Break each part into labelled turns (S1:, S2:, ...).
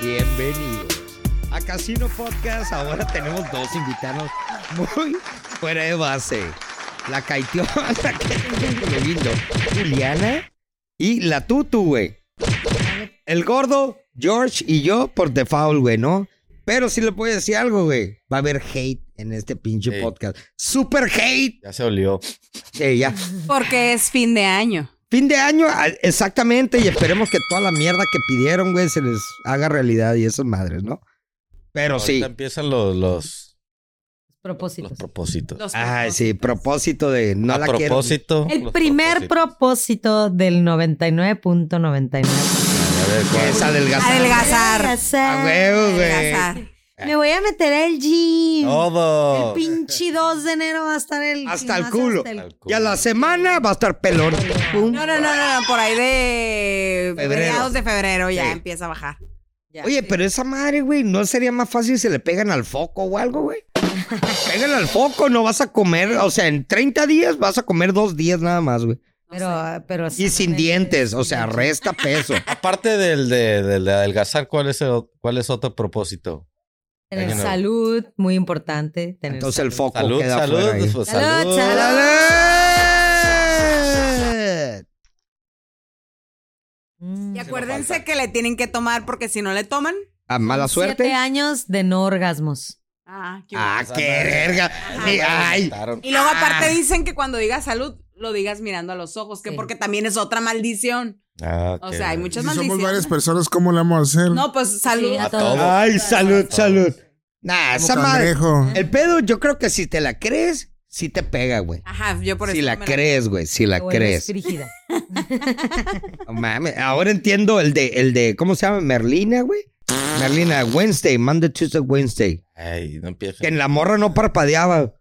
S1: Bienvenidos a Casino Podcast. Ahora tenemos dos invitados muy fuera de base. La Caitiona, que me vino, Juliana y la Tutu, güey. El gordo, George y yo por default, güey, ¿no? Pero sí le puedo decir algo, güey. Va a haber hate en este pinche
S2: Sí.
S1: podcast. Super hate.
S2: Ya se olió.
S1: Sí, ya.
S3: Porque es fin de año.
S1: Fin de año, a- exactamente, y esperemos que toda la mierda que pidieron, güey, se les haga realidad y esas madres, ¿no? Pero sí.
S2: Ahorita empiezan los, los,
S4: Propósitos.
S2: los propósitos.
S3: pues, Los
S1: Ay, sí, propósito de no
S2: a
S1: la quiero.
S2: propósito.
S4: El
S2: los
S4: primer
S2: propósitos.
S4: propósito del 99.99.
S2: A ver, ¿cuál?
S1: Que es adelgazar.
S3: Adelgazar.
S1: A
S4: Adelgazar.
S1: huevo, güey.
S3: Adelgazar.
S4: Me voy a meter al gym. El
S2: Todo.
S4: pinche 2 de enero va a estar el
S1: Hasta el
S4: gimnasio
S1: culo.
S4: Oh. hasta el-
S1: Y a la semana va a estar pelón. Pum.
S3: No, no, no, no, no, por ahí de
S1: Febrero.
S3: mediados de febrero ya
S1: Sí.
S3: empieza a bajar. Ya.
S1: Oye, pero esa madre, güey, ¿no sería más fácil si le pegan al foco o algo, güey? Pégale al foco, no vas a comer, o sea, en 30 días vas a comer dos días nada más, güey.
S4: Pero, pero
S1: Y sin dientes, o sea, resta peso.
S2: Aparte del de, del de adelgazar, ¿cuál es, el- cuál es otro propósito?
S4: Tener
S2: Año nuevo.
S4: salud, muy importante. Tener
S1: Entonces el
S4: salud.
S1: foco
S2: Salud,
S1: queda
S2: salud,
S1: fuera ahí.
S2: pues,
S4: Salud,
S2: salud.
S4: salud.
S1: ¡Salud!
S4: Mm.
S3: Y
S2: Sí, no falta.
S3: acuérdense que le tienen que tomar porque si no le toman.
S1: ¿A Ah, mala
S4: Siete
S1: suerte?
S4: años de no orgasmos.
S3: Ah, qué
S1: ¡Ah,
S2: Esa
S1: qué
S2: madre.
S1: verga!
S3: Ah,
S1: ¡Ay!
S2: Quitaron.
S3: Y luego
S1: Ah.
S3: aparte dicen que cuando digas salud, lo digas mirando a los ojos, que
S4: Sí.
S3: porque también es otra maldición.
S2: Ah,
S3: O
S2: qué
S3: sea, hay
S2: verga.
S3: muchas
S5: Si somos varias
S3: maldiciones.
S5: personas, ¿cómo la vamos a hacer?
S3: No, pues salud.
S4: Sí, a
S2: A
S4: todos. Ah,
S2: todos.
S1: ¡Ay, salud, salud! Nah,
S5: Como
S1: esa madre. Eh,
S5: cangrejo.
S1: El pedo, yo creo que si te la crees, sí te pega, güey.
S3: Ajá, yo por
S1: Si
S3: eso
S1: la
S3: me
S1: crees, güey, si la
S4: Te
S1: crees.
S4: vuelves frígida.
S1: No mames, ahora entiendo el de, el de, ¿cómo se llama? Merlina, güey. Merlina, Wednesday, Monday, Tuesday, Wednesday.
S2: Ay, no
S1: Que
S2: empieza.
S1: en la morra no parpadeaba.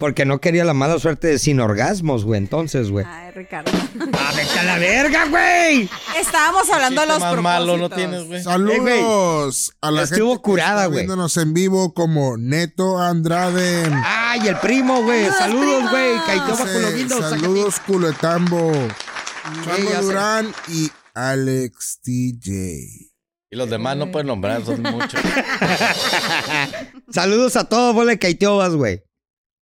S1: Porque no quería la mala suerte de sin orgasmos, güey. Entonces, güey.
S3: Ay, Ricardo.
S1: ¡Ah, vete a la verga, güey!
S3: Estábamos hablando de los
S2: más
S3: propósitos.
S2: malo no tienes, güey.
S1: Eh,
S5: Saludos a la
S1: Estuvo
S5: gente que
S1: curada,
S5: está
S1: güey.
S5: viéndonos en vivo como Neto Andrade.
S1: ¡Ay, el primo, güey! ¡Saludos, güey! Caitoba
S5: Dice,
S1: Culoguindo, Zacatecas.
S5: saludos, Culetambo.
S1: ya sé.
S5: Chango Durán y Alex DJ.
S2: Y los demás no pueden nombrar, son muchos.
S1: Saludos a todos, bola de Caitobas, güey.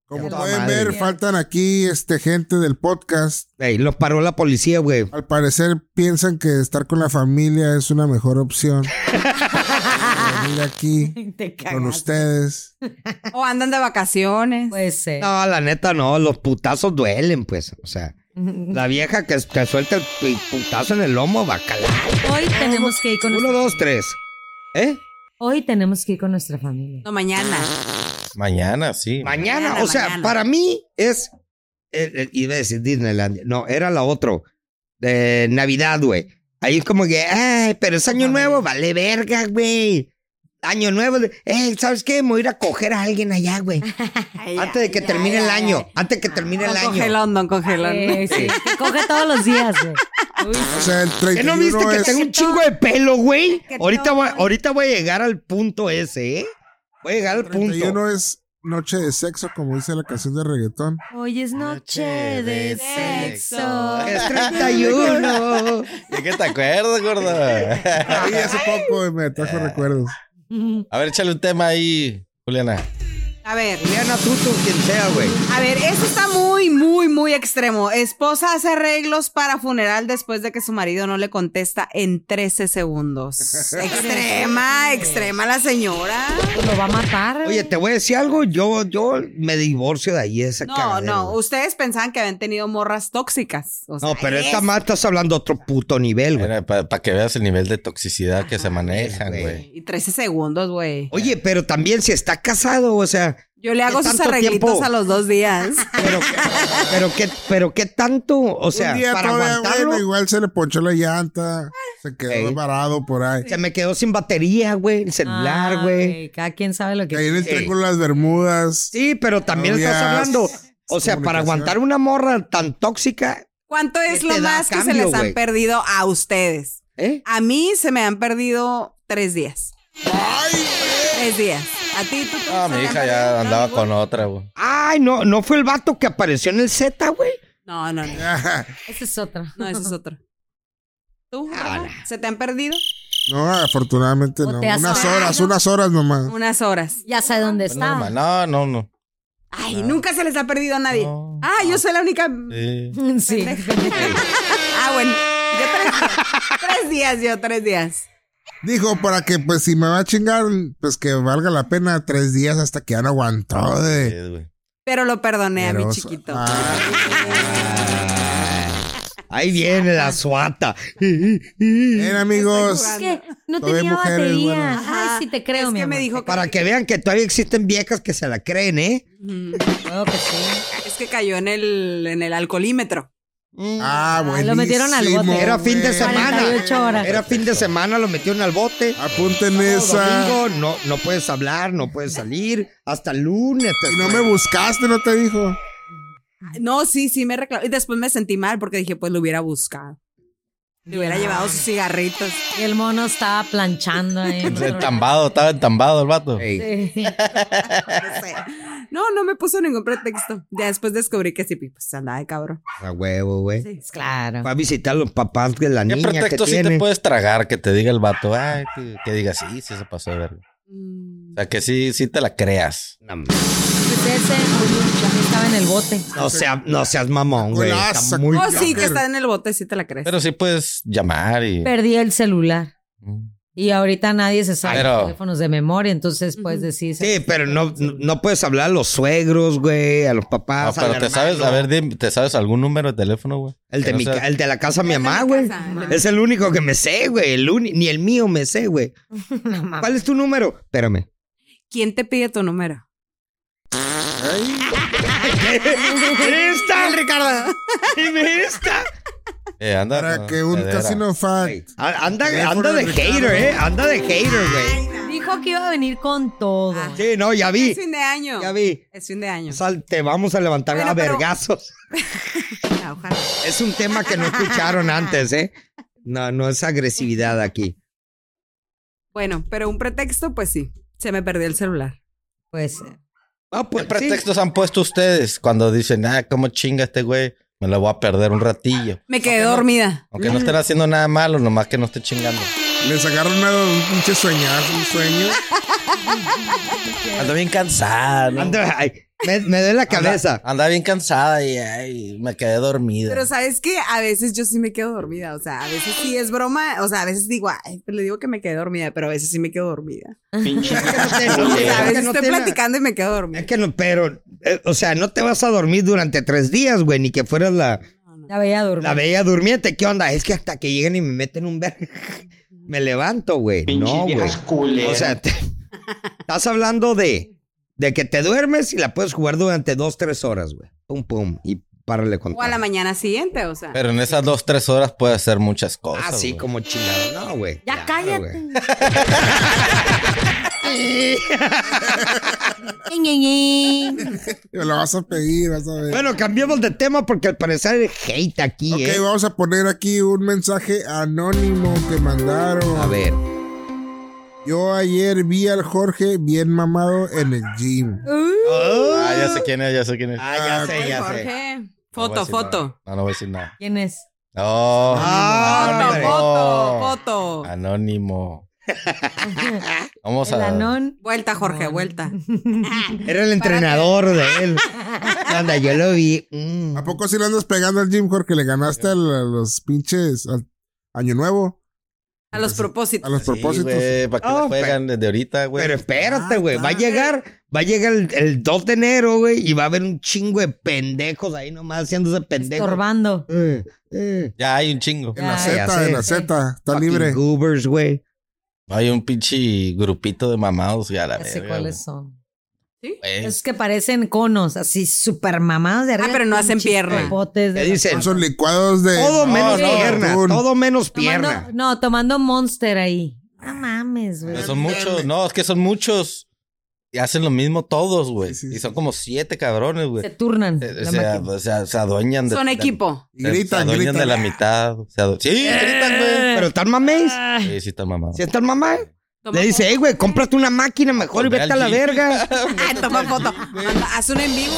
S5: Como
S1: Toda
S5: pueden
S1: madre.
S5: ver, faltan aquí este gente del podcast.
S1: Ey, los paró la policía, güey.
S5: Al parecer piensan que estar con la familia es una mejor opción. Venir aquí
S4: Te
S5: con ustedes.
S3: O andan de vacaciones.
S4: Pues eh,
S1: No, la neta, no. Los putazos duelen, pues. O sea, la vieja que te suelta el pi- putazo en el lomo, bacalao.
S4: hoy tenemos que ir con
S1: Uno,
S4: nuestra,
S1: dos, tres. ¿Eh?
S4: hoy tenemos que ir con nuestra familia.
S3: No, mañana.
S2: Mañana, sí.
S1: Mañana,
S3: Mañana,
S1: o sea,
S3: mañana.
S1: para mí es. eh, eh, iba a decir Disneyland. No, era la otro. De Navidad, güey. Ahí es como que, ay, pero es año nuevo, vale verga, güey. Año nuevo, de- eh, ¿sabes qué? Me voy a ir a coger a alguien allá, güey.
S3: Ay,
S1: Antes de
S3: ya,
S1: que
S3: ya,
S1: termine
S3: ya,
S1: el
S3: ya.
S1: año. Antes de que termine el
S3: Don
S1: año.
S3: Congelón, don Congelón.
S4: Eh, sí, te coge todos los días, güey. Uy,
S5: O sea, el
S1: ¿Qué
S5: 31
S1: ¿Eh, no viste que
S5: es-
S1: tengo un chingo de pelo, güey?
S3: Que
S1: Ahorita
S3: todo.
S1: voy, ahorita voy a llegar al punto ese, ¿eh? Voy a llegar al punto.
S5: 31 es noche de sexo, como dice la canción de reggaetón.
S4: Hoy es noche de sexo.
S1: Es 31.
S2: ¿De qué te acuerdas, gordo?
S4: Ah,
S2: A
S5: Ahí hace poco me trajo
S1: Eh,
S5: recuerdos.
S4: Pues
S2: ver, échale un tema ahí, Juliana.
S3: A ver,
S1: Juliana Tutu, quien sea, güey.
S3: a ver, esto está muy, muy, muy extremo. Esposa hace arreglos para funeral después de que su marido no le contesta en 13 segundos. Extrema, extrema la señora.
S4: Pues Lo va a matar.
S1: Oye, te voy a decir algo, yo, yo me divorcio de ahí, esa
S3: No,
S1: cagadera,
S3: no,
S1: güey.
S3: ustedes pensaban que habían tenido morras tóxicas. O sea,
S1: No, pero esta
S3: es-
S1: más estás hablando de otro puto nivel, güey.
S2: Para que veas el nivel de toxicidad que se manejan,
S1: güey.
S2: güey.
S3: Y 13 segundos, güey.
S1: Oye, pero también si está casado, o sea,
S3: Yo le hago
S1: ¿qué
S3: sus
S1: tanto
S3: arreglitos
S1: tiempo?
S3: a los dos días.
S1: pero, pero qué, pero qué tanto, o sea,
S5: un día
S1: para
S5: todavía,
S1: aguantarlo,
S5: bueno, igual se le ponchó la llanta, se quedó
S1: Ey.
S5: varado por ahí.
S1: se me quedó sin batería, güey, el celular,
S4: Ah,
S1: güey.
S4: Cada quien sabe lo que
S5: Ahí en el
S1: Sí.
S5: triángulo de las Bermudas.
S1: Sí, pero también
S5: Novias,
S1: estás hablando, o sea, para
S5: comunicación.
S1: aguantar una morra tan tóxica,
S3: ¿Cuánto es
S1: ¿Qué
S3: lo
S1: te da
S3: más que se
S1: cambio,
S3: les
S1: güey?
S3: han perdido a ustedes?
S1: ¿eh?
S3: A mí se me han perdido tres días. Tres días. A ti, tú. tú,
S2: Ah, mi
S3: se te han
S2: hija
S3: perdido,
S2: ya
S3: ¿no?
S2: andaba con otra, güey.
S1: Ay, no, no fue el vato que apareció en el Z, güey.
S3: No, no, no.
S5: Ajá.
S4: Ese es otro.
S3: No, ese es otro. ¿Tú?
S1: Ah,
S3: Rafa? ¿Se te han perdido?
S5: No, afortunadamente
S4: O
S5: no.
S4: te has-
S5: Unas horas, unas horas nomás.
S3: Unas horas.
S4: Ya sé dónde
S2: No,
S4: está.
S2: Pues no, no. no.
S3: Ay, nunca se les ha perdido a nadie.
S2: No.
S3: Ah, yo soy la única.
S2: Sí.
S4: Sí.
S3: Ah, bueno. Yo tres, tres días, yo tres días.
S5: Dijo, para que, pues, si me va a chingar, pues que valga la pena tres días hasta que ya no aguantó de...
S2: Sí, güey.
S3: Pero lo perdoné a mi
S5: asqueroso.
S3: chiquito.
S5: Ah,
S1: Ahí viene la suata.
S5: bien, amigos.
S3: Estoy
S4: Que no
S5: Todavía
S4: tenía
S5: mujeres,
S4: batería.
S5: bueno.
S3: Ajá.
S4: Ay, sí te
S3: es
S4: creo, mi
S3: que
S4: amor.
S3: me dijo que,
S1: Para que vean que todavía existen viejas que se la creen, ¿eh?
S3: Mm,
S4: Claro que sí.
S3: es que cayó en el, en el alcoholímetro.
S5: Ah, bueno.
S4: lo metieron al bote.
S1: Era fin de semana.
S4: 48 horas.
S1: Era fin de semana, lo metieron al bote.
S5: Apunten Ah, esa.
S1: Domingo, no, no puedes hablar, no puedes salir. Hasta el lunes. te-
S5: Y no me buscaste, no te dijo.
S3: No, sí, sí me reclamó. Y después me sentí mal porque dije, pues lo hubiera buscado. Le hubiera llevado sus cigarritos.
S4: Y el mono estaba planchando ahí.
S2: Entambado, estaba entambado el vato.
S1: Ey.
S4: Sí.
S3: No, sé. no, no me puso ningún pretexto. Ya después descubrí que sí, pues andaba de cabrón.
S1: A huevo, güey.
S4: Claro.
S1: Va a visitar a los papás de la
S2: ¿Qué
S1: niña
S2: pretexto
S1: que
S2: sí
S1: tiene.
S2: te puedes tragar que te diga el vato? Ay, que, que diga sí, sí se pasó de verga. O sea, que sí, sí te la creas.
S1: No,
S4: Pues ese también estaba en el bote.
S1: no sea- no seas mamón, güey. Está
S5: Golazo,
S1: muy
S3: Oh, sí,
S5: Joker.
S3: que está en el bote, sí te la crees.
S2: Pero sí puedes llamar y... Mm.
S4: Perdí el celular. Y ahorita nadie se sabe
S2: Pero-
S4: los teléfonos de memoria, entonces pues, puedes decir.
S1: Sí, pero no, no- no puedes hablar a los suegros, güey, a los
S2: No,
S1: papás. al
S2: pero te sabes, a
S1: hermano.
S2: ver, dime, ¿te sabes algún número de teléfono, güey?
S1: El de,
S2: Que no
S1: mi
S2: sea-
S1: ca- el de la casa de mi
S3: El de
S1: mamá,
S3: mi
S1: güey.
S3: casa, ajá.
S1: Es el único que me sé, güey. El uni- ni el mío me sé, güey.
S4: "Ah,
S3: Ah.
S1: ¿Cuál es tu número? Espérame.
S3: ¿Quién te pide tu número?
S1: ¡Esta!
S3: Ricardo.
S1: ¡Dime esta!
S2: Eh, anda,
S5: Para
S2: no,
S5: que un
S2: pedera.
S5: casino fan.
S1: Güey, a- Anda,
S5: Teléfono
S1: anda de
S5: de
S1: hater,
S5: Ricardo.
S1: ¿eh? Anda de hater, güey.
S4: Pues, Dijo que iba a venir con todo.
S1: Sí, no, ya vi.
S3: Es fin de año.
S1: Ya vi.
S3: Es fin de año.
S1: O sea, te vamos a levantar
S3: Bueno,
S1: a
S3: pero-
S1: vergazos.
S3: Ah, ojalá.
S1: Es un tema que no escucharon antes, ¿eh? No, no es agresividad aquí.
S3: Bueno, pero un pretexto, pues sí. Se me perdió el celular.
S4: Pues eh,
S1: Ah,
S2: ¿Qué
S1: pues, sí.
S2: pretextos han puesto ustedes cuando dicen, ah, cómo chinga este güey? Me lo voy a perder un ratillo.
S3: Me quedé dormida.
S2: Aunque no estén haciendo nada malo, nomás que no esté chingando.
S5: Le sacaron una, un pinche soñazo, un sueño.
S2: Ando bien cansada, ¿no?
S1: Ando- ay, me, me duele la cabeza.
S2: Anda, anda bien cansada y ay, me quedé dormida.
S3: Pero sabes que a veces yo sí me quedo dormida. O sea, a veces sí es broma. O sea, a veces digo, ay, pues le digo que me quedé dormida, pero a veces sí me quedo dormida. O sea, a veces
S1: No
S3: estoy
S1: tiene-
S3: platicando y me quedo
S1: Es
S3: dormida.
S1: que no, pero, eh, o sea, no te vas a dormir durante tres días, güey, ni que fueras la,
S4: la veía dormir.
S1: la bella durmiente. ¿Qué onda? Es que hasta que lleguen y me meten un ver... Me levanto, güey. No, güey. O sea, te- estás hablando de, de que te duermes y la puedes jugar durante dos, tres horas, güey. Pum, pum. Y párale con
S3: O a la mañana siguiente, o sea.
S2: Pero en esas dos, tres horas puede hacer muchas cosas.
S1: Ah, sí,
S2: güey.
S1: como chingado. No, güey.
S4: Ya cállate. Ñe, Ñe, Ñe.
S5: Te Lo vas a pedir, vas a ver.
S1: Bueno, cambiemos de tema porque al parecer hay hate aquí,
S5: ok,
S1: ¿eh?
S5: vamos a poner aquí un mensaje anónimo que mandaron.
S1: A ver.
S5: Yo ayer vi al Jorge bien mamado en el gym.
S4: Uh,
S2: Ah, ya sé quién es, ya sé quién es.
S1: Ah, ya sé, ya sé.
S3: Jorge.
S2: No voy a
S3: Foto,
S2: decir
S3: foto.
S2: nada. No, no voy a decir nada.
S4: ¿Quién es?
S2: No.
S1: Ah,
S3: Foto,
S1: hombre.
S3: foto, foto.
S2: Anónimo. Vamos
S4: El
S2: a.
S4: anón.
S3: Vuelta, Jorge, vuelta.
S1: Era el entrenador de él. Anda, yo lo vi. Mm.
S5: ¿A poco si le andas pegando al gym, Jorge? ¿Le ganaste al- a los pinches al Año Nuevo?
S3: A los propósitos.
S5: A los
S2: Sí,
S5: propósitos.
S2: güey, para que
S1: No,
S2: la juegan desde ahorita,
S1: Oh,
S2: güey.
S1: Pero espérate, güey. Va a llegar, va a llegar el, el 2 de enero, güey, y va a haber un chingo de pendejos ahí nomás haciéndose pendejos.
S4: Estorbando.
S1: Eh, eh.
S2: Ya hay un chingo.
S5: en la
S4: Ya,
S1: Ah, ya
S5: Z,
S1: sé.
S5: en la Z. Está
S1: Fucking
S5: libre.
S1: Goobers, güey.
S2: Hay un pinche grupito de mamados, ya la
S4: Ya sé
S2: verga.
S4: cuáles son.
S3: ¿Sí?
S2: güey.
S4: Esos que parecen conos, así super mamados de arriba.
S3: pero no
S4: con
S3: hacen
S4: pinches
S3: pierna.
S4: popotes de-
S1: ¿Qué dicen?
S5: Esos licuados de...
S1: Todo
S2: No,
S1: menos
S2: no,
S1: pierna,
S5: atún.
S1: todo menos
S4: Tomando-
S1: pierna.
S4: no, tomando Monster ahí. No mames, güey.
S2: Pero son muchos, no, es que son muchos. Y hacen lo mismo todos, güey.
S5: Sí, sí,
S2: Y son como siete cabrones, güey.
S4: Se turnan.
S2: Eh,
S4: la
S2: O sea,
S4: máquina.
S2: o sea, se adueñan de.
S3: Son
S2: de-
S3: equipo.
S5: Y
S2: se-
S5: gritan,
S2: se adueñan
S5: gritan.
S2: de la mitad. se adue- Sí, gritan, güey.
S1: Pero están mames.
S2: Sí, sí, está mamado.
S1: Si están mamás.
S3: Toma
S1: Le dice, hey, güey, cómprate una máquina mejor y
S2: Ve
S1: vete a
S2: al
S1: la
S2: gym.
S1: verga.
S3: Ah, toma foto. Manda- Haz un en vivo.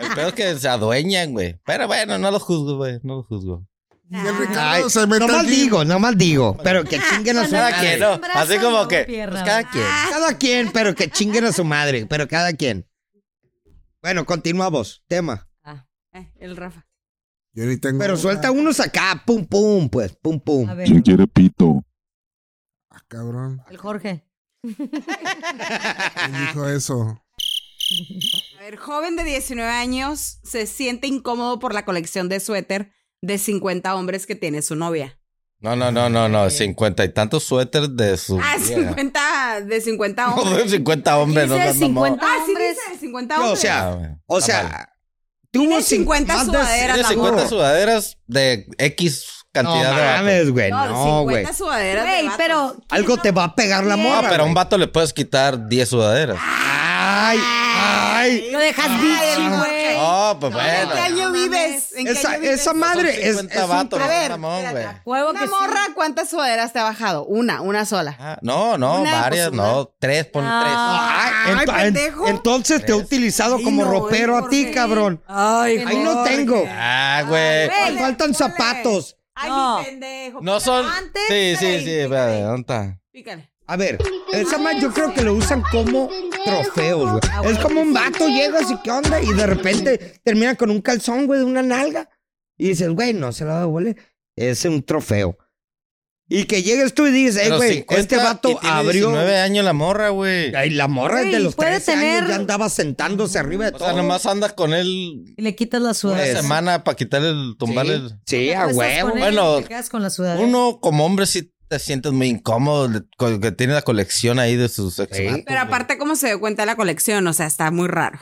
S2: El peor es que se adueñan, güey. Pero bueno, no los juzgo, güey. No los juzgo.
S5: Y el
S1: Ay,
S5: Ricardo se mete
S1: nomás
S5: aquí.
S1: digo, nomás digo, pero que chinguen a su
S2: Pues Cada
S1: madre.
S2: quien, ¿no?
S4: Un brazo
S2: Así
S4: y
S2: como
S4: luego
S2: que.
S4: pierna.
S2: Pues cada quien.
S1: Cada quien, pero que chinguen a su madre, pero cada quien. Bueno, continuamos, tema.
S3: Eh, el Rafa.
S5: Yo ni tengo.
S1: Pero suelta unos acá, pum, pum, pues, pum, pum.
S4: A ver,
S6: ¿Quién quiere pito?
S5: Ah, cabrón.
S4: el Jorge.
S5: ¿Quién dijo eso?
S3: A ver, joven de 19 años se siente incómodo por la colección de suéter de 50 hombres que tiene su novia.
S2: No, no, no, no, no. Cincuenta y tantos suéteres de su.
S3: Ah, 50 de 50 hombres.
S2: Joder, 50 hombres, no,
S4: Dice
S2: no, no, no.
S4: 50
S3: Ah, sí
S4: hombres.
S3: dice 50
S1: Yo,
S3: hombres.
S1: o sea,
S2: Ah, bueno.
S1: o
S2: Está mal.
S1: sea, tuvo
S3: Tiene 50
S1: más de-
S3: sudaderas,
S2: Tiene
S3: la
S2: 50
S3: morra.
S2: sudaderas de X
S1: No
S2: cantidad de vatos.
S1: mames, güey,
S3: no,
S1: no,
S3: 50
S1: güey.
S3: sudaderas. de
S4: Güey,
S3: vatos.
S4: pero.
S1: Algo te va a pegar la
S2: Ah,
S1: morra.
S2: pero a un
S1: güey.
S2: vato le puedes quitar 10 sudaderas.
S1: Ay, ay.
S4: Lo dejas
S3: Ay,
S4: bichi,
S3: el
S4: güey.
S3: Jorge.
S2: No, pues
S3: ¿En
S2: bueno.
S3: qué año
S4: No
S3: vives?
S4: mames.
S3: ¿En qué
S1: Esa,
S3: año vives?
S1: esa madre es,
S2: 50
S1: es un
S2: vatos,
S1: tra-
S2: no
S3: A ver,
S2: seas mamón, güey.
S4: Huevo que
S3: Una
S4: sí.
S3: morra, ¿cuántas sudaderas te ha bajado? Una, una sola.
S2: Ah, no, no,
S3: Una,
S2: varias,
S3: pues, una.
S2: no. Tres, pon
S4: Ah.
S1: Ay, ento- en-
S3: pendejo.
S1: entonces te he
S2: Tres.
S1: utilizado como
S3: no,
S1: ropero a ti,
S3: Jorge.
S1: cabrón.
S3: Ay,
S1: Ahí no tengo.
S2: tres. Ah, güey.
S4: güey.
S1: Me faltan
S3: Ole.
S1: zapatos.
S3: Ay,
S4: No.
S3: mi pendejo.
S2: No son.
S3: Antes,
S2: Sí,
S3: pícale
S2: sí, sí.
S3: ahí, pícale
S2: espérate,
S3: ahí.
S2: ¿Dónde está?
S1: Eh,
S3: Pícale.
S1: A ver, esa madre yo creo que lo usan como trofeos,
S4: Ah,
S1: güey. Es como un vato, llegas y qué onda, y de repente termina con un calzón, güey, de una nalga. Y dices, güey, no se lo devuelve. Es un trofeo. Y que llegues tú y dices, hey,
S2: Pero
S1: güey,
S2: 50
S1: este
S2: y
S1: vato
S2: tiene
S1: abrió.
S2: 19 años la morra, güey.
S1: Ay, la morra
S4: Güey,
S1: de los
S4: puede
S1: 13 años
S4: tener-
S1: ya andaba sentándose arriba de
S2: O
S1: todo.
S2: sea, nomás andas con él
S4: Y le quitas la
S2: una
S1: Pues,
S4: sudadera.
S2: semana para quitarle el, tumbarle
S1: Sí,
S2: el.
S1: sí, a
S4: Estás
S1: huevo.
S4: con él
S2: Bueno,
S4: y Te quedas con la sudadera.
S2: Uno como hombre sí te sientes muy incómodo le- co- que tiene la colección ahí de sus ex
S1: Sí.
S2: vatos,
S3: Pero aparte, ¿cómo se dio cuenta de la colección? O sea, está muy raro.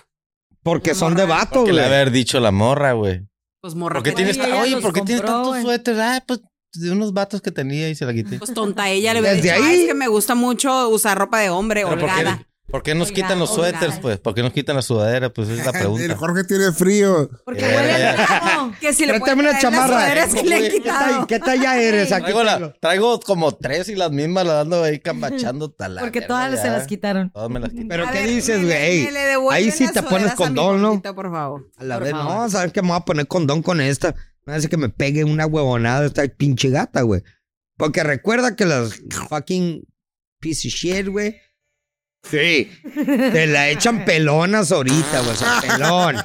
S1: Porque son de vato,
S2: güey. que le
S1: güey.
S2: haber dicho la morra, güey.
S3: Pues morra.
S2: ¿Por qué
S3: que-
S2: tienes,
S4: ella
S2: ta- oye,
S4: los
S2: ¿por qué tienes
S4: compró,
S2: tantos
S4: güey.
S2: suéteres? Ah, pues de unos vatos que tenía y se la quité.
S3: Pues tonta ella le hubiera
S1: Desde
S3: dicho, "Ay,
S1: ahí-
S3: es que me gusta mucho usar ropa de hombre,
S2: Pero ¿por qué,
S3: holgada.
S2: por qué nos
S4: Holgada,
S2: quitan los
S4: holgada.
S2: suéteres, pues? ¿Por qué nos quitan la sudadera? Pues esa es la
S5: El
S2: pregunta.
S5: Jorge tiene frío.
S4: Porque
S2: Eh,
S4: huele a
S2: ya.
S4: clavo.
S3: Que si le
S1: Préstame
S3: pueden
S1: una
S3: traer las
S1: chamarra.
S3: sudaderas que le han
S2: Güey,
S1: ¿Qué talla,
S3: quitado.
S1: qué talla eres? Aquí
S2: Traigo, la-
S1: tengo.
S2: traigo como tres y las mismas las ando ahí cambachando tal.
S4: Porque todas se las quitaron.
S2: Todas me las quitaron.
S1: Pero
S3: A
S1: ¿qué
S3: ver,
S1: dices,
S3: me le-
S1: güey?
S3: me le devuelven
S1: Ahí sí
S3: las
S1: te pones
S3: sudaderas a mi
S1: condón, ¿no?
S3: gordito, por favor.
S1: A la
S3: Por
S1: vez,
S3: favor.
S1: no, ¿sabes qué? Me voy a poner condón con esta. Me hace que me pegue una huevonada esta pinche gata, güey. Porque recuerda que las fucking piece of shit, güey. Sí. Te la echan pelonas ahorita, güey. O sea, pelón.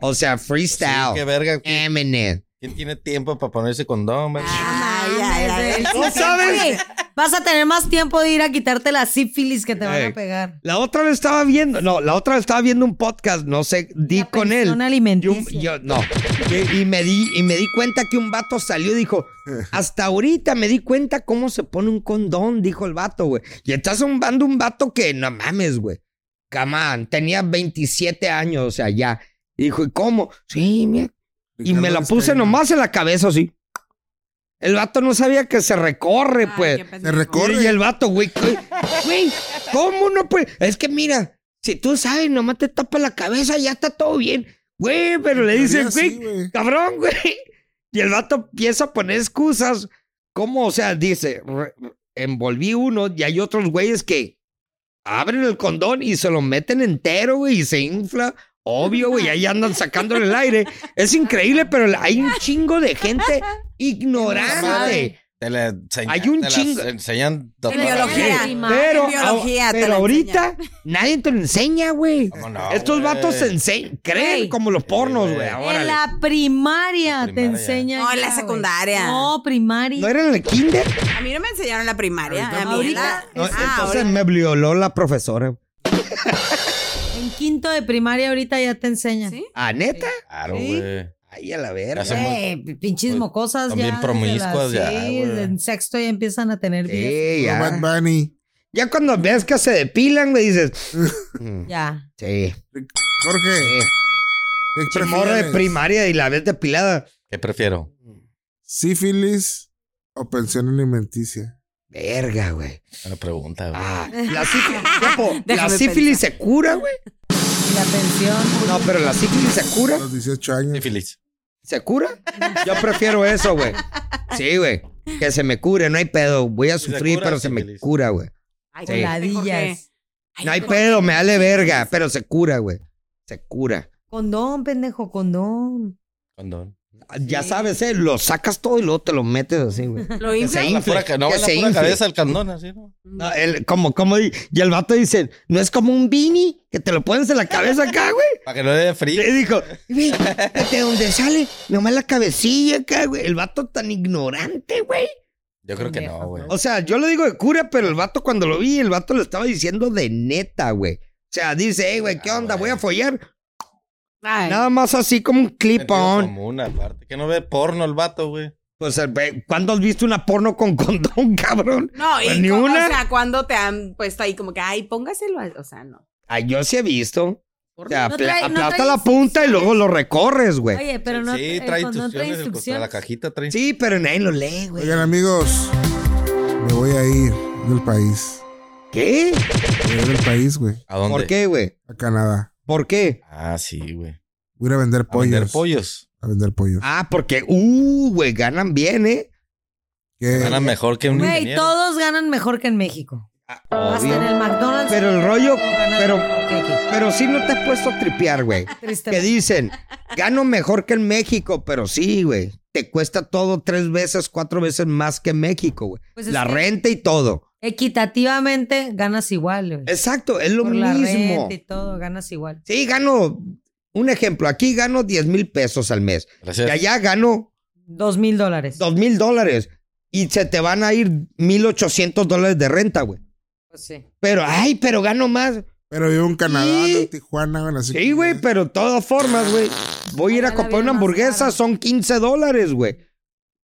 S1: O sea,
S2: Sí, qué
S1: freestyle.
S2: verga. ¿Quién,
S1: Eminem.
S2: quién tiene tiempo para ponerse condón, güey?
S3: Ay, ay, ay.
S1: ¿No sabes?
S4: Güey, Vas a tener más tiempo de ir a quitarte la sífilis que te van
S1: Ey.
S4: a pegar.
S1: La otra vez estaba viendo, no, la otra vez estaba viendo un podcast, no sé, di
S4: La
S1: con él.
S4: pensión
S1: Y un-
S4: alimenticia.
S1: yo, no. Y, y me di, y me di cuenta que un vato salió y dijo, hasta ahorita me di cuenta cómo se pone un condón, dijo el vato, güey. Y estás zumbando un vato que, no mames, güey. Camán, tenía 27 años, o sea, ya. Y dijo, ¿y cómo? Sí, mira. Y me la
S5: Ricardo
S1: puse
S5: Espeña.
S1: nomás en la cabeza, así. El vato no sabía que se recorre,
S3: Ay,
S1: pues.
S3: qué pendejo.
S5: Se recorre.
S1: Y, y el vato, güey, ¿qué? güey, ¿cómo no puede? Es que mira, si tú sabes, nomás te tapa la cabeza, ya está todo bien. Güey, pero le
S5: En
S1: dices,
S5: teoría sí,
S1: güey, cabrón, güey. Y el vato empieza a poner excusas. ¿Cómo? O sea, dice, re- envolví uno y hay otros güeyes que abren el condón y se lo meten entero, güey, y se infla. Obvio, güey, ahí andan sacándole el aire. Es increíble, pero hay un chingo de gente ignorante.
S2: Te la enseñan-
S1: Hay un
S2: te las
S1: chingo-
S2: enseñan
S3: En biología.
S1: Sí,
S4: Imagen,
S1: pero,
S3: biología
S1: ah,
S3: te
S1: pero
S3: la
S1: ahorita nadie te lo enseña, Ah, güey.
S2: ¿Cómo no,
S1: Estos
S2: güey?
S1: vatos se ense- creen
S4: Ey.
S1: como los pornos, güey.
S2: güey.
S1: Ahora.
S4: En la primaria,
S2: La
S4: te
S2: primaria.
S4: enseñan.
S3: No, Oh, en
S4: ya,
S3: la
S4: güey.
S3: secundaria.
S4: No, primaria.
S1: ¿No eran en el kinder?
S3: A mí no me enseñaron la primaria. A mí
S4: Ahorita.
S3: la...
S1: No,
S3: Ah,
S1: entonces
S3: ahora-
S1: me violó la profesora.
S4: En quinto de primaria ahorita ya te enseñan.
S3: ¿Sí?
S1: ¿Ah, neta?
S2: Claro,
S1: Sí.
S2: güey.
S1: Ay, a la verga.
S2: Hace
S4: Güey, pinches
S2: pues,
S4: mocosas
S2: también
S4: ya. desde
S2: promiscuas
S4: las-
S2: ya,
S4: Sí,
S2: güey.
S4: en sexto ya empiezan a tener vida.
S1: Sí,
S5: Como
S1: ya.
S5: Bad Bunny.
S1: Ya cuando ves que se depilan, me dices. mm,
S4: Ya.
S1: sí,
S5: Jorge.
S1: sí.
S5: ¿qué
S1: Che, morra de
S5: prefieres?
S1: primaria y la ves depilada.
S2: ¿Qué prefiero?
S5: ¿Sífilis o pensión alimenticia?
S1: Verga, güey.
S2: Buena pregunta, güey.
S1: Ah, la sífilis, Chapo, la
S3: Déjame
S1: sífilis se cura, güey.
S4: Y la pensión.
S1: No, pues, pero la sífilis se
S5: A
S1: cura.
S5: los 18 años.
S2: Estoy feliz.
S1: ¿Se cura? Yo prefiero eso, güey. Sí, güey. Que se me cure, no hay pedo. Voy a
S2: Si se
S1: sufrir,
S2: cura,
S1: pero
S2: sí,
S1: se me
S2: feliz.
S1: cura, güey.
S3: Ay,
S1: Sí.
S3: Jorge.
S4: Ladillas.
S3: Ay,
S1: No hay
S3: Jorge.
S1: pedo, me vale verga, pero se cura, güey. Se cura.
S4: Condón, pendejo, condón.
S2: Condón.
S1: Ya sabes, ¿eh? Lo sacas todo y luego te lo metes así, güey.
S3: Lo
S1: Que se
S3: infla.
S2: La
S1: infle,
S2: pura, ca- no,
S1: que
S2: la
S1: se
S2: pura
S1: infle.
S2: cabeza del candón, así, ¿no?
S1: No, el- como, como, di- y el vato dice, no es como un beanie que te lo pones en la cabeza acá, güey.
S2: Para que no le dé frío.
S1: Le dijo, "Ve, de dónde sale, nomás la cabecilla acá, güey. El vato tan ignorante, güey.
S2: Yo creo que no, güey.
S1: O sea, yo lo digo de cura, pero el vato cuando lo vi, el vato lo estaba diciendo de neta, güey. O sea, dice, hey, güey, ¿qué
S2: Ah,
S1: onda? Voy
S2: güey.
S1: a follar.
S3: Ay,
S1: Nada más así como un
S2: Sentido
S1: clip-on.
S2: común, aparte. Que no ve porno el vato, güey.
S1: Pues, eh, güey, ¿cuándo has visto una porno con condón, cabrón?
S3: No, y
S1: Pues Ni
S3: como-
S1: una.
S3: o sea, cuando te han puesto ahí como que, ay, póngaselo, al- o sea, no.
S1: Ay, yo sí he visto. O sea,
S4: No
S1: apla-
S4: trae- no
S1: aplasta
S4: trae
S1: la punta y luego lo recorres, güey.
S4: Oye, pero no
S2: sí,
S4: el
S2: trae
S4: condón
S2: instrucciones. el costado, la cajita trae.
S1: Sí, pero nadie lo lee, güey.
S5: Oigan, amigos, me voy a ir del país.
S1: ¿Qué?
S5: Me voy a ir del país, güey.
S2: ¿A dónde?
S1: ¿Por qué, güey?
S5: A Canadá.
S1: ¿Por qué?
S2: Ah, sí, güey.
S5: Voy a ir a vender
S2: ¿A
S5: pollos.
S2: vender pollos.
S5: A vender pollos.
S1: Ah, porque, uh, güey, ganan bien, ¿eh?
S5: ¿Qué?
S2: Gana mejor que un
S4: Güey,
S2: ingeniero.
S4: todos ganan mejor que en México. Hasta en el McDonald's.
S1: Pero el rollo,
S4: ganan
S1: pero,
S4: mejor que aquí.
S1: pero sí no te has puesto a tripear, güey.
S4: Triste.
S1: Que dicen, gano mejor que en México, pero sí, güey. Te cuesta todo tres veces, cuatro veces más que en México, güey.
S4: Pues es
S1: la
S4: que-
S1: renta y todo.
S4: Equitativamente ganas igual, güey.
S1: Exacto, es lo
S4: pues Por la
S1: mismo.
S4: renta y todo, ganas igual.
S1: Sí, gano, un ejemplo, aquí gano 10 mil pesos al mes.
S2: Gracias.
S1: Y allá gano
S4: Dos mil dólares.
S1: 2 mil dólares. Y se te van a ir 1,800 dólares de renta, güey.
S4: Pues sí.
S1: Pero, ay, pero gano más.
S5: Pero vivo en Canadá,
S1: Sí.
S5: no en Tijuana, güey. Así
S1: Sí,
S5: que-
S1: güey, pero de todas formas, güey. Voy a ir a
S4: Allá la
S1: comprar
S4: vida
S1: una
S4: más
S1: hamburguesa,
S4: cara.
S1: son 15 dólares, güey.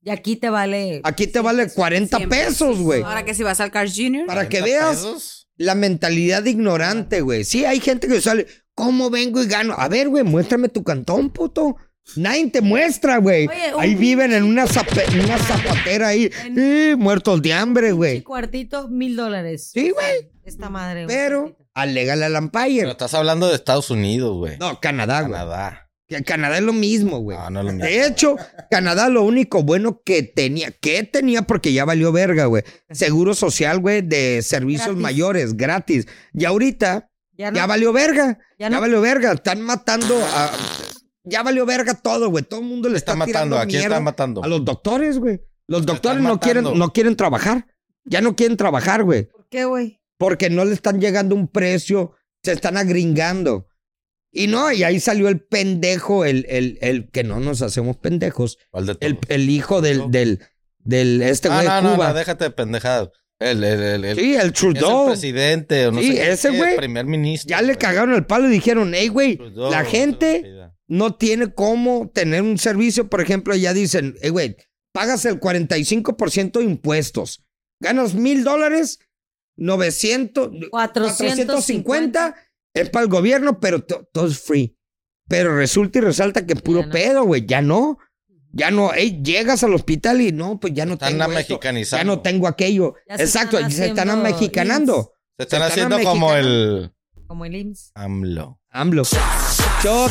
S4: Y aquí te vale.
S1: Aquí te
S4: pues,
S1: vale 40
S3: siempre.
S1: pesos, güey.
S3: Ahora que si vas al Cars Junior.
S1: Para que
S2: 40
S1: veas
S2: pesos.
S1: la mentalidad de ignorante, güey. Sí, hay gente que sale, ¿cómo vengo y gano? A ver, güey, muéstrame tu cantón, puto. Nadie te muestra, güey.
S4: Oye, un
S1: Ahí viven en una, zape- en una zapatera ahí,
S4: En-
S1: eh, muertos de hambre,
S4: güey.
S1: güey.
S4: cuartito, mil dólares.
S1: Sí, güey.
S4: Esta madre, güey.
S1: Pero, alega la
S2: Pero
S1: Lampire.
S2: estás hablando de Estados Unidos, güey.
S1: No, Canadá, güey.
S2: Canadá. Ah,
S1: Que Canadá es lo mismo, güey.
S2: No, no es lo mismo.
S1: De hecho, Canadá lo único bueno que tenía, que tenía porque ya valió verga, güey. Seguro social, güey, de servicios
S4: Gratis.
S1: mayores, gratis. Y ahorita,
S4: Ya no.
S1: ya valió verga.
S4: ya
S1: Ya,
S4: no.
S1: valió verga. Están matando a. Ya valió verga todo, güey. Todo el mundo le está,
S2: Está matando,
S1: tirando
S2: aquí
S1: mierda
S2: está matando.
S1: a los doctores, güey. Los doctores
S2: están
S1: no quieren,
S2: matando.
S1: no quieren trabajar. Ya no quieren trabajar, güey.
S4: ¿Por qué, güey?
S1: Porque no le están llegando un precio. Se están agringando. Y no, y ahí salió el pendejo, el, el, el que no nos hacemos pendejos.
S2: ¿Cuál de
S1: El,
S2: todos?
S1: el hijo del, del, del este
S2: Ah,
S1: güey
S2: no,
S1: de
S2: no,
S1: Cuba.
S2: no, déjate de pendejadas. El, el, el, el,
S1: sí, el
S2: es el
S1: Trudeau.
S2: presidente, o no
S1: Sí,
S2: sé qué,
S1: ese
S2: el
S1: güey.
S2: primer ministro.
S1: Ya le
S2: güey.
S1: cagaron el palo y dijeron, hey, güey,
S2: Trudeau,
S1: la
S2: no sé
S1: gente
S2: qué pida.
S1: no tiene cómo tener un servicio. Por ejemplo, ya dicen, hey, güey, pagas el 45% de impuestos, ganas mil dólares, 900, 450
S4: 450.
S1: es para el gobierno, pero to- todo es free. Pero resulta y resalta que puro
S4: no.
S1: pedo, güey, ya no. Ya no, hey, llegas al hospital y no, pues ya no
S2: Están
S1: tengo esto,
S2: mexicanizando.
S1: ya no tengo aquello.
S4: Ya se
S1: Exacto,
S4: están
S1: se están
S4: haciendo
S1: mexicanando.
S2: Se están
S1: se están
S2: haciendo como el
S4: Como el IMSS.
S2: AMLO.
S1: AMLO. Shot.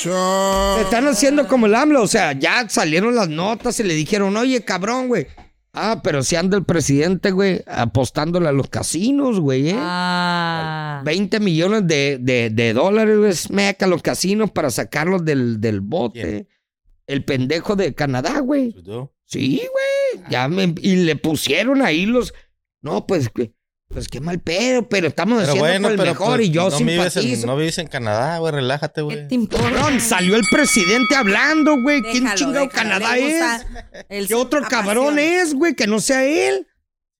S5: Cho-
S1: Se están haciendo como el AMLO, o sea, ya salieron las notas y le dijeron, oye, cabrón, güey. Ah, pero si anda el presidente, güey, apostándole a los casinos, güey, ¿eh?
S4: Ah.
S1: 20 millones de, de- de dólares, güey, smack a los casinos para sacarlos del, del bote.
S2: ¿Quién?
S1: El pendejo de Canadá, güey.
S2: Trudeau.
S1: Sí, güey. Ya me- y le pusieron ahí los. No, pues, güey, pues qué mal pedo, pero estamos
S2: Pero
S1: haciendo
S2: bueno,
S1: por el
S2: pero
S1: mejor
S2: pues,
S1: y yo
S2: no vives,
S1: simpatizo.
S2: en, no vives en Canadá, güey, relájate,
S4: ¿Qué
S2: güey.
S4: te importa?
S1: Cabrón, salió el presidente hablando, güey. ¿Quién
S3: Déjalo,
S1: chingado
S3: déjalo,
S1: Canadá
S3: le
S1: es?
S3: gusta el-
S1: ¿Qué otro
S3: la
S1: cabrón
S3: pasión.
S1: es, güey? Que no sea él.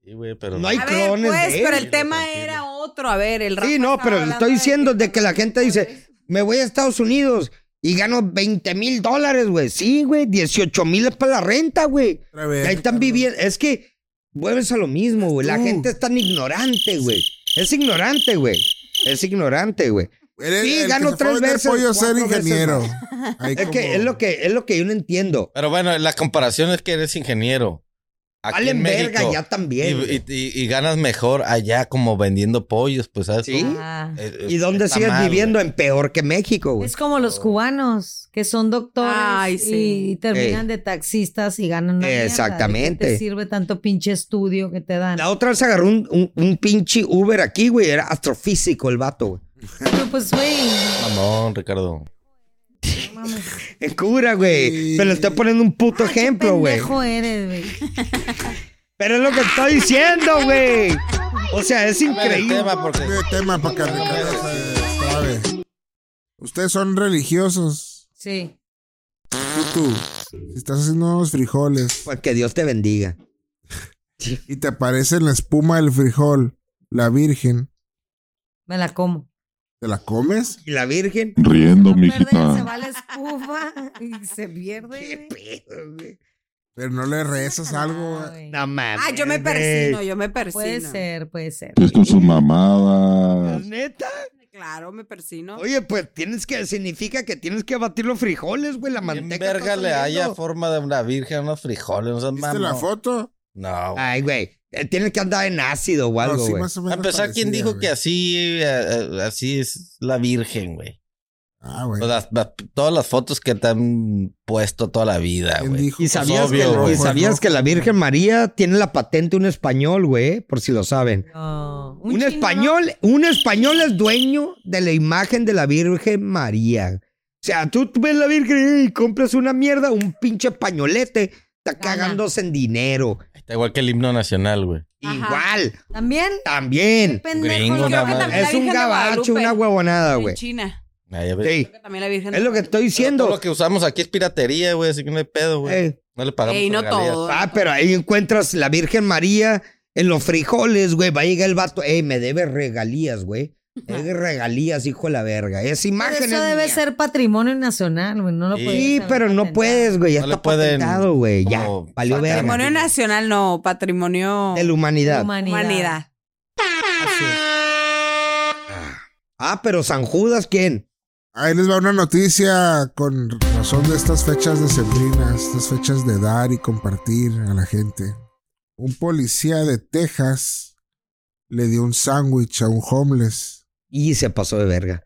S2: Sí, güey, pero
S1: No hay
S3: A ver,
S1: clones
S3: pues,
S1: de él.
S3: pero el tema
S2: Tranquilo.
S3: era otro. A ver, el
S1: Sí,
S3: Rafa
S1: no,
S3: estaba
S1: pero le
S3: hablando
S1: estoy diciendo de que la gente dice,
S3: Entonces,
S1: me voy a Estados Unidos y gano 20 mil dólares, güey. Sí, güey, 18 mil es para la renta, güey.
S5: Otra vez,
S1: Ahí están
S5: cabrón.
S1: viviendo. Es que vuelves a lo mismo, güey. La
S5: Tú.
S1: gente es tan ignorante, güey. Es ignorante, güey. Es ignorante, güey.
S5: Eres
S1: Sí,
S5: el que
S1: gano
S5: se fue a
S1: tres
S5: vender
S1: veces,
S5: pollo a ser
S1: cuatro veces
S5: ingeniero. Ahí
S1: Es
S5: como-
S1: que es lo que es lo que yo no entiendo.
S2: Pero bueno, la comparación es que eres ingeniero. Aquí
S1: Valen
S2: en México.
S1: verga ya también.
S2: Y,
S1: güey.
S2: y- y- y ganas mejor allá como vendiendo pollos, pues, ¿sabes?
S1: Sí.
S4: Ah.
S2: Eh, eh,
S1: ¿Y dónde
S2: está
S1: sigues
S2: mal,
S1: viviendo? En peor que México, güey.
S4: Es como los cubanos que son doctores
S3: Ay,
S4: y-
S3: sí.
S4: y terminan de taxistas y ganan una mierda.
S1: Exactamente.
S4: ¿De qué te sirve tanto pinche estudio que te dan.
S1: La otra vez agarró un, un- un pinche Uber aquí, güey. Era astrofísico el vato, güey.
S4: Pero pues güey,
S2: güey. Mamón, Ricardo.
S1: En cura, güey. Pero le estoy poniendo un puto ejemplo, güey.
S4: Pendejo eres, güey.
S1: Pero es lo que estoy diciendo, güey. O sea, es
S2: El
S1: increíble.
S2: tema porque
S5: Cambio de tema para que Ricardo se sabe. Ustedes son religiosos.
S4: Sí.
S5: Tú, tú. Si estás haciendo unos frijoles
S1: Pues que Dios te bendiga.
S5: y te aparece en la espuma del frijol la virgen,
S4: Me la como.
S5: ¿te la comes?
S1: ¿Y la Virgen?
S6: Riendo,
S4: No pierde, se
S6: mijita.
S4: va a la espuma y se pierde.
S1: ¿Qué
S4: güey.
S1: pedo, güey?
S5: Pero no le rezas algo.
S4: Ah, güey.
S1: No mames.
S3: Ah, yo me
S1: güey.
S3: persino, yo me persino.
S4: Puede ser, puede ser.
S6: Es con sus
S1: ¿La
S6: mamadas.
S1: Pues, ¿Neta?
S3: Claro, me persino.
S1: Oye, pues tienes que, significa que tienes que batir los frijoles, güey, la
S2: en
S1: manteca.
S2: verga
S1: está
S2: le
S1: saliendo.
S2: haya forma de una virgen, unos frijoles, no seas
S5: ¿Viste
S2: mamón.
S5: la foto? Ah,
S2: No. güey.
S1: Ay, güey. eh, Tienes que andar en ácido o algo,
S5: No, sí,
S1: güey.
S5: más o
S2: A
S5: menos
S2: empezar, ¿quién
S5: parecía,
S2: dijo
S5: güey.
S2: que así, eh, eh, así es la virgen, güey?
S5: Ah, güey.
S2: O las- las- todas las fotos que te han puesto toda la vida,
S5: ¿Quién
S2: güey.
S5: dijo?
S1: y
S5: Pues
S1: sabías,
S2: obvio,
S1: que, y
S5: rojo es
S1: sabías
S5: rojo.
S1: que la Virgen María tiene la patente un español, güey, por si lo saben.
S4: No.
S1: Un,
S4: chino,
S1: español, un español es dueño de la imagen de la Virgen María. O sea, tú ves la Virgen y compras una mierda, un pinche pañolete, está
S4: Gana.
S1: cagándose en dinero.
S2: Está igual que el himno nacional, güey.
S3: Ajá.
S1: Igual,
S4: ¿no? También.
S1: también.
S4: Pendejo.
S2: Gringo,
S4: el
S2: nada
S4: que
S2: más.
S3: también la
S1: Es un
S3: Virgen de
S1: gabacho,
S3: Guadalupe.
S1: una huevonada, güey.
S3: En China.
S2: Ah, ya ves.
S1: Sí,
S3: Creo que también la Virgen.
S1: es lo que estoy
S2: Pero todo
S1: diciendo.
S2: lo que usamos aquí es piratería, güey, así que no hay pedo, güey.
S1: Eh,
S2: No le pagamos
S3: Ey, no
S2: regalías.
S3: todo.
S1: Ah, pero ahí encuentras la Virgen María en los frijoles, güey. Va a llegar el vato. Ey, me debe regalías, güey. Me debe regalías, hijo de la verga. Esa
S4: Pero
S1: imagen
S4: Eso
S1: es
S4: debe
S1: mía.
S4: ser patrimonio nacional, güey. No lo
S2: Sí,
S4: puedes.
S1: Sí,
S4: haber
S1: pero no
S4: patentado.
S1: puedes, güey. Ya
S2: No le
S1: está
S2: pueden
S1: patentado, güey. Ya.
S2: como
S1: Valió
S2: sacar.
S1: verga.
S3: Patrimonio nacional, no. Patrimonio.
S1: De la humanidad.
S4: Humanidad.
S3: humanidad.
S1: Ah, pero San Judas, ¿quién?
S5: Ahí les va una noticia con razón de estas fechas decembrinas, estas fechas de dar y compartir a la gente. Un policía de Texas le dio un sándwich a un homeless.
S1: Y se pasó de verga.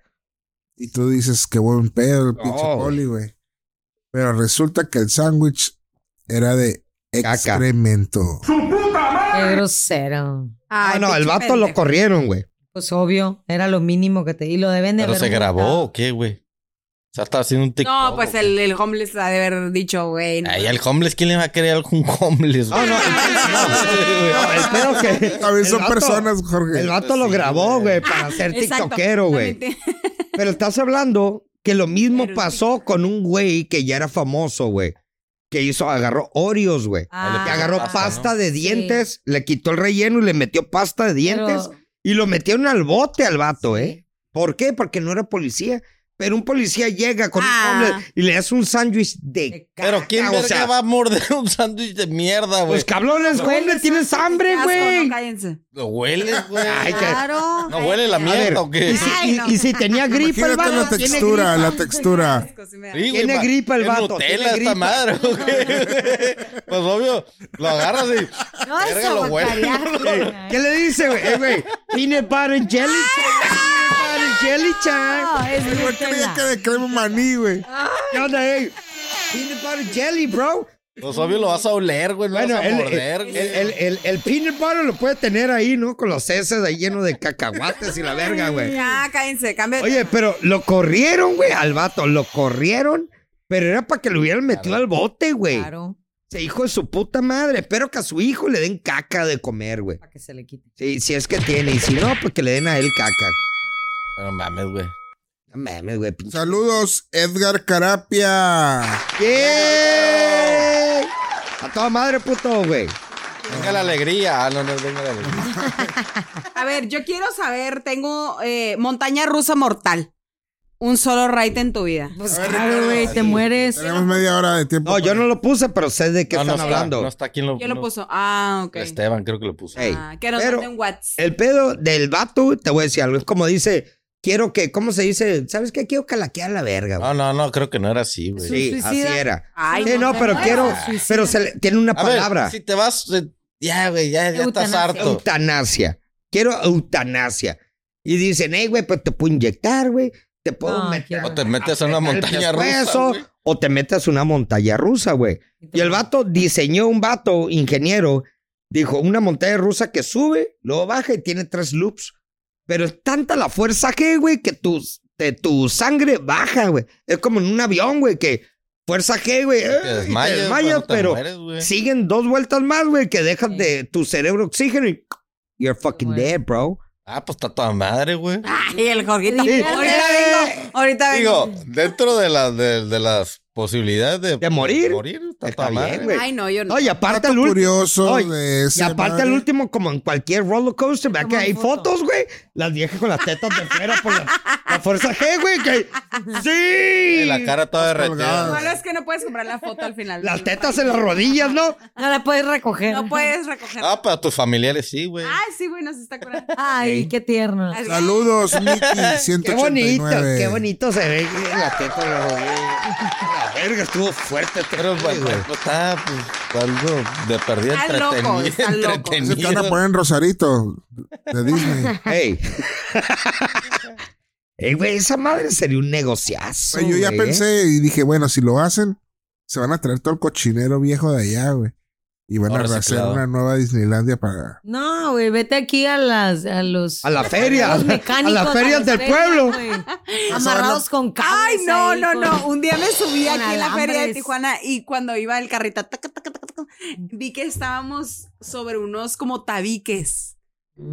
S5: Y tú dices, qué buen pedo el pinche
S1: No,
S5: poli, güey. Pero resulta que el sándwich era de
S1: Caca.
S5: excremento.
S4: Qué grosero.
S1: Ah,
S3: Ay,
S1: no, el
S3: pinche
S1: vato lo
S3: pendejo.
S1: corrieron, güey.
S4: Pues obvio, era lo mínimo que te. Y lo deben de
S2: Pero
S4: haber
S2: se grabó, ¿o
S4: multado.
S2: qué, güey? O sea, estaba haciendo un TikTok.
S3: No, pues
S2: güey.
S3: el, el homeless ha de haber dicho, güey. no.
S2: Ay, al homeless, ¿quién le va a querer algún homeless,
S1: No,
S5: Ah,
S2: güey?
S1: no. el pedo que.
S5: También
S1: el
S5: son
S1: vato-
S5: personas,
S1: El
S5: Jorge.
S1: vato lo
S2: Sí,
S1: grabó,
S2: güey.
S1: güey, para ser
S3: Exacto.
S1: tiktokero, güey.
S3: También te-
S1: Pero estás hablando que lo mismo
S3: Pero
S1: pasó con un güey que ya era famoso, güey. Que hizo, agarró Oreos, güey.
S2: Ah,
S1: Que agarró
S2: pasta,
S1: pasta,
S2: ¿no?
S1: de dientes, le quitó el relleno y le metió pasta de
S4: pero-
S1: dientes y lo metieron al bote al vato,
S4: Sí.
S1: ¿eh? ¿Por qué? Porque no era policía. Pero un policía llega con
S3: Ah.
S1: un homeless y le hace un sándwich de
S4: eh,
S2: Pero ¿quién
S1: caca, o
S2: verga
S1: sea,
S2: va a morder un sándwich de mierda, güey?
S1: Pues cabrones,
S2: No.
S1: güey, le tienes hambre,
S3: Asco,
S1: güey.
S3: no, cállense.
S2: ¿Lo hueles, güey?
S1: Ay, que-
S4: Claro.
S2: ¿No huele la
S1: A ver,
S2: mierda o qué?
S1: y, si,
S3: Ay,
S1: y-
S3: no.
S1: y si tenía gripa el
S5: Imagínate
S1: vato,
S5: la textura, la textura.
S3: Asco, sí me da.
S2: Sí, güey,
S1: tiene
S2: ma-
S1: gripa el
S2: es
S1: vato,
S2: Nutella
S1: tiene
S2: esta
S1: gripa.
S2: madre, ¿o qué? Pues obvio, lo agarras y...
S4: No,
S2: Verga,
S4: eso
S2: lo huele.
S1: ¿Qué le dice, güey? Eh, güey, peanut butter and jelly time. Peanut butter and jelly time.
S4: No, es
S5: Yo creía
S4: Nutella.
S5: que de crema maní, güey.
S1: ¿Qué onda, eh? Peanut butter and jelly, bro.
S2: Pues obvio lo vas a oler, güey, no
S1: Bueno,
S2: vas a
S1: el, el,
S2: morder,
S1: el-
S2: güey.
S1: el- el- el peanut butter lo puede tener ahí, ¿no? Con los heces ahí llenos de cacahuates y la verga, güey.
S3: Ya, cállense, cambia. de
S1: Oye, pero lo corrieron, güey, al vato. Lo corrieron, pero era para que lo hubieran metido al bote, güey.
S4: Claro,
S1: Ese hijo de su puta madre. Espero que a su hijo le den caca de comer, güey.
S4: para que se le quite.
S1: Sí, si es que tiene. Y si no, pues que le den a él caca.
S2: No mames, güey.
S1: No mames, güey. pinche-
S5: Saludos, Edgar Carapia.
S1: ¡Yay! A toda madre, puto, güey.
S2: Venga la alegría. Ah, no, no, venga la alegría.
S3: A ver, yo quiero saber, tengo eh, montaña rusa mortal. Un solo raid en tu vida.
S4: Pues
S5: ver,
S4: claro, güey, te mueres.
S5: Tenemos media hora de tiempo.
S1: No, yo no lo puse, pero sé de qué
S2: No, no
S1: están
S2: está,
S1: hablando.
S2: No está quien lo,
S3: ¿Quién lo
S2: no-
S3: puso? Ah, ok.
S2: Esteban creo que lo puso.
S1: Este, Ey,
S3: Ah, que nos
S1: pero- eh,
S3: manden WhatsApp.
S1: El pedo del vato, te voy a decir algo. Es como dice, quiero que, ¿cómo se dice? ¿Sabes qué? Quiero calaquear la verga, güey.
S2: No, no, no, creo que no era así, güey.
S4: Sí.
S1: sí,
S4: ¿un
S1: así
S4: suicida?
S1: era.
S3: Ay,
S1: Sí, no,
S3: te
S1: pero
S3: mueras.
S1: quiero,
S4: suicida.
S1: pero se le- tiene una
S2: A ver,
S1: palabra.
S2: si te vas, eh, ya, güey, ya, ya estás
S4: Eutanasia.
S2: harto.
S1: Eutanasia. Quiero eutanasia. Y dicen, hey, güey, pues te puedo inyectar, güey. Te puedo
S4: No,
S1: meter.
S4: quiero-
S2: O te metes en una montaña
S1: apretar el
S2: rusa,
S1: pescuezo,
S2: güey.
S1: O te metes una montaña rusa, güey. Y el vato diseñó un vato, ingeniero, dijo, una montaña rusa que sube, luego baja y tiene tres loops. Pero es tanta la fuerza que, güey, que tú te- tu sangre baja, güey. Es como en un avión, güey, que fuerza G, güey. eh, y
S2: Te
S1: te
S2: desmayas,
S1: desmayas,
S2: cuando te
S1: pero
S2: mueres, güey.
S1: siguen dos vueltas más, güey, que dejas de tu cerebro oxígeno y you're fucking
S4: mueres.
S1: dead, bro.
S2: Ah, pues está toda madre, güey.
S3: Ay, el Jorgito.
S1: Sí.
S3: Ahorita vengo. Ahorita vengo.
S2: Digo, dentro de, las de, de las posibilidades de,
S1: De morir.
S2: está
S1: Está
S2: toda madre.
S1: bien, güey.
S3: Ay, no, yo no.
S1: No, y aparte el último.
S5: curioso
S1: Ay,
S5: de ese.
S1: Y aparte el
S5: madre.
S1: último, como en cualquier roller coaster, ¿verdad
S3: Como
S1: que
S3: en
S1: hay
S3: foto.
S1: fotos, güey? Las viejas con las tetas de fuera por la, la fuerza G, güey. Que... ¡Sí!
S2: Y la cara toda
S5: colgada.
S2: derretida.
S3: Malo es que no puedes comprar la foto al final.
S1: Las tetas en las rodillas, ¿no?
S4: No la puedes recoger.
S3: No puedes recoger.
S2: Ah, para tus familiares sí, güey.
S3: Ay, sí, güey, nos está curando.
S4: Ay, qué tierno.
S3: Así-
S5: Saludos, Mickey
S1: Qué bonito,
S5: 189.
S1: qué bonito se ve la teta en las rodillas. La verga estuvo fuerte. este
S2: Pero
S1: güey,
S2: bueno,
S1: güey.
S2: está pues, algo de perdido
S3: Están locos,
S2: entretenido.
S3: están locos.
S5: Se te van a
S2: entretenido.
S5: poner en Rosarito de Disney.
S1: Ey. Ey, güey, esa madre sería un negociazo.
S5: Güey, yo ya
S1: güey, ¿eh?
S5: pensé y dije, bueno, si lo hacen, se van a traer todo el cochinero viejo de allá, güey. Y van
S2: Ahora
S5: a hacer
S2: reciclado.
S5: una nueva Disneylandia para.
S4: No, güey, vete aquí a las a los
S1: A la feria.
S4: a los
S1: A
S4: mecánicos,
S1: las ferias
S4: a las
S1: del
S4: ferias,
S1: pueblo.
S4: güey. Amarrados con cables.
S3: Ay, no,
S4: ahí,
S3: no,
S4: con-
S3: no. Un día me subí
S4: con
S3: aquí en la feria de
S4: alambres.
S3: Tijuana y cuando iba el carrito, taca, taca, taca, taca, vi que estábamos sobre unos como tabiques.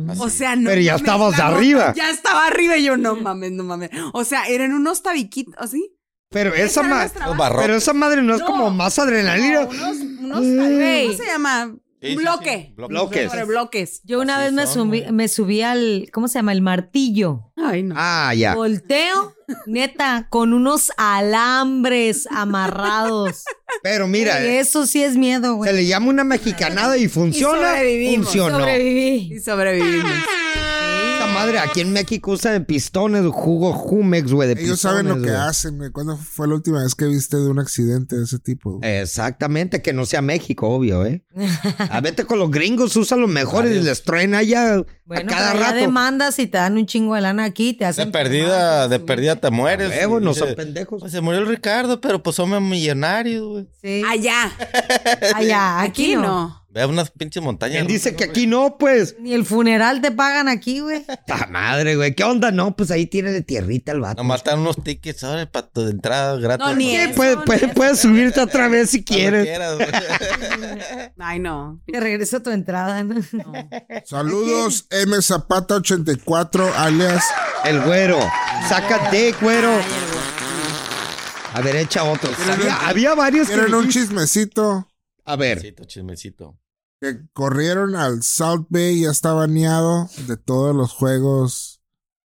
S2: Ah,
S3: O sea, no.
S1: Ah, Pero ya
S3: mames,
S1: estabas
S3: la
S1: de
S3: moto
S1: arriba.
S3: Ya estaba arriba y yo, no mames, no mames. O sea, eran unos tabiquitos, ¿ah, ¿así?
S1: Pero esa,
S3: Eran
S1: ma-
S3: los trabajos.
S2: Los barrotes.
S1: pero esa madre no es
S3: No.
S1: como más
S3: No,
S1: adrenalina.
S3: unos, unos
S1: Mm.
S3: tabiques.
S4: Güey.
S3: ¿Cómo se llama?
S2: Sí, sí,
S3: bloque.
S2: sí, bloque.
S1: Bloques.
S3: Sobre bloques.
S4: Yo una
S2: Así
S4: vez me,
S2: son,
S4: subí,
S2: güey.
S4: me subí al, ¿cómo se llama? El martillo.
S3: Ay, no.
S1: Ah, ya.
S4: Volteo, neta, con unos alambres amarrados.
S1: Pero mira, eh.
S4: Güey, eso sí es miedo,
S1: se
S4: güey.
S1: le llama una mexicanada y funciona.
S3: sobrevivimos,
S1: funcionó.
S4: Sobreviví.
S3: Y sobrevivimos.
S4: Ah.
S1: Esta madre aquí en México usa de pistones, jugo Jumex, güey, de pistones.
S5: Ellos saben lo que
S1: güey.
S5: hacen, güey. ¿Cuándo fue la última vez que viste de un accidente de ese tipo? güey?
S1: Exactamente, que no sea México, obvio, ¿eh? A vete con los gringos, usa los mejores y
S2: Adiós.
S1: les traen allá a
S4: Bueno,
S1: cada
S4: pero ya
S1: rato.
S4: demandas y te dan un chingo de lana aquí, te
S2: De
S4: hacen...
S2: perdida, de perdida te
S1: A
S2: mueres.
S1: huevo,
S2: Y
S1: Eh, no
S2: dice,
S1: son pendejos.
S2: "Pues se murió el Ricardo, pero pues somos millonarios, güey.
S4: Sí.
S3: Allá.
S4: Allá,
S3: Aquí no.
S2: Ve a unas pinches montañas.
S1: Él dice que aquí no, pues.
S4: Ni el funeral te pagan aquí, güey.
S1: Ta madre, güey. ¿Qué onda? No, pues ahí tiene de tierrita el vato.
S2: Nomás están unos tickets ahora para tu entrada gratis.
S3: No, ni
S1: Sí,
S3: eso,
S1: puedes, puedes- puedes subirte otra vez si
S2: Cuando
S1: quieres.
S2: quieras, güey.
S3: Ay, no.
S4: Te regreso tu entrada, ¿no?
S1: Eh,
S5: Saludos, M Zapata 84, alias.
S1: El güero. Sácate, güero. A ver, echa otro. Había, había varios que
S5: Tienen un
S1: dijiste-
S5: chismecito
S1: A ver.
S2: Chismecito, chismecito.
S5: que corrieron al South Bay ya está baneado de todos los juegos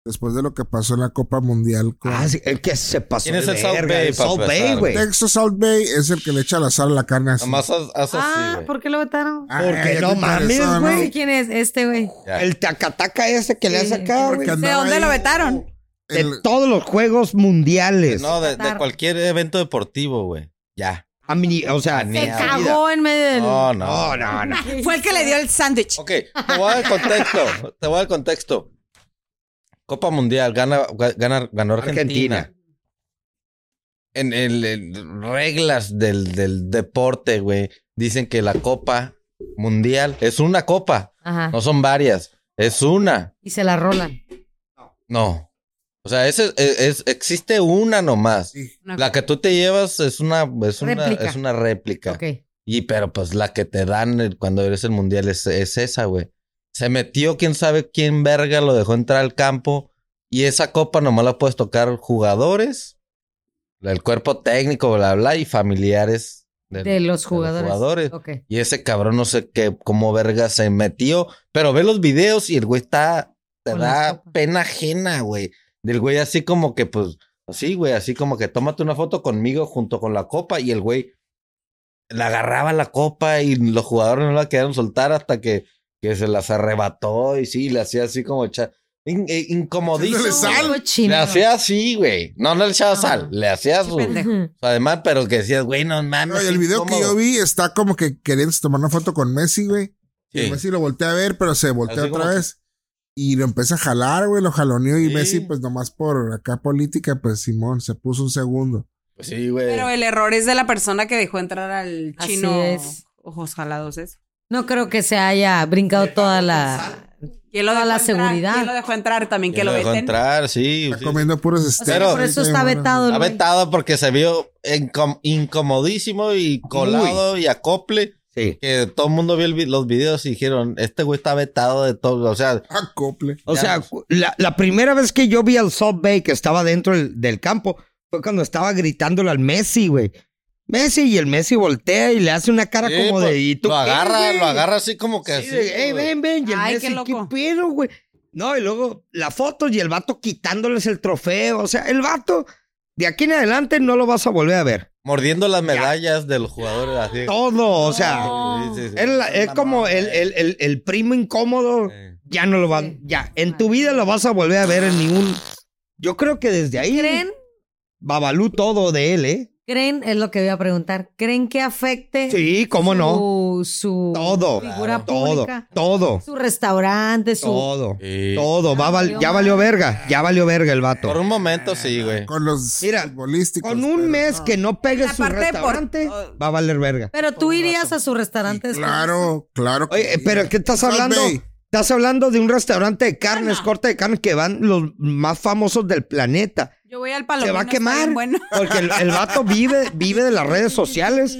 S5: después de lo que pasó en la Copa Mundial con
S1: Ah, sí, el que se pasó.
S2: ¿Quién
S1: de
S2: es el South
S1: verga,
S2: Bay,
S1: el
S2: pa'
S1: South Bay,
S2: empezar?
S1: güey.
S5: Texas South Bay es el que le echa la sal a la carne así.
S2: Nomás haz, haz así,
S4: Ah,
S2: güey.
S4: ¿por qué lo votaron?
S5: Ah,
S1: Porque
S5: ya
S1: Ah, no
S5: te
S1: mames,
S5: interesó, ¿no?
S1: güey.
S4: ¿Quién es? Este, güey.
S2: Ya.
S1: El tacataca ese que le
S4: Sí,
S1: hace acá,
S4: porque
S1: güey.
S5: Que
S3: ¿De
S5: andaba
S3: dónde
S5: ahí
S3: lo vetaron?
S1: De
S5: el-
S1: todos los juegos mundiales.
S2: No, de, de
S4: Qatar.
S2: cualquier evento deportivo, güey. Ya.
S1: A mí, o sea,
S2: Se
S1: ni
S4: Se
S1: a vida.
S4: cagó en medio del...
S2: No,
S1: No,
S2: no.
S1: no, no.
S3: Fue el que le dio el sándwich.
S2: Ok, te voy a dar el contexto. Te voy a dar el contexto. Copa Mundial, gana, ga- gana- ganó Argentina.
S1: Argentina.
S2: En, el- en reglas del, del deporte, güey, dicen que la Copa Mundial es una copa,
S4: Ajá.
S2: no son varias, es una.
S4: Y se la rolan.
S2: No. O sea, ese es, es- existe una nomás.
S5: Sí.
S2: La que tú te llevas es una, es una
S4: Réplica.
S2: Es una réplica.
S4: Ok.
S2: Y pero pues la que te dan el- cuando eres el mundial es, es esa, güey. Se metió, quién sabe quién verga, lo dejó entrar al campo. Y esa copa nomás la puedes tocar jugadores, el cuerpo técnico, bla, bla, y familiares del-
S4: De los
S2: los
S4: jugadores.
S2: jugadores.
S4: Ok.
S2: Y ese cabrón no sé qué, cómo verga se metió. Pero ve los videos y el güey está, te
S4: Con la
S2: da
S4: sopa.
S2: pena ajena, güey. Del güey así como que, pues, así, güey, así como que tómate una foto conmigo junto con la copa. Y el güey la agarraba la copa y los jugadores no la quedaron soltar hasta que, que se las arrebató y sí, le hacía así como cha- in- in- incomodísimo.
S5: Echándole sal.
S4: Algo
S2: Le
S4: chino.
S2: hacía así, güey. No, no le echaba
S4: Ajá.
S2: sal, le hacía su.
S3: pendejo.
S4: Ujú.
S2: Además, pero que decías, güey, no mames.
S5: No, y
S2: qué
S5: el video que
S2: incómodo.
S5: yo vi está como que queriendo tomar una foto con Messi, güey.
S2: Sí.
S5: Y Messi lo volteé a ver, pero se voltea
S2: Así
S5: otra
S2: como
S5: vez. Y lo empieza a jalar, güey, lo jaloneó. Y
S2: Sí.
S5: Messi, pues nomás por acá política, pues Simón se puso un segundo.
S2: Pues sí, güey.
S3: Pero el error es de la persona que dejó entrar al
S4: Así
S3: chino
S4: es.
S3: ojos jalados, ¿es?
S4: No creo que se haya brincado toda la...
S3: ¿Quién lo
S4: Toda
S3: dejó
S4: la
S3: entrar?
S4: seguridad.
S3: ¿Quién lo dejó entrar también?
S2: Que
S3: Que lo
S2: dejó
S3: veten.
S2: entrar, sí.
S5: Está
S2: sí.
S5: comiendo puros
S4: O
S5: esteros.
S4: sea,
S2: Pero-
S4: por eso está vetado. el
S2: Está
S4: güey.
S2: vetado porque se vio incom- incomodísimo y colado y acople.
S1: Sí.
S2: Que todo el mundo vio el vi- los videos y dijeron, este güey está vetado de todo. O sea,
S5: Acople.
S1: O
S2: Ya.
S1: sea, cu- la, la primera vez que yo vi al Salt Bay que estaba dentro del, del campo fue cuando estaba gritándole al Messi, güey. Messi y el Messi voltea y le hace una cara
S2: sí,
S1: como
S2: pues,
S1: de... ¿y tú
S2: lo
S1: qué,
S2: agarra,
S1: güey?"
S2: lo agarra así como que
S1: Sí,
S2: así.
S1: de, "Ey,
S2: güey.
S1: ven, ven. Y el
S3: Ay,
S1: Messi,
S3: qué
S1: qué,
S3: loco.
S1: pedo, güey. No, y luego la foto y el vato quitándoles el trofeo. O sea, el vato, de aquí en adelante no lo vas a volver a ver.
S2: Mordiendo las medallas del jugador. Así.
S1: Todo, o sea,
S2: Sí, sí, sí.
S1: es, la- es como el, el- el- el primo incómodo.
S2: Eh.
S1: Ya no lo vas,
S4: Sí.
S1: ya, en tu vida lo vas a volver a ver en ningún... Yo creo que desde ahí...
S4: ¿Creen?
S1: Babalú todo de él, ¿eh?
S4: ¿Creen? Es lo que voy a preguntar. ¿Creen que afecte
S1: Sí, cómo no.
S4: su, su
S1: Todo.
S4: figura
S1: Todo,
S4: pública?
S1: todo,
S4: Su restaurante, su... Ah,
S1: todo,
S2: Sí.
S1: todo. Va a val-
S4: valió
S1: ya valió verga, ya valió verga el vato.
S2: Por un momento
S1: Ah,
S2: sí, güey.
S5: Con los
S1: Mira,
S5: futbolísticos.
S1: Con un
S5: pero
S1: mes
S5: no.
S1: que no pegue
S3: La
S1: su
S3: parte de por-
S1: restaurante,
S3: oh.
S1: va a valer verga.
S4: Pero tú irías a su restaurante
S5: Y
S4: después.
S5: Claro, claro. que
S1: Oye, eh,
S5: sí.
S1: pero ¿qué estás
S5: Salt
S1: hablando?
S5: Bay.
S1: Estás hablando de un restaurante de carnes,
S4: Bueno.
S1: corte de carne, que van los más famosos del planeta.
S3: Yo voy al palomino.
S1: Se va a
S3: está bien
S1: quemar.
S3: Bueno.
S1: Porque el, el vato vive, vive de las redes sociales.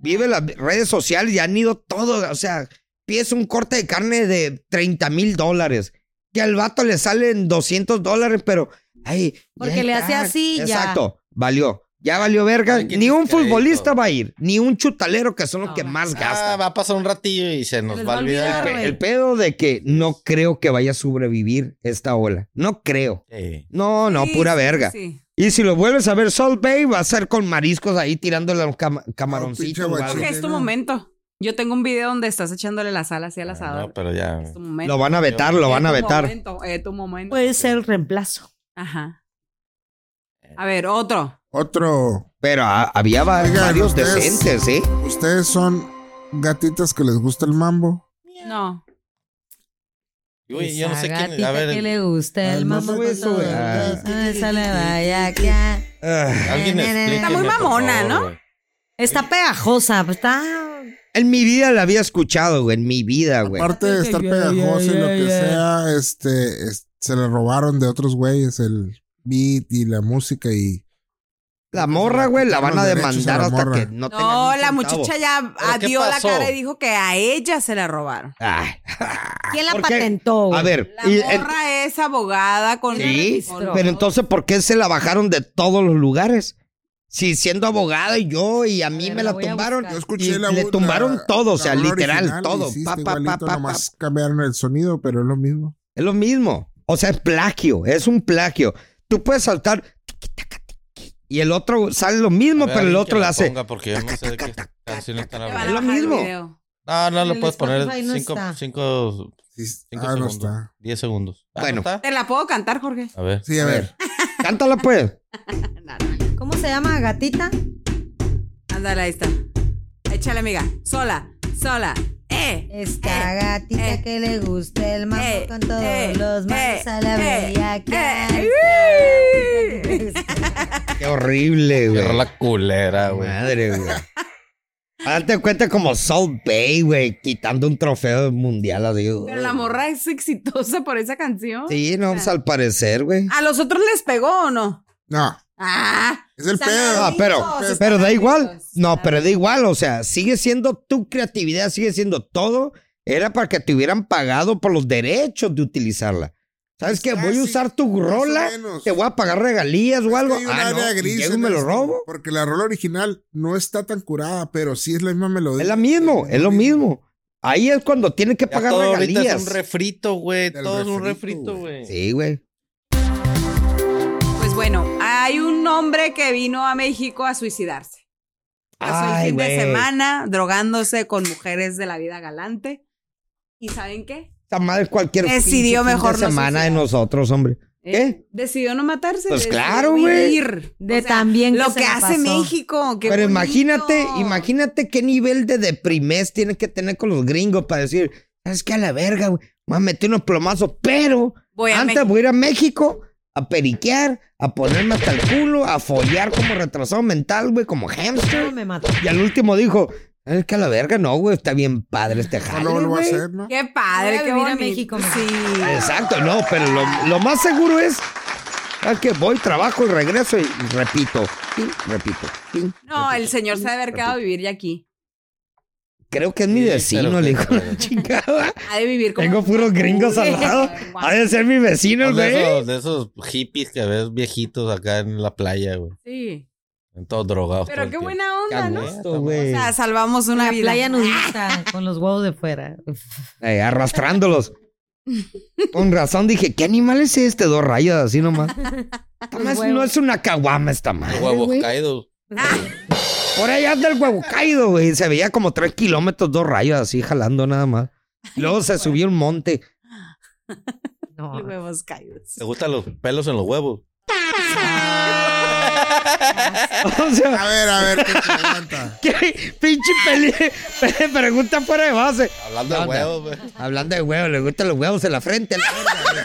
S1: Vive las redes sociales y han ido todo. O sea, pides un corte de carne de 30 mil dólares. Y al vato le salen 200 dólares, pero. Ay, ya
S4: Porque le
S1: está.
S4: hace así, ya.
S1: Exacto, valió. Ya valió verga.
S2: Ay, qué
S1: ni un
S2: descrédito.
S1: futbolista va a ir, ni un chutalero, que son los
S4: No,
S1: que
S4: va.
S1: más
S2: Ah,
S1: gastan.
S2: va a pasar un ratillo y se nos
S4: Les
S2: va a olvidar.
S4: güey.
S1: el pedo de que no creo que vaya a sobrevivir esta ola. No creo.
S2: Sí.
S1: No, no,
S3: Sí,
S1: pura
S3: sí,
S1: verga.
S3: sí.
S1: Y si lo vuelves a ver, Salt Bay va a ser con mariscos ahí tirándole a los cama-
S5: Ah, pinche
S1: camaroncitos. o algo.
S3: Jorge, es tu momento. Yo tengo un video donde estás echándole la sal hacia el
S2: Ah,
S3: asador.
S2: No, pero ya.
S3: Es tu momento.
S1: pues, Lo van a vetar, lo van a vetar.
S3: Es tu momento. Es tu momento.
S4: Puede ser el reemplazo.
S3: Ajá.
S1: Eh.
S3: A ver, otro.
S5: Otro.
S1: Pero ah, había va-
S5: Oigan,
S1: varios
S5: ustedes-
S1: decentes, ¿eh?
S5: ¿Ustedes son gatitas que les gusta el mambo?
S3: No.
S2: Uy, yo no sé quién.
S4: Esa
S2: A
S4: gatita que
S2: ver,
S4: le
S1: Ah,
S4: gusta
S5: Al
S4: el mamón.
S5: mamón,
S1: eso, güey.
S4: Esa le vaya acá.
S1: Ah,
S2: alguien explíqueme,
S4: Está
S3: muy
S2: por
S3: mamona,
S2: favor,
S3: ¿no?
S2: güey.
S4: Está pegajosa, pues, está...
S1: en mi vida la había escuchado, güey. En mi vida, güey.
S5: Aparte de estar pegajoso y lo que sea, este, es- se le robaron de otros güeyes el beat y la música y
S1: La morra, güey, la van a
S5: Los derechos a
S1: demandar
S5: la
S1: hasta
S5: morra.
S1: que no tenga.
S3: No,
S1: ni un
S3: la
S1: centavo.
S3: muchacha ya
S2: ¿Pero qué
S3: dio la
S2: pasó?
S3: cara y dijo que a ella se la robaron.
S1: Ay,
S4: ¿Quién la
S1: ¿Por qué?
S4: patentó? güey?
S1: Ah, a ver,
S3: Oh, La
S1: y- eh,
S3: morra es abogada con
S1: Sí,
S3: con-
S1: pero entonces, ¿por qué se la bajaron de todos los lugares? Si siendo abogada y yo y a mí
S4: ver,
S1: me
S4: la
S1: la
S4: voy a
S1: tumbaron.
S4: buscar. Yo
S1: y le tumbaron todo, o sea, literal, todo. Pa,
S5: Papá,
S1: pa, pa, pa, pa.
S5: este nomás cambiaron el sonido, pero es lo mismo.
S1: Es lo mismo. O sea, es plagio, es un plagio. Tú puedes saltar y el otro sale lo mismo,
S2: A ver,
S1: pero el
S2: alguien
S1: otro
S2: que
S1: lo
S2: la
S1: hace.
S2: ponga, porque yo no sé de qué canciones están
S3: Te
S2: hablando.
S3: van
S1: Es
S3: a
S1: lo
S3: bajar el
S1: mismo.
S3: video.
S2: No, no,
S4: En
S2: lo
S4: el
S2: puedes poner
S4: Spotify no
S2: 5
S4: está.
S5: Sí,
S2: Cinco
S5: ah, no
S2: segundos.
S5: está.
S2: 10 segundos. Ah,
S1: Bueno.
S2: ¿no está?
S3: Te la puedo cantar, Jorge.
S2: A ver.
S5: Sí, a ver.
S1: Cántala pues.
S4: ¿Cómo se llama? ¿Gatita?
S3: Ándale, ahí está. Échale, amiga. Sola, sola. Eh.
S4: Esta
S3: eh,
S4: gatita
S3: eh,
S4: que le gusta el mambo
S3: eh,
S4: con todos
S3: eh,
S4: los manos
S3: eh,
S4: a la
S3: eh,
S4: bellaca.
S3: eh,
S1: Qué horrible, güey.
S2: Cerró la culera, güey.
S1: Madre, güey. Date cuenta como Salt Bay, güey, quitando un trofeo mundial así.
S3: Pero la morra es exitosa por esa canción.
S1: Sí, no, pues al parecer, güey.
S3: ¿A los otros les pegó o no?
S5: No,
S3: Ah.
S5: es el
S3: Están
S5: pedo.
S1: Ah, pero,
S3: Están
S1: pero da igual.
S3: malditos.
S1: No, pero da igual. O sea, sigue siendo tu creatividad, sigue siendo todo. Era para que te hubieran pagado por los derechos de utilizarla. ¿Sabes qué? Voy a
S5: Casi,
S1: usar tu
S5: Ah, más o
S1: rola,
S5: menos.
S1: te voy a pagar regalías o algo.
S5: Hay un
S1: Ah, no,
S5: área
S1: y
S5: gris
S1: llego y
S5: en
S1: me lo
S5: esto,
S1: robo.
S5: Porque la rola original no está tan curada, pero sí es la misma melodía.
S1: Es lo mismo, es lo mismo. Ahí es cuando tienen que
S2: Ya
S1: pagar
S2: todo ahorita es un
S1: regalías.
S2: refrito, güey.
S5: Del
S2: Todo es un
S5: refrito,
S2: refrito, güey.
S1: Sí, güey.
S3: Pues bueno, hay un hombre que vino a México a suicidarse. Pasó el
S1: Ay,
S3: fin
S1: güey.
S3: de semana drogándose con mujeres de la vida galante. ¿Y saben qué?
S1: Esta madre cualquier
S3: Decidió
S1: pinche fin
S3: mejor
S1: de
S3: no
S1: semana de
S3: suicidar.
S1: nosotros, hombre.
S3: Eh,
S1: ¿Qué?
S3: Decidió no matarse.
S1: Pues
S3: decidió
S1: claro, güey.
S3: huir.
S4: De
S3: O sea,
S4: también
S3: Lo que
S4: se la
S3: hace
S4: pasó.
S3: México. qué
S1: Pero imagínate,
S3: bonito.
S1: imagínate qué nivel de deprimés tienen que tener con los gringos para decir, ¿sabes qué? A la verga, güey. Me metí unos plomazos, pero
S3: Voy a
S1: antes
S3: México.
S1: voy a ir a México a periquear, a ponerme hasta el culo, a follar como retrasado mental, güey, como hamster.
S4: No, me mató.
S1: Y al último dijo, Es que a la verga, no, güey. Está bien padre este
S5: No
S1: jale,
S5: lo vuelvo a
S1: güey.
S5: hacer, ¿no?
S3: Qué padre,
S4: Voy a
S3: qué
S4: vivir a
S3: bonito.
S4: México, mira.
S3: Sí.
S1: Exacto, no, pero lo, lo más seguro es a que voy, trabajo y regreso y repito, y repito. y
S3: No,
S1: repito,
S3: el señor
S1: y
S3: se ha de haber quedado a
S1: repito.
S3: vivir ya aquí.
S1: Creo que es mi
S2: Sí,
S1: vecino,
S2: pero-
S1: le dijo la chingada.
S3: Ha de vivir como.
S1: Tengo puros gringos al lado. Ha de ser mi vecino,
S2: Son de
S1: güey.
S2: esos, de esos hippies que ves viejitos acá en la playa, güey.
S3: Sí.
S2: En todos drogados. todo
S3: Pero
S2: el
S3: qué
S2: tiempo.
S3: buena
S1: Qué a
S3: onda, ¿no? O
S1: gusto, güey.
S3: sea, salvamos una
S4: Una
S3: vida.
S4: playa nudista con los huevos de fuera.
S1: Eh, arrastrándolos. Con razón dije, ¿qué animal es este? Dos rayas así nomás. Esta
S4: Los
S1: más no
S4: huevos.
S1: es una caguama esta madre.
S2: Huevos
S1: güey.
S2: caídos.
S1: Por allá anda el huevo caído, güey. Se veía como tres kilómetros, dos rayas así jalando nada más. Luego se subió un monte.
S4: No.
S3: Y huevos caídos.
S2: ¿Te gustan los pelos en los huevos?
S1: O sea,
S5: A ver, a ver, ¿qué te aguanta?
S1: ¿Qué pinche peli? Pregunta fuera de base.
S2: Hablando
S1: ¿Qué
S2: de
S1: onda?
S2: huevos, güey.
S1: Hablando de huevos, le gustan los huevos en la frente. a la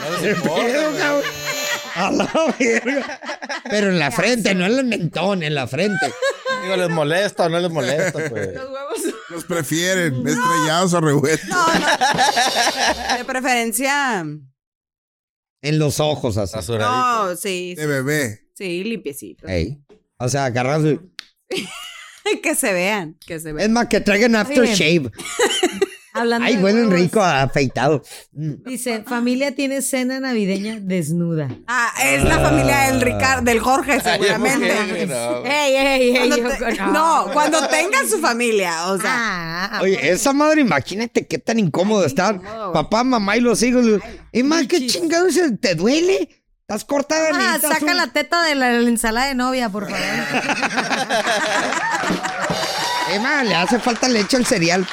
S2: No les
S1: verga,
S2: importa, güey.
S1: cabrón. A la verga. Pero en la frente, no en el mentón, en la frente.
S2: Digo, les molesta o no les molesta, pues.
S3: Los huevos.
S5: ¿Los prefieren estrellados o revueltos?
S3: No, no. De preferencia.
S1: En los ojos, así.
S2: Rasuradito.
S3: No, sí,
S5: De bebé.
S3: sí, limpiecito.
S1: Ey. O sea, agarrarse.
S3: Que se vean, que se
S1: Es
S3: vean.
S1: más, que traigan aftershave.
S4: Hablando
S1: Ay,
S4: de
S1: huelen
S4: huevos,
S1: rico a afeitado. Mm.
S4: Dice, familia tiene cena navideña desnuda.
S3: Ah, es la familia del Ricardo, del Jorge,
S2: Ah. Ay, ¿por qué,
S3: seguramente.
S2: güey? No, güey.
S4: ¡Ey, ey,
S3: Cuando te- no, cuando tengan su familia, o sea.
S4: Ah,
S1: Oye, esa madre, imagínate qué tan incómodo estar.
S3: incómodo, güey.
S1: Papá, mamá y los hijos. Y más, ¿qué chingados? ¿Te duele? ¿Estás cortada?
S4: ah,
S1: necesitas
S4: saca
S1: un-
S4: la teta de la, la ensalada de novia, por favor.
S1: Emma, le hace falta leche al cereal.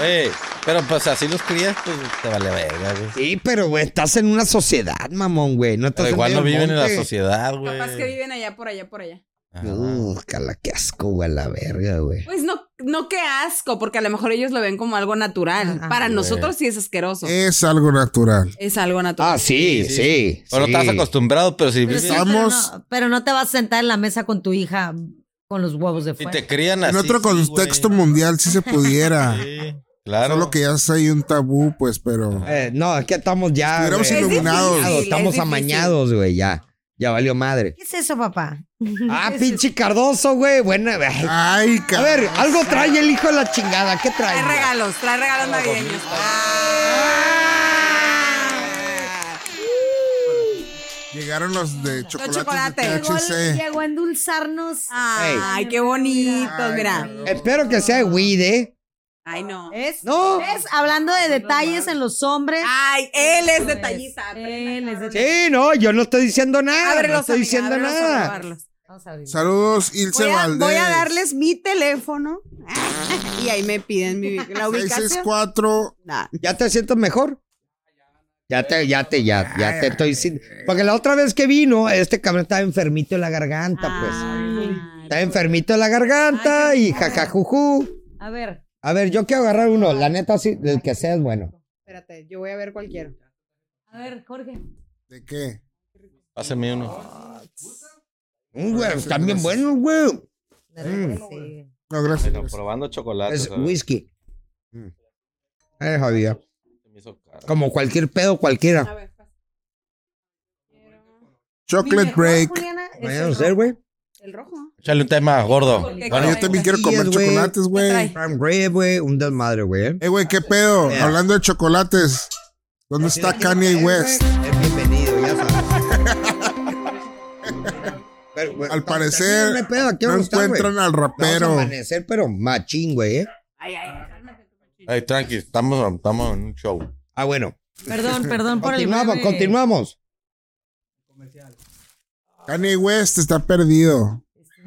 S2: Oye, pero pues así los crías, pues te vale verga, güey.
S1: Sí, pero güey, estás en una sociedad, mamón, güey. No estás
S2: Pero igual no
S1: medio
S2: viven en la
S1: monte.
S2: sociedad, güey.
S3: Capaz que viven allá por allá, por allá.
S2: Ajá.
S1: Uh, cala, qué asco, güey, a la verga, güey.
S3: Pues no, no qué asco, porque a lo mejor ellos lo ven como algo natural.
S4: Ajá.
S3: Para
S2: Sí,
S3: nosotros sí es asqueroso.
S5: Es algo natural.
S3: Es algo natural.
S1: Eh. Ah, sí, sí.
S2: Sí, sí,
S1: sí,
S2: Bueno, estás acostumbrado, pero si,
S4: Pero, sí,
S2: vives-
S4: pero
S5: Estamos-
S4: no, pero no te vas a sentar en la mesa con tu hija con los huevos de
S2: si
S4: fuera.
S2: te crían así.
S5: En otro
S2: sí,
S5: contexto
S2: güey.
S5: mundial sí se pudiera.
S2: Sí, claro.
S5: Solo que ya está ahí un tabú, pues, pero...
S1: Eh, no, es que estamos ya.
S5: Estuviéramos
S1: güey,
S5: iluminados.
S1: amañados,
S3: Es
S1: Estamos
S3: difícil.
S1: amañados, güey, ya. Ya valió madre.
S4: ¿Qué es eso, papá?
S1: Ah, pinche Cardoso, güey. Bueno, ay.
S5: Ay,
S1: a
S5: cabrón.
S1: ver, algo trae el hijo de la chingada. ¿Qué trae?
S3: Trae
S1: güey?
S3: regalos, trae regalos navideños.
S5: Llegaron los de chocolates
S3: chocolates.
S5: de THC.
S4: Llegó a endulzarnos.
S3: Ay,
S4: Ey.
S3: qué bonitos,
S5: Ay,
S3: mira.
S5: cabrón.
S1: Espero que sea de weed, ¿eh?
S3: Ay, no.
S4: ¿Es?
S1: No.
S4: ¿Ves? Hablando de detalles en los hombres. Eh,
S3: Ay, él
S1: Pues,
S3: es detallista.
S4: Él es detallista.
S1: Sí, no, yo no estoy diciendo nada.
S3: Ábrelos,
S1: eh, no estoy
S3: amiga,
S1: diciendo
S3: ábrelos a
S1: nada.
S3: probarlos.
S4: Vamos a abrir.
S5: Saludos, Ilse
S3: Voy a,
S5: Valdés.
S3: voy a darles mi teléfono y ahí me piden mi, la ubicación.
S5: 664.
S3: Nah.
S1: ¿Ya te sientes mejor? Ya te, ya te, ya, ya te estoy sin... Porque la otra vez que vino, este cabrón estaba enfermito de la garganta, pues.
S3: Ah,
S1: Estaba enfermito de la garganta y jajajujú.
S4: A ver,
S1: A ver, yo quiero agarrar uno. La neta, sí, el que sea es bueno.
S3: espérate, yo voy a ver cualquiera.
S4: a ver, Jorge.
S5: ¿De qué?
S2: Pásame uno.
S1: Mm, güey, están bien buenos, güey.
S4: De repente, sí.
S5: No, gracias.
S2: Bueno, probando chocolate.
S1: Es
S2: ¿sabes?
S1: whisky. Mm. Ay, jodida.
S2: Me hizo cara.
S1: Como cualquier pedo, cualquiera.
S3: ver,
S5: Chocolate
S4: Mejor,
S5: Break.
S4: Juliana, es
S1: Vayan a
S4: el
S1: ser, güey.
S3: el rojo.
S2: Échale un tema gordo.
S3: Porque-
S5: Ah,
S2: Bueno,
S5: yo también quiero
S1: Tortillas,
S5: comer
S1: güey.
S5: chocolates, güey.
S3: trae?
S1: Prime Grey, güey. Un desmadre, güey. ¿eh?
S5: Eh, güey, ¿qué pedo? Hablando de chocolates, ¿dónde está Kanye West?
S1: Es bienvenido, ya sabes. Pero, güey,
S5: Al
S1: está-
S5: parecer,
S1: está bien, pedo, aquí
S5: No
S1: vamos a estar,
S5: encuentran
S1: güey.
S5: al
S1: Vamos
S5: rapero.
S1: a amanecer, pero machín, güey, ¿eh?
S3: Ay, ay, cálmate.
S2: Ay, tranqui, estamos, estamos en un show.
S1: Ah, bueno.
S4: rojo. Perdón, perdón por el
S1: Continuamos,
S4: breve-
S1: continuamos.
S5: Kanye West está perdido.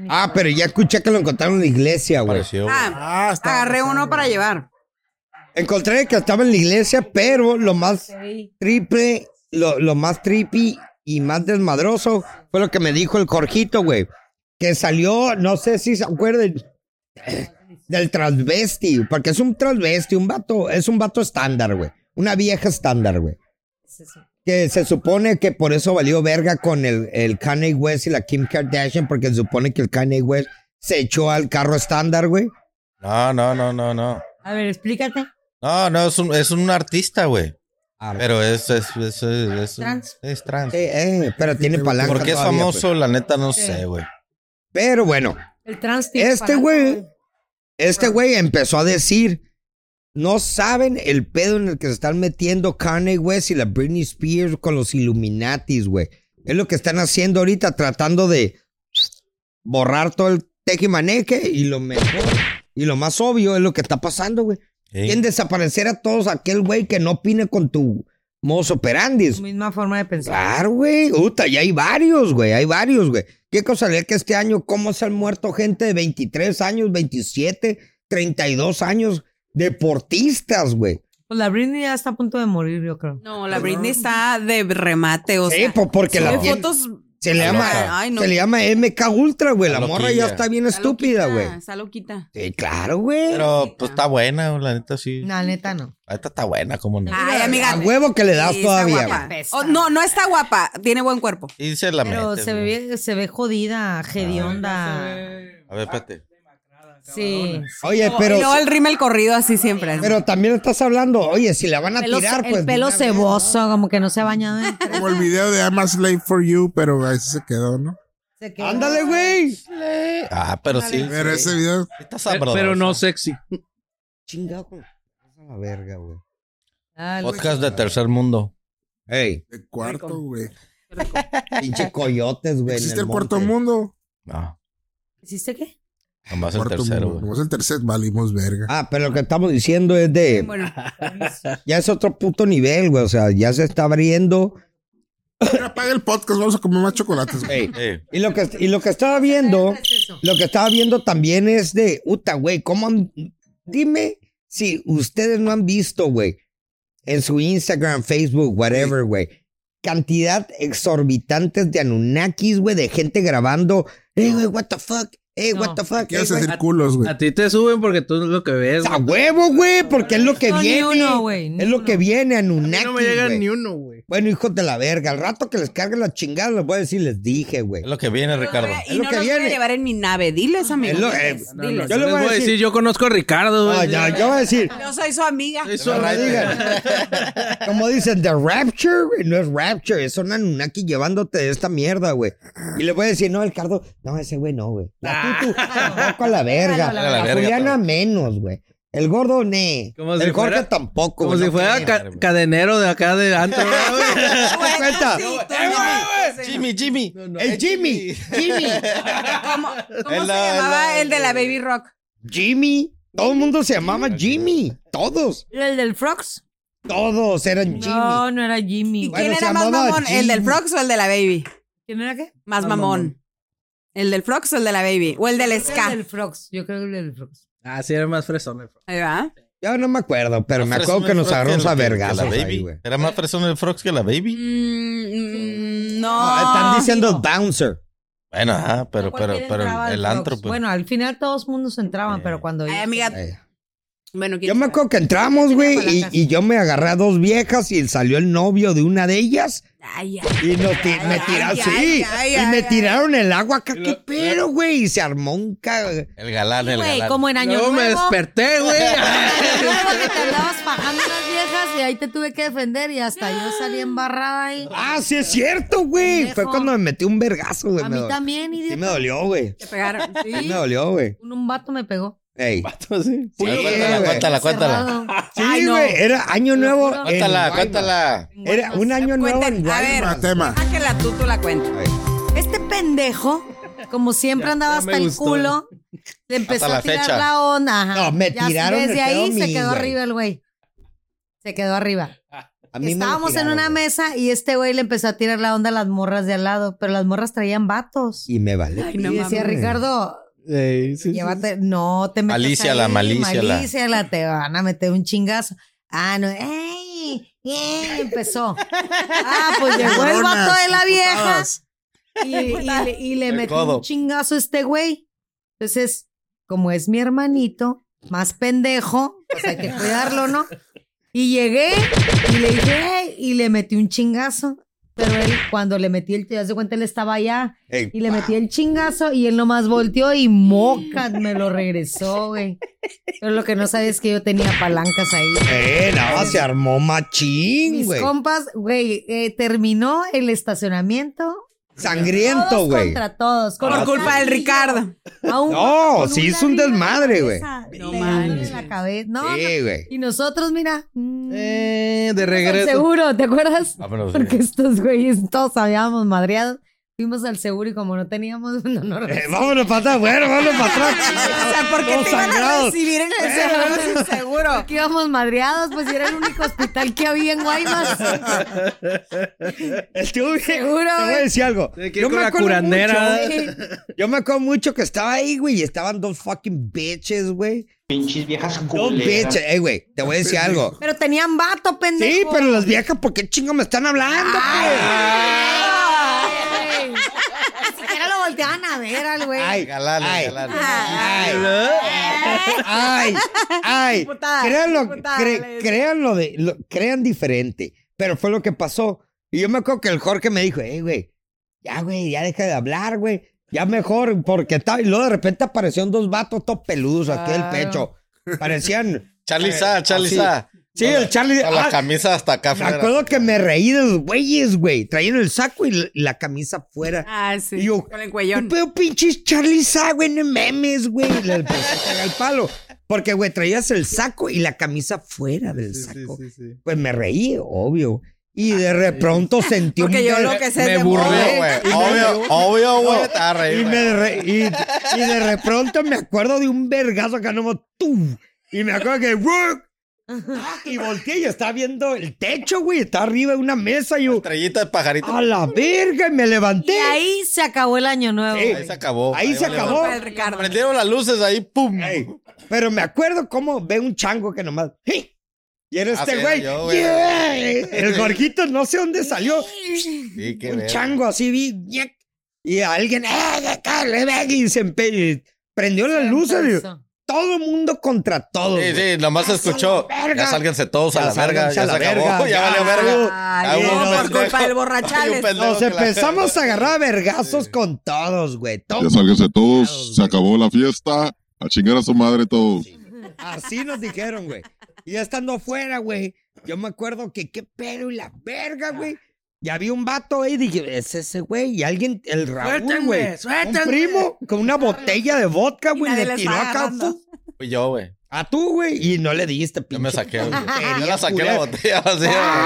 S1: Ah, pero ya escuché que lo encontraron en la iglesia, güey.
S2: Pareció. güey.
S3: Ah,
S5: Ah, está.
S3: agarré uno para llevar.
S1: Encontré que estaba en la iglesia, pero lo más
S4: Sí.
S1: triple, lo, lo más trippy y más desmadroso fue lo que me dijo el Jorgito, güey. Que salió, no sé si se acuerdan, del transvesti, porque es un transvesti, un vato, es un vato estándar, güey. Una vieja estándar, güey.
S4: Es eso.
S1: Que se supone que por eso valió verga con el, el Kanye West y la Kim Kardashian, porque se supone que el Kanye West se echó al carro estándar, güey.
S2: No, no, no, no, no.
S4: A ver, explícate.
S2: No, no, es un, es un artista, güey.
S1: Ah,
S2: Pero es, es, es, es, es-
S4: Trans.
S2: Es trans.
S1: sí, eh, pero tiene palanca.
S2: Porque es
S1: todavía,
S2: famoso,
S1: pues.
S2: la neta, no
S4: Sí.
S2: sé, güey.
S1: Pero bueno,
S4: El trans tiene
S1: este
S4: palanca,
S1: güey, este güey empezó a decir, no saben el pedo en el que se están metiendo Kanye West y la Britney Spears con los Illuminatis, güey. Es lo que están haciendo ahorita, tratando de borrar todo el tejimaneque y lo mejor y lo más obvio es lo que está pasando, güey.
S2: Sí.
S1: Quieren desaparecer a todos aquel güey que no opine con tu mozo
S4: su
S1: operandis.
S4: Misma forma de pensar.
S1: Claro, güey. Uta, ya hay varios, güey. Hay varios, güey. Qué casualidad que este año, cómo se han muerto gente de 23 años, 27, 32 años, deportistas, güey.
S4: Pues la Britney ya está a punto de morir, yo creo.
S3: No, la Britney está de remate, o
S1: Sí,
S3: sea.
S1: po- porque
S3: sube
S1: la tiene-
S3: fotos.
S1: se le llama,
S2: loca.
S3: Ay, no.
S1: se le llama MK Ultra, güey. La
S2: Está
S1: morra ya
S2: loquilla.
S1: está bien estúpida, güey.
S3: Está loquita.
S1: Sí, claro, güey.
S2: Pero pues está buena, güey, la neta sí.
S4: La neta no. Ah.
S2: La neta está buena, como no.
S3: Ay, amiga.
S1: A huevo que le das
S3: sí, está
S1: todavía,
S3: guapa.
S1: güey.
S3: Oh, no, no está guapa. Tiene buen cuerpo.
S2: Y se la
S4: Pero
S2: metes,
S4: se
S2: güey.
S4: ve, se ve jodida, hedionda.
S2: A ver, espérate.
S4: Sí.
S1: Oye,
S3: y
S1: pero,
S3: luego el rímel corrido así siempre.
S1: pero también estás hablando, oye, si la van a
S4: Pelo-
S1: tirar, pues.
S4: el pelo
S1: de una vez.
S4: ceboso, como que no se ha bañado. en-
S5: Como el video de I'm a slave for you, pero ahí se quedó, ¿no?
S4: Se quedó-
S1: Ándale, güey.
S2: Ah, pero sí.
S5: Pero
S2: sí.
S5: ese video,
S2: Está
S6: Pero,
S2: sabroso.
S6: pero no sexy.
S1: Chingado. güey. Es una verga, güey.
S4: Dale.
S2: Podcast de tercer mundo.
S1: Ey,
S5: de cuarto, güey.
S1: pinche coyotes, güey. en
S5: ¿Existe el
S1: el
S5: cuarto
S1: monte.
S5: mundo?
S2: No,
S4: ¿Hiciste qué?
S2: Ah, nomás el
S5: Cuarto
S2: tercero,
S5: mundo.
S2: güey.
S5: Nomás el tercer, valimos verga.
S1: Ah, pero lo que estamos diciendo es de.
S3: Bueno,
S1: Ya es otro puto nivel, güey. O sea, ya se está abriendo.
S5: Mira, apaga el podcast, vamos a comer más chocolates. güey.
S1: Ey,
S2: Eh,
S1: Y lo que, y lo que estaba viendo.
S4: Eso.
S1: Lo que estaba viendo también es de. Uta, güey. ¿Cómo han- Dime si ustedes no han visto, güey. En su Instagram, Facebook, whatever, güey. Cantidad exorbitantes de Anunnakis, güey. De gente grabando. Ey, güey, what the fuck. Ey, what
S4: No.
S1: the fuck.
S5: ¿Qué
S1: Ey,
S5: haces
S1: güey.
S5: decir culos, güey?
S6: A ti te suben porque tú es lo que ves.
S1: A huevo, güey, porque es lo que
S4: No, ni
S1: viene.
S4: uno, güey, ni
S1: es lo
S4: uno.
S1: que viene,
S6: A mí
S1: Anunnaki.
S6: no me llega
S1: güey.
S6: ni uno, güey.
S1: Bueno, hijos de la verga, al rato que les carguen la chingada les voy a decir, les dije, güey.
S2: es lo que viene, Ricardo.
S1: Es
S3: y
S1: lo
S3: no
S1: que
S3: los
S1: viene.
S3: quiero llevar en mi nave. Diles, amigo.
S1: Es lo-
S3: diles,
S1: eh,
S3: diles.
S1: Yo
S6: Yo
S1: le voy
S6: les
S1: a
S6: voy a decir,
S1: decir-
S6: yo conozco a Ricardo.
S1: No,
S6: güey.
S1: Ah, ya, yo voy a decir,
S3: Yo soy su amiga.
S6: Eso,
S1: no me
S6: güey.
S1: digan. Como dicen, The Rapture, güey, no es Rapture, es un Anunnaki llevándote de esta mierda, güey. Y le voy a decir, no, el Cardo, no, ese güey no, güey.
S6: Ah.
S1: La tutu, tampoco a la verga.
S4: Déjalo,
S2: la
S1: La,
S2: verga,
S1: Juliana
S2: pero-
S1: menos, güey. El gordo, ne.
S6: Como
S1: el
S6: si
S1: Jorge
S6: fuera-
S1: tampoco,
S6: Como
S1: güey,
S6: si
S1: no
S6: fuera
S1: creo.
S6: ca- cadenero de acá de antes. güey.
S1: ¿Te cuenta?
S3: sí, tú,
S1: ¡Eh, güey,
S3: sí.
S2: Jimmy, Jimmy.
S1: ¡El Jimmy! ¡Jimmy!
S3: ¿Cómo, cómo
S2: Hello,
S3: se llamaba
S2: hello.
S3: el de la Baby Rock?
S1: Jimmy. Todo el mundo se llamaba Jimmy. Todos.
S4: ¿El del Frogs?
S1: Todos eran Jimmy.
S4: No, no era
S3: ¿Y
S4: Jimmy.
S1: Bueno,
S3: quién
S1: se
S3: era más
S1: llamaba
S3: mamón? ¿El del
S1: Jimmy.
S3: Frogs o el de la Baby?
S4: ¿Quién era qué?
S3: Más
S6: Más
S3: mamón.
S6: mamón.
S3: ¿El del Frogs o el de la Baby? ¿O el del
S4: El
S3: Ska?
S4: del Frogs. Yo creo que el del Frogs.
S6: Ah, sí, era más fresón. el
S3: Ahí va.
S1: Yo no me acuerdo, pero me
S2: Más
S1: acuerdo
S2: fresón
S1: que
S2: el
S1: nos
S2: Frogs
S1: agarramos
S2: que-
S1: a
S2: que la
S1: vergazos
S2: Baby.
S1: ahí, güey.
S2: Era más fresón el Frogs que la
S3: Mm,
S2: Baby.
S3: mm,
S1: No,
S3: no.
S1: Ah, están diciendo el bouncer.
S2: Bueno, ajá, pero, pero,
S4: Cualquiera
S2: pero
S4: entraba al
S2: el
S4: Frogs.
S2: antro, pues.
S4: Bueno, al final todos mundos entraban,
S2: Eh.
S4: pero cuando...
S3: Ay, amiga.
S1: Eh.
S3: Bueno, ¿quién
S1: Yo me
S3: sabe?
S1: acuerdo que entramos, güey, y, y yo me agarré a dos viejas y salió el novio de una de ellas
S3: Ay, ay.
S1: y nos ti- me
S3: Ay,
S1: tiraron,
S3: ay,
S1: sí,
S3: ay,
S1: y
S3: ay,
S1: me
S3: ay.
S1: tiraron el agua acá, qué pedo, güey, y se armó un ca-
S2: El galán, el
S4: Güey,
S2: galán.
S4: como en Año
S6: Luego
S4: Nuevo.
S6: me desperté, güey. Ah,
S4: Año Nuevo que te andabas fajando las viejas y ahí te tuve que defender y hasta yo salí embarrada ahí.
S1: Ah, sí es cierto, güey. Fue
S4: Pendejo.
S1: cuando me metí un vergazo, güey.
S4: A
S1: me
S4: mí
S1: dolió.
S4: también,
S1: Sí me
S4: idiota.
S1: dolió, güey.
S3: Te pegaron. Sí.
S1: Sí me dolió, güey.
S4: Un, un vato me pegó.
S1: Ey.
S2: A ver,
S1: Sí,
S2: cuéntala,
S1: güey.
S2: cuéntala, cuéntala.
S4: Cerrado.
S1: Sí,
S4: Ay, no.
S1: güey, era año
S4: Te lo
S1: nuevo.
S4: juro.
S1: en
S2: Cuéntala,
S1: Guaymas.
S2: cuéntala.
S1: Era un año nuevo en
S3: Cuenten, a ver.
S1: Guaymas.
S5: Tema, tema.
S3: Ah, que la tú, tú la cuentas.
S4: Este pendejo, como siempre
S6: Ya,
S4: andaba
S6: ya
S4: hasta
S6: me
S4: el
S6: gustó.
S4: culo, le empezó
S2: Hasta la
S4: a tirar
S2: fecha.
S4: la onda. ajá.
S1: No, me
S4: Ya
S1: tiraron el
S4: Desde
S1: pedo a
S4: ahí se
S1: mí,
S4: quedó
S1: güey.
S4: arriba el güey. Se quedó arriba.
S1: A mí me lo
S4: Estábamos en
S1: tiraron,
S4: una
S1: güey,
S4: mesa y este güey le empezó a tirar la onda a las morras de al lado, pero las morras traían vatos.
S1: Y me vale.
S3: Ay,
S4: Y
S3: no
S4: decía,
S3: mames.
S4: Ricardo, llévate, no te metas
S2: Malicia la,
S4: ahí,
S2: malicia la.
S4: malicia la, te van a meter un chingazo. Ah, no, ¡ey! ¡Ey! Empezó. Ah, pues llegó el
S5: Cabronas,
S4: vato de la vieja
S5: putadas.
S4: y, y le, y le
S2: El
S4: metió
S2: codo.
S4: un chingazo a este güey. Entonces, como es mi hermanito, más pendejo, pues hay que cuidarlo, ¿no? Y llegué y le dije, "Ey", y le metí un chingazo. Pero él, cuando le metí el, ya se cuenta, él estaba allá
S1: Ey,
S4: y le metí el chingazo y él nomás volteó y mocas me lo regresó, güey. Pero lo que no sabía es que yo tenía palancas ahí.
S1: eh, no, se armó machín,
S4: Mis
S1: güey.
S4: compas, güey, eh, terminó el estacionamiento.
S1: Sangriento,
S4: Todos
S1: güey.
S4: contra todos. con
S1: Ah,
S3: Por
S4: los
S3: culpa del
S4: carrillos,
S3: Ricardo.
S4: a un-
S1: No,
S4: con
S1: sí hizo un
S4: ladrillo en la
S1: desmadre, güey.
S4: cabeza,
S3: No
S4: ladrillo
S3: mames.
S4: en la cabeza. No, no.
S1: Sí, güey.
S4: Y nosotros, mira. mm,
S6: Eh, de
S4: Al
S6: regreso.
S4: seguro, ¿te acuerdas?
S2: Ah, pero sí.
S4: Porque estos güeyes todos habíamos madreado. Fuimos al seguro y como no teníamos. No, no,
S1: Eh, vámonos para atrás, bueno, vámonos para atrás.
S3: O sea, ¿por qué
S1: Todos
S3: te iban a
S1: sangrados. Eh,
S3: recibir en el seguro sin seguro?
S4: Aquí íbamos madreados, pues y era el único hospital que había en Guaymas.
S1: Estuvo bien.
S4: Seguro,
S1: Te voy a
S4: güey.
S1: decir algo.
S6: Sí, que
S1: Yo
S6: con
S1: me
S6: la
S1: acuerdo
S6: curandera.
S1: mucho, güey. Yo me acuerdo mucho que estaba ahí, güey, y estaban dos fucking bitches, güey.
S7: Pinches viejas
S1: Dos
S7: culeras.
S1: bitches. Ey, güey, te voy a decir algo.
S4: Pero tenían vato, pendejo.
S1: Sí, pero las viejas, ¿por qué chingo me están hablando, pues?
S4: Ay, güey. Ni siquiera lo volteaban a ver al güey.
S1: Ay,
S2: Galán,
S1: Ay.
S2: galán.
S1: Ay, ay, ay.
S3: Diputada,
S1: Créanlo,
S3: diputada,
S1: cre-
S3: le dice.
S1: créanlo de, lo- crean diferente. Pero fue lo que pasó. Y yo me acuerdo que el Jorge me dijo, hey, güey, ya, güey, ya deja de hablar, güey. Ya mejor, porque estaba. Y luego de repente aparecieron dos vatos todos peludos aquí del pecho. Parecían.
S2: Charlie
S1: eh,
S2: Sa, Charlie
S1: así.
S2: Sa.
S1: Sí,
S2: Con
S1: el
S2: la-
S1: Charlie-
S2: Con la
S1: ah,
S2: camisa hasta acá
S1: Me
S2: afuera.
S1: acuerdo que me reí de los güeyes, güey. Traían el saco y la, la camisa afuera.
S3: Ah, sí.
S1: Y yo,
S3: con el
S1: ¿Qué
S3: cuellón.
S1: pedo pinches Charlie Sa, güey? No memes, güey. Le empecé a cagar el palo. Porque, güey, traías el saco y la camisa fuera del saco. Pues me reí, obvio. Y de re- pronto sentí un...
S3: Ah, Porque yo
S1: ver-
S3: lo que sé
S6: me
S3: de
S6: burlé,
S3: moda-
S2: Obvio, güey. Obvio, obvio, güey. Te va a reír,
S1: Y,
S2: güey.
S1: me re- y, y de re- pronto me acuerdo de un vergazo acá nomás. ¡tum! Y me acuerdo que... ¡ruc! Y volteé y estaba viendo el techo, güey. Está arriba de una mesa y yo...
S2: Estrellita de pajarito.
S1: ¡A la verga! Y me
S4: Y
S1: levanté.
S4: ahí se acabó el año nuevo.
S1: Sí.
S2: Ahí se acabó.
S1: Ahí se
S2: valió.
S1: acabó.
S3: Para el Ricardo.
S2: Prendieron las luces ahí, pum.
S1: Ey, pero me acuerdo cómo ve un chango que nomás. ¡Hey! Y era
S2: Ah,
S1: este
S2: sí,
S1: güey.
S2: era yo, güey.
S1: ¡Yeah! El gorjito no sé dónde salió.
S2: Sí, qué
S1: un
S2: verga.
S1: chango así vi. ¡ñac! Y a alguien. ¡Eh, acá, le ve! Y se empe- prendió las luces. Y
S4: Empezó.
S1: todo mundo contra todo.
S2: Sí, sí, nomás se escuchó.
S1: a la verga.
S2: Ya sálganse todos a
S1: Ya
S2: la verga.
S1: sálganse a
S2: Ya se
S1: la verga, Ah, este,
S2: acabó. Ya
S1: ya.
S2: valió verga.
S3: Ay,
S2: Hay un
S3: no, por
S2: pendejo.
S3: culpa del
S2: Hay un
S3: borrachales.
S2: pendejo
S1: Nos
S2: que la-
S1: empezamos a agarrar a vergazos con todos, güey.
S8: Ya
S1: Todos.
S8: sálganse todos, se acabó la fiesta, a chingar a su madre todos.
S1: Así nos dijeron, güey. Y ya estando afuera, güey. Yo me acuerdo que qué pedo y la verga, güey. Y había un vato ahí, dije, es ese güey. Y alguien, el Raúl,
S6: Suéltenme,
S1: güey. Un
S6: suéltenme.
S1: primo con una botella de vodka,
S3: Y
S1: güey,
S3: nadie
S1: le
S3: les
S1: tiró
S3: va
S1: acá
S3: agarrando.
S1: fu,
S2: Fui yo, güey.
S1: a tú, güey. Y no le diste,
S2: Yo me saqué, güey.
S1: tontería,
S2: Yo la saqué
S1: culera.
S2: la botella
S1: Ah,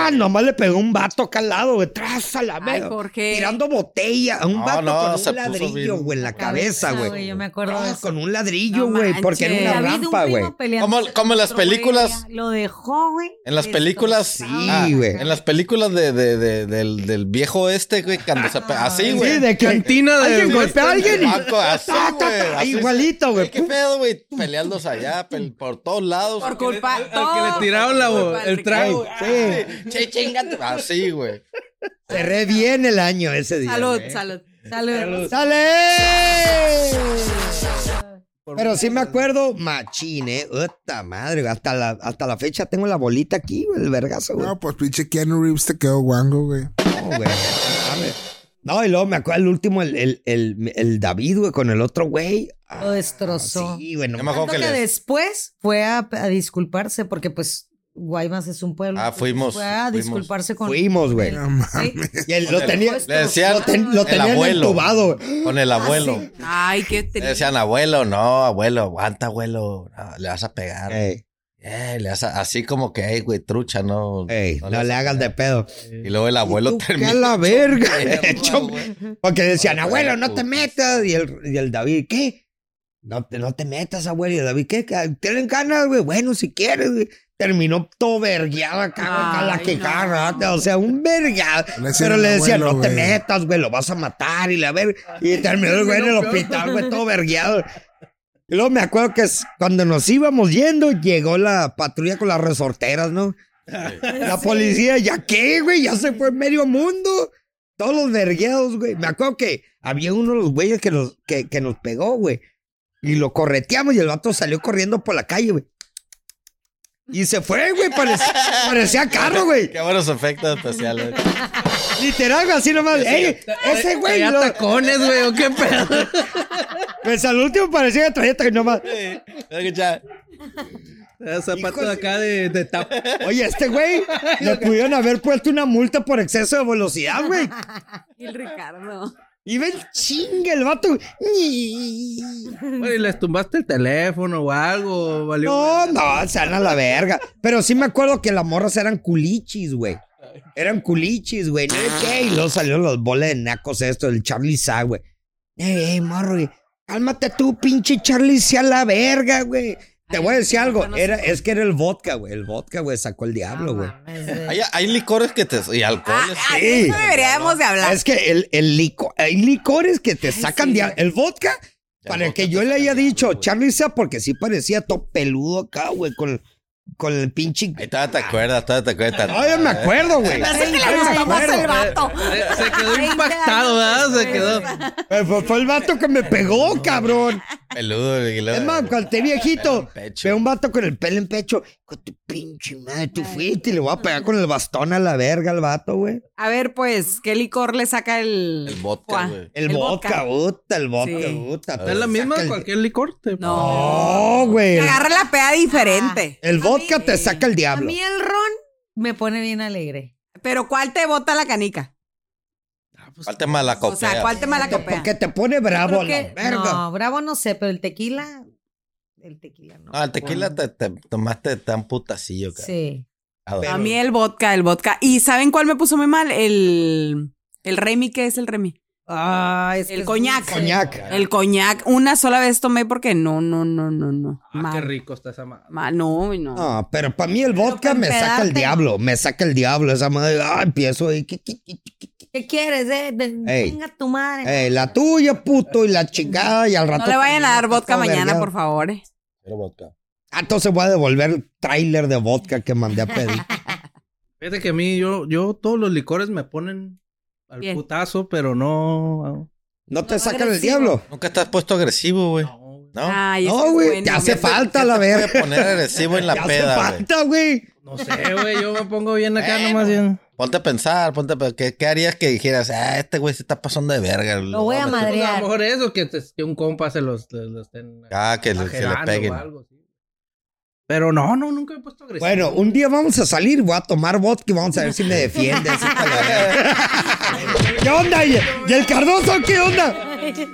S2: vacía.
S1: nomás le pegó un vato acá al lado, güey. Tras a la
S3: Ay,
S1: verga.
S3: Jorge.
S1: Tirando botella a un
S2: No,
S1: vato
S2: no,
S1: con
S2: se
S1: un
S2: puso
S1: ladrillo,
S2: bien-
S1: güey, en la cabeza, güey.
S4: Yo me acuerdo de
S1: Ah,
S4: eso.
S1: Con un ladrillo,
S3: No
S1: güey, porque
S3: manches.
S1: era una
S4: David, un
S1: rampa,
S4: primo
S1: güey.
S4: peleando
S2: Como-
S4: con
S2: como en las
S4: otro güey,
S2: películas.
S4: ya Lo dejó, güey.
S2: En las películas.
S1: Sí,
S2: Ah,
S1: güey.
S2: En las películas de, de- de- del, del viejo este, güey, cuando se... pe- Así, güey.
S1: Sí, de que
S6: Cantina de- este
S1: alguien
S6: Sí,
S1: golpea a alguien y...
S2: Banco, así,
S1: Ta, ta,
S2: güey,
S1: ta,
S2: así.
S1: Igualito, güey.
S2: Ey, ¿Qué pedo, güey? Peleándose allá, pel- por todos lados.
S3: Por culpa.
S6: Al
S3: todo
S6: que le tiraron la,
S3: por
S6: bo-
S3: culpa del
S6: el trago.
S3: Ricardo.
S1: Sí,
S2: Che, chingate. Así, güey.
S1: cerré bien el año ese día.
S3: Salud,
S1: güey.
S3: salud.
S6: Salud.
S1: ¡Sale! Pero sí me acuerdo, machín, eh. Puta madre, güey. hasta la, hasta la fecha tengo la bolita aquí, güey, el vergazo, güey.
S5: No, pues pinche Keanu Reeves te quedó guango, güey.
S1: No, güey.
S2: pues.
S1: no mames. No, y luego me acuerdo el último, el, el, el, el David, güey, con el otro güey. Ah,
S4: Lo destrozó.
S1: Sí, güey, no
S2: Yo me
S1: mames.
S2: acuerdo
S4: Tanto
S2: que
S4: que
S2: les...
S4: después fue a, a disculparse porque pues Guaymas es un pueblo.
S2: Ah, fuimos,
S4: Fue a
S2: fuimos.
S4: disculparse con
S1: Fuimos, güey.
S5: No mames.
S4: Sí.
S1: Y él lo tenía,
S2: Le decían
S1: lo, ten- lo
S2: el
S1: tenían
S2: abuelo.
S1: entubado, güey.
S2: Con el abuelo.
S3: Ay,
S2: Le
S3: qué triste.
S2: decían, abuelo, no, abuelo, aguanta, abuelo. no, le vas a pegar.
S1: Ey,
S2: Eh, le vas a- así como que, "Ey, güey, trucha, no.
S1: ey,
S2: no
S1: no
S2: vas
S1: le
S2: a
S1: hagas de
S2: pegar".
S1: pedo.
S2: Y luego el abuelo
S1: ¿Tú qué
S2: termina.
S1: a la verga. Hecho-
S2: güey.
S1: porque decían,
S2: Ay,
S1: abuelo,
S2: güey,
S1: no te
S2: puta.
S1: metas. Y el, y el David, ¿qué? No te, no te metas, abuelo. Y el David, ¿qué? ¿Qué? ¿Tienen ganas, güey? Bueno, si quieres, güey. Terminó todo vergueado acá, güey, acá la
S3: Ay,
S1: que
S3: no.
S1: carrata, O sea, un vergueado.
S5: Le decían
S1: Pero
S5: al
S1: le decían,
S5: abuelo,
S1: no te
S5: güey.
S1: metas, güey, lo vas a matar. Y la ver. Y terminó el güey en el hospital, güey, todo vergueado. Y luego me acuerdo que es- cuando nos íbamos yendo, llegó la patrulla con las resorteras, ¿no? La policía, ¿ya qué, güey? Ya se fue medio mundo. Todos los vergueados, güey. Me acuerdo que había uno de los güeyes que nos, que, que nos pegó, güey. Y lo correteamos y el vato salió corriendo por la calle, güey. Y se fue, güey. Parecía, parecía carro, güey.
S2: Qué buenos efectos especiales.
S1: Literal, güey, así nomás. Ey, ese güey.
S6: Traía
S1: lo-
S6: tacones, güey, o qué pedo.
S1: Pues al último parecía que traía tacones nomás.
S2: Sí. Escucha,
S6: Traía Zapatos
S1: Hijo de-
S6: acá de, de tapa.
S1: Oye, este güey le pudieron haber puesto una multa por exceso de velocidad, güey.
S3: El Ricardo.
S1: Y ve el chingue el vato.
S6: Oye, les tumbaste el teléfono o algo. Valió
S1: No, no, se van a la verga. Pero sí me acuerdo que las morras eran culichis, güey. Eran culichis, güey. ¿No es qué? Y luego salieron los boles de nacos esto, el Charlie Sa, güey. Ey, ey, morro, güey. Cálmate tú, pinche Charlie Sa, la verga, güey. Te voy a decir algo. Era, es que era el vodka, güey. El vodka, güey, sacó el diablo, güey.
S4: Ah,
S2: hay, hay licores que te. y este, alcoholes.
S1: ah,
S3: Ay,
S1: Sí.
S3: de eso deberíamos de hablar.
S1: Es que el, el licor, hay licores que te sacan de El vodka,
S2: El
S1: para
S2: vodka
S1: que
S2: te
S1: yo le
S2: saca
S1: haya
S2: diablo,
S1: dicho
S2: güey.
S1: Charlie Sa, porque sí parecía todo peludo acá, güey, con, con el pinche.
S2: Ahí todavía te acuerdas, todavía te acuerdas.
S1: Ay, Ah, me acuerdo, güey.
S3: Parece que
S1: Ay,
S3: le
S1: me
S3: gustaba
S1: acuerdo.
S3: el vato.
S6: Se, se quedó
S3: 20
S6: impactado,
S3: años
S6: ¿verdad? Se quedó.
S1: Eh, Fue, fue el vato que me pegó, cabrón.
S2: Peludo, el
S1: Es más, cuando esté viejito,
S2: Pelo en pecho.
S1: veo un vato con el pelo en pecho. Con tu pinche madre, tú fuiste y le voy a pegar con el bastón a la verga al vato, güey.
S3: A ver, pues, ¿qué licor le saca el.
S2: El vodka,
S3: Juan?
S2: güey.
S1: El, vodka, puta, el vodka,
S3: Sí.
S1: puta.
S2: Es
S1: te
S6: Es la misma
S1: saca el-
S6: cualquier licor. te- Ah,
S3: No.
S1: No, Oh, güey.
S3: Agarra la peda diferente.
S1: El vodka
S4: A mí-
S1: te saca el
S4: A
S1: diablo.
S4: mí el ron me pone bien alegre.
S3: Pero ¿cuál te bota la canica?
S2: ¿Cuál te malacopea?
S3: O sea, ¿cuál te
S1: Te-
S3: malacopea?
S1: Porque te pone bravo a la
S4: Creo que-
S1: verga.
S4: No, bravo no sé, pero el tequila, el tequila no.
S2: No, Ah, el tequila te, te tomaste tan putacillo, cabrón.
S4: Sí.
S2: Adoro.
S3: A mí el vodka, el vodka. ¿Y saben cuál me puso muy mal? El, el Remy, ¿qué es el Remy?
S4: Ay, Ah, es
S3: El
S4: que es
S3: coñac.
S4: dulce.
S1: Coñac.
S3: El coñac. Una sola vez tomé porque no, no, no, no, no.
S6: Ah, qué
S3: Mal.
S6: rico está esa madre.
S3: Ma- no, no.
S1: No, pero para mí el vodka
S4: para
S1: me saca el
S4: empedarte.
S1: diablo. Me saca el diablo. Esa madre. Ah, empiezo ahí. qui, qui, qui, qui, qui.
S4: ¿Qué quieres? Eh? De-
S1: Ey.
S4: Venga tu madre.
S1: Eh, la tuya, puto, y la chingada, y al rato.
S3: No le vayan a dar vodka mañana, por favor. eh.
S2: Pero vodka.
S1: Ah, entonces voy a devolver el tráiler de vodka que mandé a pedir.
S6: Fíjate que a mí, yo, yo todos los licores me ponen al
S3: Bien.
S6: putazo, pero no.
S1: No te
S4: No,
S1: sacan el
S4: agresivo.
S1: diablo.
S2: Nunca te has puesto agresivo, güey.
S6: No, güey.
S2: ¿No?
S3: Ay, es que
S1: No,
S3: es
S1: güey,
S3: bueno.
S1: te hace Ah. falta la
S2: Voy a
S1: verga.
S2: poner agresivo en la
S1: Te hace
S2: peda, güey.
S1: falta, güey.
S6: No sé, güey. Yo me pongo bien acá
S2: Bueno.
S6: nomás. Bien.
S2: Ponte a pensar, ponte a pensar. ¿Qué, qué harías que dijeras? Ah, este güey se está pasando de verga.
S4: Lo voy a
S2: meter-
S6: Pues a
S4: madrear.
S6: lo mejor eso, que, te- que un compa se los, los- los estén
S2: Ah, que le, que le
S6: exagerando
S2: peguen.
S6: o algo, sí. Pero no, no, nunca me he puesto agresivo.
S1: Bueno, un día vamos a salir, voy a tomar vodka y vamos a ver si me defiendes. hija de la verga. ¿Qué onda? ¿Y y el Cardoso qué onda?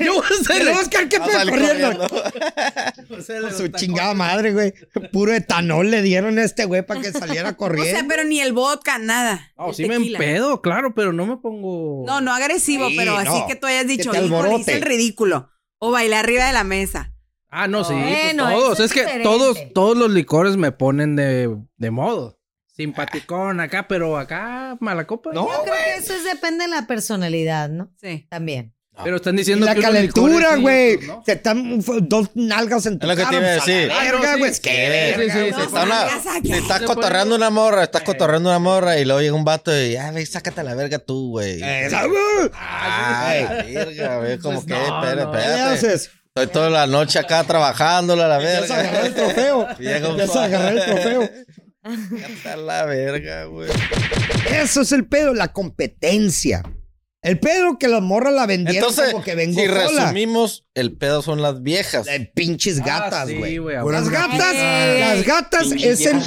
S6: yo voy a
S1: El
S6: hacerle-
S1: Oscar, ¿qué
S2: Va a salir
S1: pedo corriendo?
S2: Ah, corriendo.
S6: voy a hacerle
S1: Su
S6: los tacones.
S1: pues, chingada madre, güey. Puro etanol le dieron a este güey para que saliera
S3: O sea,
S1: corriendo.
S3: pero ni el vodka, nada.
S6: No,
S3: El
S6: sí me
S3: tequila.
S6: empedo, claro, pero no me pongo.
S3: No, no agresivo,
S1: Sí,
S3: pero así
S1: no.
S3: que tú hayas dicho,
S1: te
S3: híjole,
S1: alborote".
S3: hice el ridículo. O bailar arriba de la mesa.
S6: Ah, no, sí. pues
S4: Bueno,
S6: todos.
S4: eso
S6: Es,
S4: es
S6: que
S4: diferente.
S6: todos, todos los licores me ponen de, de modo. Simpaticón acá, pero acá mala copa.
S1: No,
S4: Yo creo que eso es- depende de la personalidad, ¿no?
S3: Sí.
S4: También.
S6: Pero están
S1: Y
S6: diciendo
S1: la
S6: que unos
S1: calentura,
S6: licores sí,
S1: güey.
S6: otros no.
S1: Te están fu- dos nalgas en tu
S2: Es lo que te
S1: cara,
S2: iba a
S1: pues,
S2: decir.
S1: la
S6: Ah,
S1: verga,
S6: no,
S1: güey.
S6: sí.
S1: qué
S6: Sí,
S1: verga,
S6: sí, sí,
S1: güey.
S6: sí.
S2: Está una-
S3: Ya saqué.
S2: Te estás
S6: Se
S2: cotorreando
S6: pone- Eh.
S2: una morra, estás cotorreando una morra y luego llega un vato y, ah, ve, sácate a la verga tú, güey.
S1: Eh, ¡sabú!
S2: Ah,
S1: Ey.
S2: la verga, güey, como
S6: Pues
S2: que,
S6: no,
S2: espera,
S6: no.
S1: ¿Qué
S2: espérate.
S1: haces?
S2: Estoy toda la noche acá trabajándola, a la
S1: Empiezas a agarrar el
S2: verga.
S1: trofeo.
S2: Llega un-
S1: Empiezas a agarrar el trofeo.
S2: Sácate a la verga, güey.
S1: Eso es el pedo, la competencia. El pedo que las morras la vendieron
S2: Entonces,
S1: como que vengo
S2: si
S1: sola.
S2: resumimos, el pedo son las viejas.
S1: De pinches gatas,
S6: Ah, sí,
S1: güey.
S6: güey, a
S1: las
S5: huevo.
S1: gatas,
S3: Ey.
S1: las gatas es el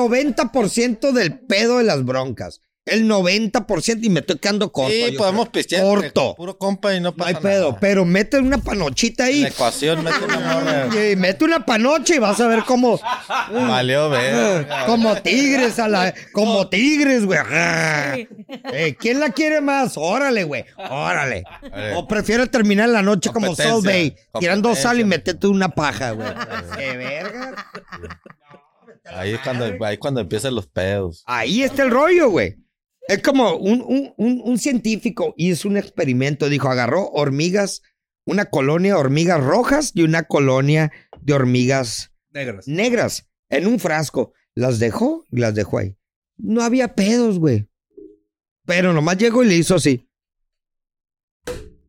S1: 90% del pedo de las broncas. El 90% y me estoy quedando corto.
S2: Sí,
S1: yo
S2: podemos pistear. entre
S1: Corto.
S2: Puro compa y no
S1: No
S2: pasa
S1: hay pedo,
S2: nada.
S1: pero mete una panochita
S2: En La
S1: ahí.
S2: ecuación mete una morra.
S1: Y mete una panocha y vas a ver como,
S2: Valió verga.
S1: como tigres a la, como tigres, güey. Eh, ¿Quién la quiere más? Órale, güey. Órale.
S2: Vale.
S1: O prefiero terminar la noche como
S2: Competencia.
S1: Sol Bay, tirando sal y
S2: Competencia.
S1: meterte una paja, güey. Qué verga.
S2: Ahí es cuando, ahí es cuando empiezan los pedos.
S1: Ahí está el rollo, güey. Es como un, un- un- un científico hizo un experimento, dijo, agarró hormigas, una colonia de hormigas rojas y una colonia de hormigas
S6: negras.
S1: negras en un frasco. Las dejó y las dejó ahí. No había pedos, güey. Pero nomás llegó y le hizo así.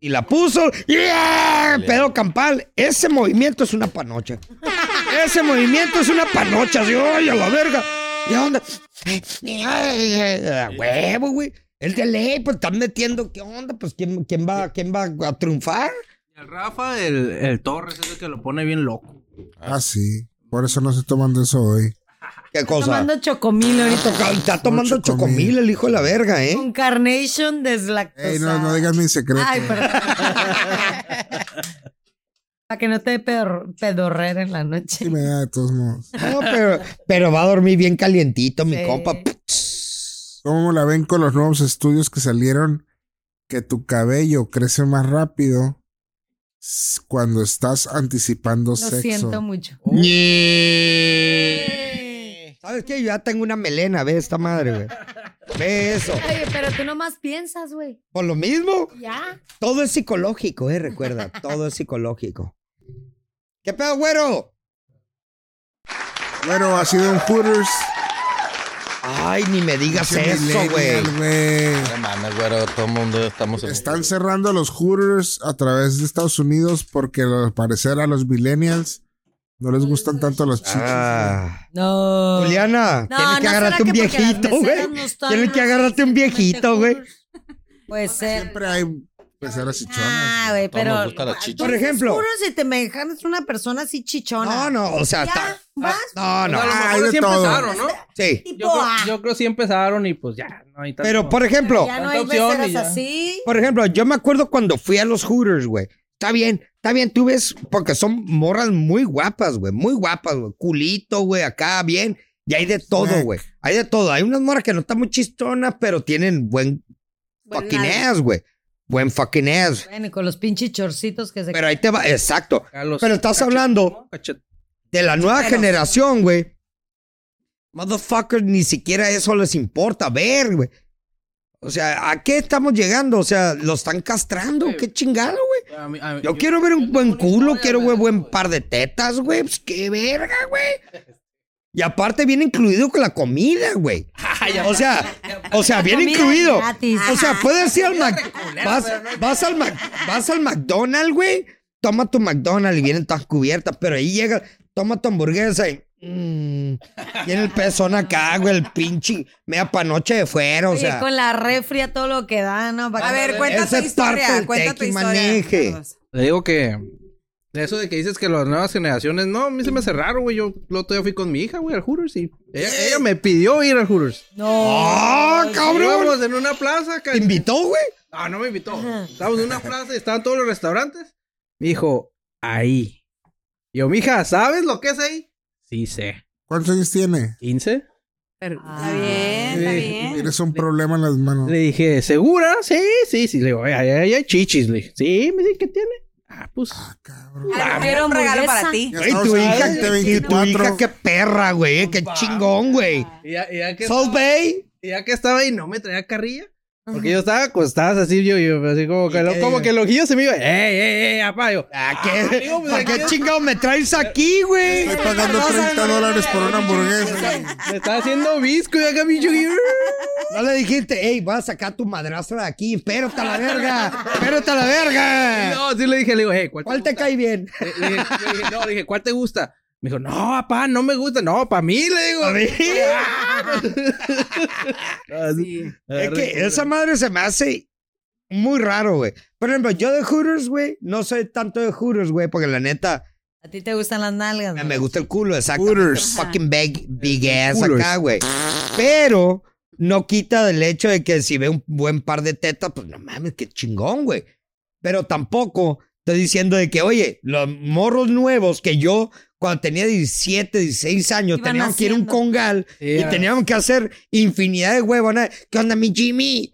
S1: Y ¡ah! la puso. ¡Yeah! Pedo campal. Ese movimiento es una panocha. ese movimiento es una panocha, así, ay, a la verga. ¿Y a dónde? A huevo, güey. Es de ley, pues están metiendo, ¿qué onda? Pues quién, quién va, quién va a triunfar.
S6: El Rafa, el, el Torres, es el que lo pone bien loco.
S5: Ah, sí. Por eso no se toman de eso hoy.
S1: ¿Qué cosa?
S4: Tomando chocomil ahorita.
S1: Está- Está tomando
S5: Mucho comida.
S1: chocomil el hijo de la verga, ¿eh?
S4: Con carnation deslactosada.
S5: Ey, no, no digas mi secreto.
S4: Ay, perdón. Para que no te dé pedor- pedorrer en la noche.
S5: Sí me da de todos modos.
S1: No, pero, pero va a dormir bien calientito, mi
S4: Sí.
S1: compa.
S5: ¿Cómo la ven con los nuevos estudios que salieron? Que tu cabello crece más rápido s- cuando estás anticipando
S4: Lo
S5: sexo.
S4: siento mucho.
S1: ¿Sabes qué? Yo ya tengo una melena, ve esta madre, güey. Ve eso.
S4: Oye, pero tú nomás piensas, güey.
S1: Por lo mismo,
S4: Ya.
S1: todo es psicológico, ¿eh? Recuerda, todo es psicológico. ¿Qué pedo, güero?
S5: Bueno, ha sido un Hooters.
S1: Ay, ni me digas
S5: Pinche
S1: eso, güey.
S5: millennial, güey.
S2: No mames, güero, todo el mundo estamos en-
S5: Están cerrando los Hooters a través de Estados Unidos porque al parecer a los millennials no les gustan tanto los chicos.
S1: Ah.
S4: No.
S1: Juliana, tienes que
S4: ¿no será
S1: agarrarte un
S4: que porque las
S1: viejito,
S4: meseras no
S1: güey.
S4: están
S1: Tienes que agarrarte un viejito, güey.
S4: Puede ser.
S5: Siempre hay pues, peceras y
S4: Ah, güey,
S2: Todos
S4: pero.
S2: nos gustan las chichas.
S1: Por ejemplo.
S4: Seguro si te me dejan es una persona así chichona.
S1: No, no, o sea,
S4: Ya,
S1: está-
S4: vas.
S1: no, no,
S6: O sea, a lo
S5: hay
S6: mejor
S5: de
S6: sí
S5: todo.
S6: empezaron, ¿no?
S1: sí.
S4: Tipo,
S6: Yo creo,
S4: ah,
S6: yo creo sí empezaron y pues ya. No hay tanto-
S1: Pero, por ejemplo,
S4: ya no
S6: tanta
S4: hay
S6: opción y
S4: meseras
S6: ya.
S4: así.
S1: Por ejemplo, yo me acuerdo cuando fui a los Hooters, güey. Está bien, está bien, tú ves, porque son morras muy guapas, güey, muy guapas, güey. Culito, güey, acá, bien. Y hay de todo,
S5: Snack.
S1: güey. Hay de todo. Hay unas morras que no están muy chistonas, pero tienen buen
S4: Buen
S1: fucking
S4: lado.
S1: ass, güey. Buen fucking ass.
S4: Bueno, y con los pinches chorcitos que se.
S1: Pero ahí te va, exacto.
S6: Acá los
S1: Pero estás
S6: cachet-
S1: hablando-
S6: cachet-
S1: De la nueva generación, güey. Motherfucker, ni siquiera eso les importa ver, güey. O sea, ¿a qué estamos llegando? O sea, lo están castrando.
S6: Güey.
S1: Qué chingado, güey.
S6: a mí- a mí-
S1: Yo quiero ver un buen
S6: tengo una
S1: culo,
S6: historia,
S1: quiero ver
S6: güey,
S1: buen
S6: güey.
S1: par de tetas, güey. Pues qué verga, güey. Y aparte viene incluido con la comida, güey. O sea, o sea, viene
S4: comida
S1: incluido.
S4: gratis.
S1: O sea, puedes ir al Mac,
S6: reculera,
S1: vas,
S6: pero no hay-
S1: vas al Mac, vas al McDonald's, güey. Toma tu McDonald's y vienen todas cubiertas, pero ahí llega, toma tu hamburguesa y mmm, tiene el pezón acá, güey, el pinche media panoche de fuera, o
S4: Oye,
S1: sea.
S4: con la refria todo lo que da, ¿no? Para
S3: A
S4: que-
S3: ver, cuenta tu
S1: Ese es parte
S3: historia,
S1: del
S3: cuenta tu historia.
S1: tequimaneje.
S3: Carlos.
S6: Le digo que. De eso de que dices que las nuevas generaciones. No, a mí se me cerraron, güey. Yo el otro día fui con mi hija, güey, al Hooters y. Ella, ella me pidió ir al Hooters.
S4: pues,
S1: ¡Ah, ¡Eh! cabrón!
S6: Estábamos en una plaza,
S1: ¿Te
S6: cabrón.
S1: invitó, güey?
S6: Ah, no me invitó. Estábamos en una plaza y estaban todos los restaurantes. Me dijo, ahí. Yo, mija, ¿sabes lo que es ahí? Sí, sé.
S5: ¿Cuántos años tiene?
S6: ¿15?
S4: Ah,
S3: Está bien, está
S6: Sí.
S3: bien.
S5: Tienes un problema en las manos.
S6: Le dije, ¿segura? Sí, sí, sí. Le digo, "Ay, ay, ay, hay chichis. Le dije, sí, me dice, ¿qué tiene? Ah, pues.
S1: Ah,
S5: Cabrón.
S3: A ver, un regalo para ti.
S5: Ya
S1: Güey,
S5: estamos
S1: tu
S5: en
S1: hija,
S5: 2024.
S1: tu hija, qué perra, güey, eh, qué chingón, güey.
S6: Y ya, y ya que
S1: Salt Bay.
S6: Y ya que estaba ahí, no me traía carrilla. Porque yo estaba acostada así, yo, yo, así como que, lo,
S1: qué
S6: como
S1: dijo?
S6: que el ojillo se me iba, ¡ey, ey, ey, apá! Yo,
S1: ¿A
S6: Ah,
S1: qué,
S6: digo, pues,
S1: ¿Para
S6: aquí
S1: qué
S6: es-
S1: chingado me traes aquí, güey?
S5: Estoy pagando 30 dólares por una hamburguesa.
S6: me estaba haciendo visco y acá mi chiquillo.
S1: No le dijiste, hey, vas a sacar tu madrastra de aquí, espérate a la verga, espérate a la verga.
S6: No, sí le dije, le digo, hey, ¿cuál,
S1: ¿Cuál te cae bien?
S6: gusta?" Le, le dije, le dije, no, le dije, ¿cuál te gusta? Me dijo, no, apá, no me gusta. No, Ah, para mí, le digo.
S1: A mí. Ah,
S3: Sí.
S1: Es que esa madre se me hace muy raro, güey. Por ejemplo, yo de Hooters, güey, no soy tanto de Hooters, güey, porque la neta,
S4: A ti te gustan las nalgas.
S1: Me-
S4: güey?
S1: Me gusta el culo, exacto. Fucking big, big ass
S6: Coolers.
S1: acá, güey. Pero no quita del hecho de que si ve un buen par de tetas, pues no mames, qué chingón, güey. Pero tampoco estoy diciendo de que, oye, los morros nuevos que yo cuando tenía 17, 16 años,
S4: Iban
S1: teníamos que ir a un
S4: haciendo.
S1: congal
S6: Sí,
S1: y
S6: ah.
S1: teníamos que hacer infinidad de huevos. ¿no? ¿Qué onda, mi Jimmy?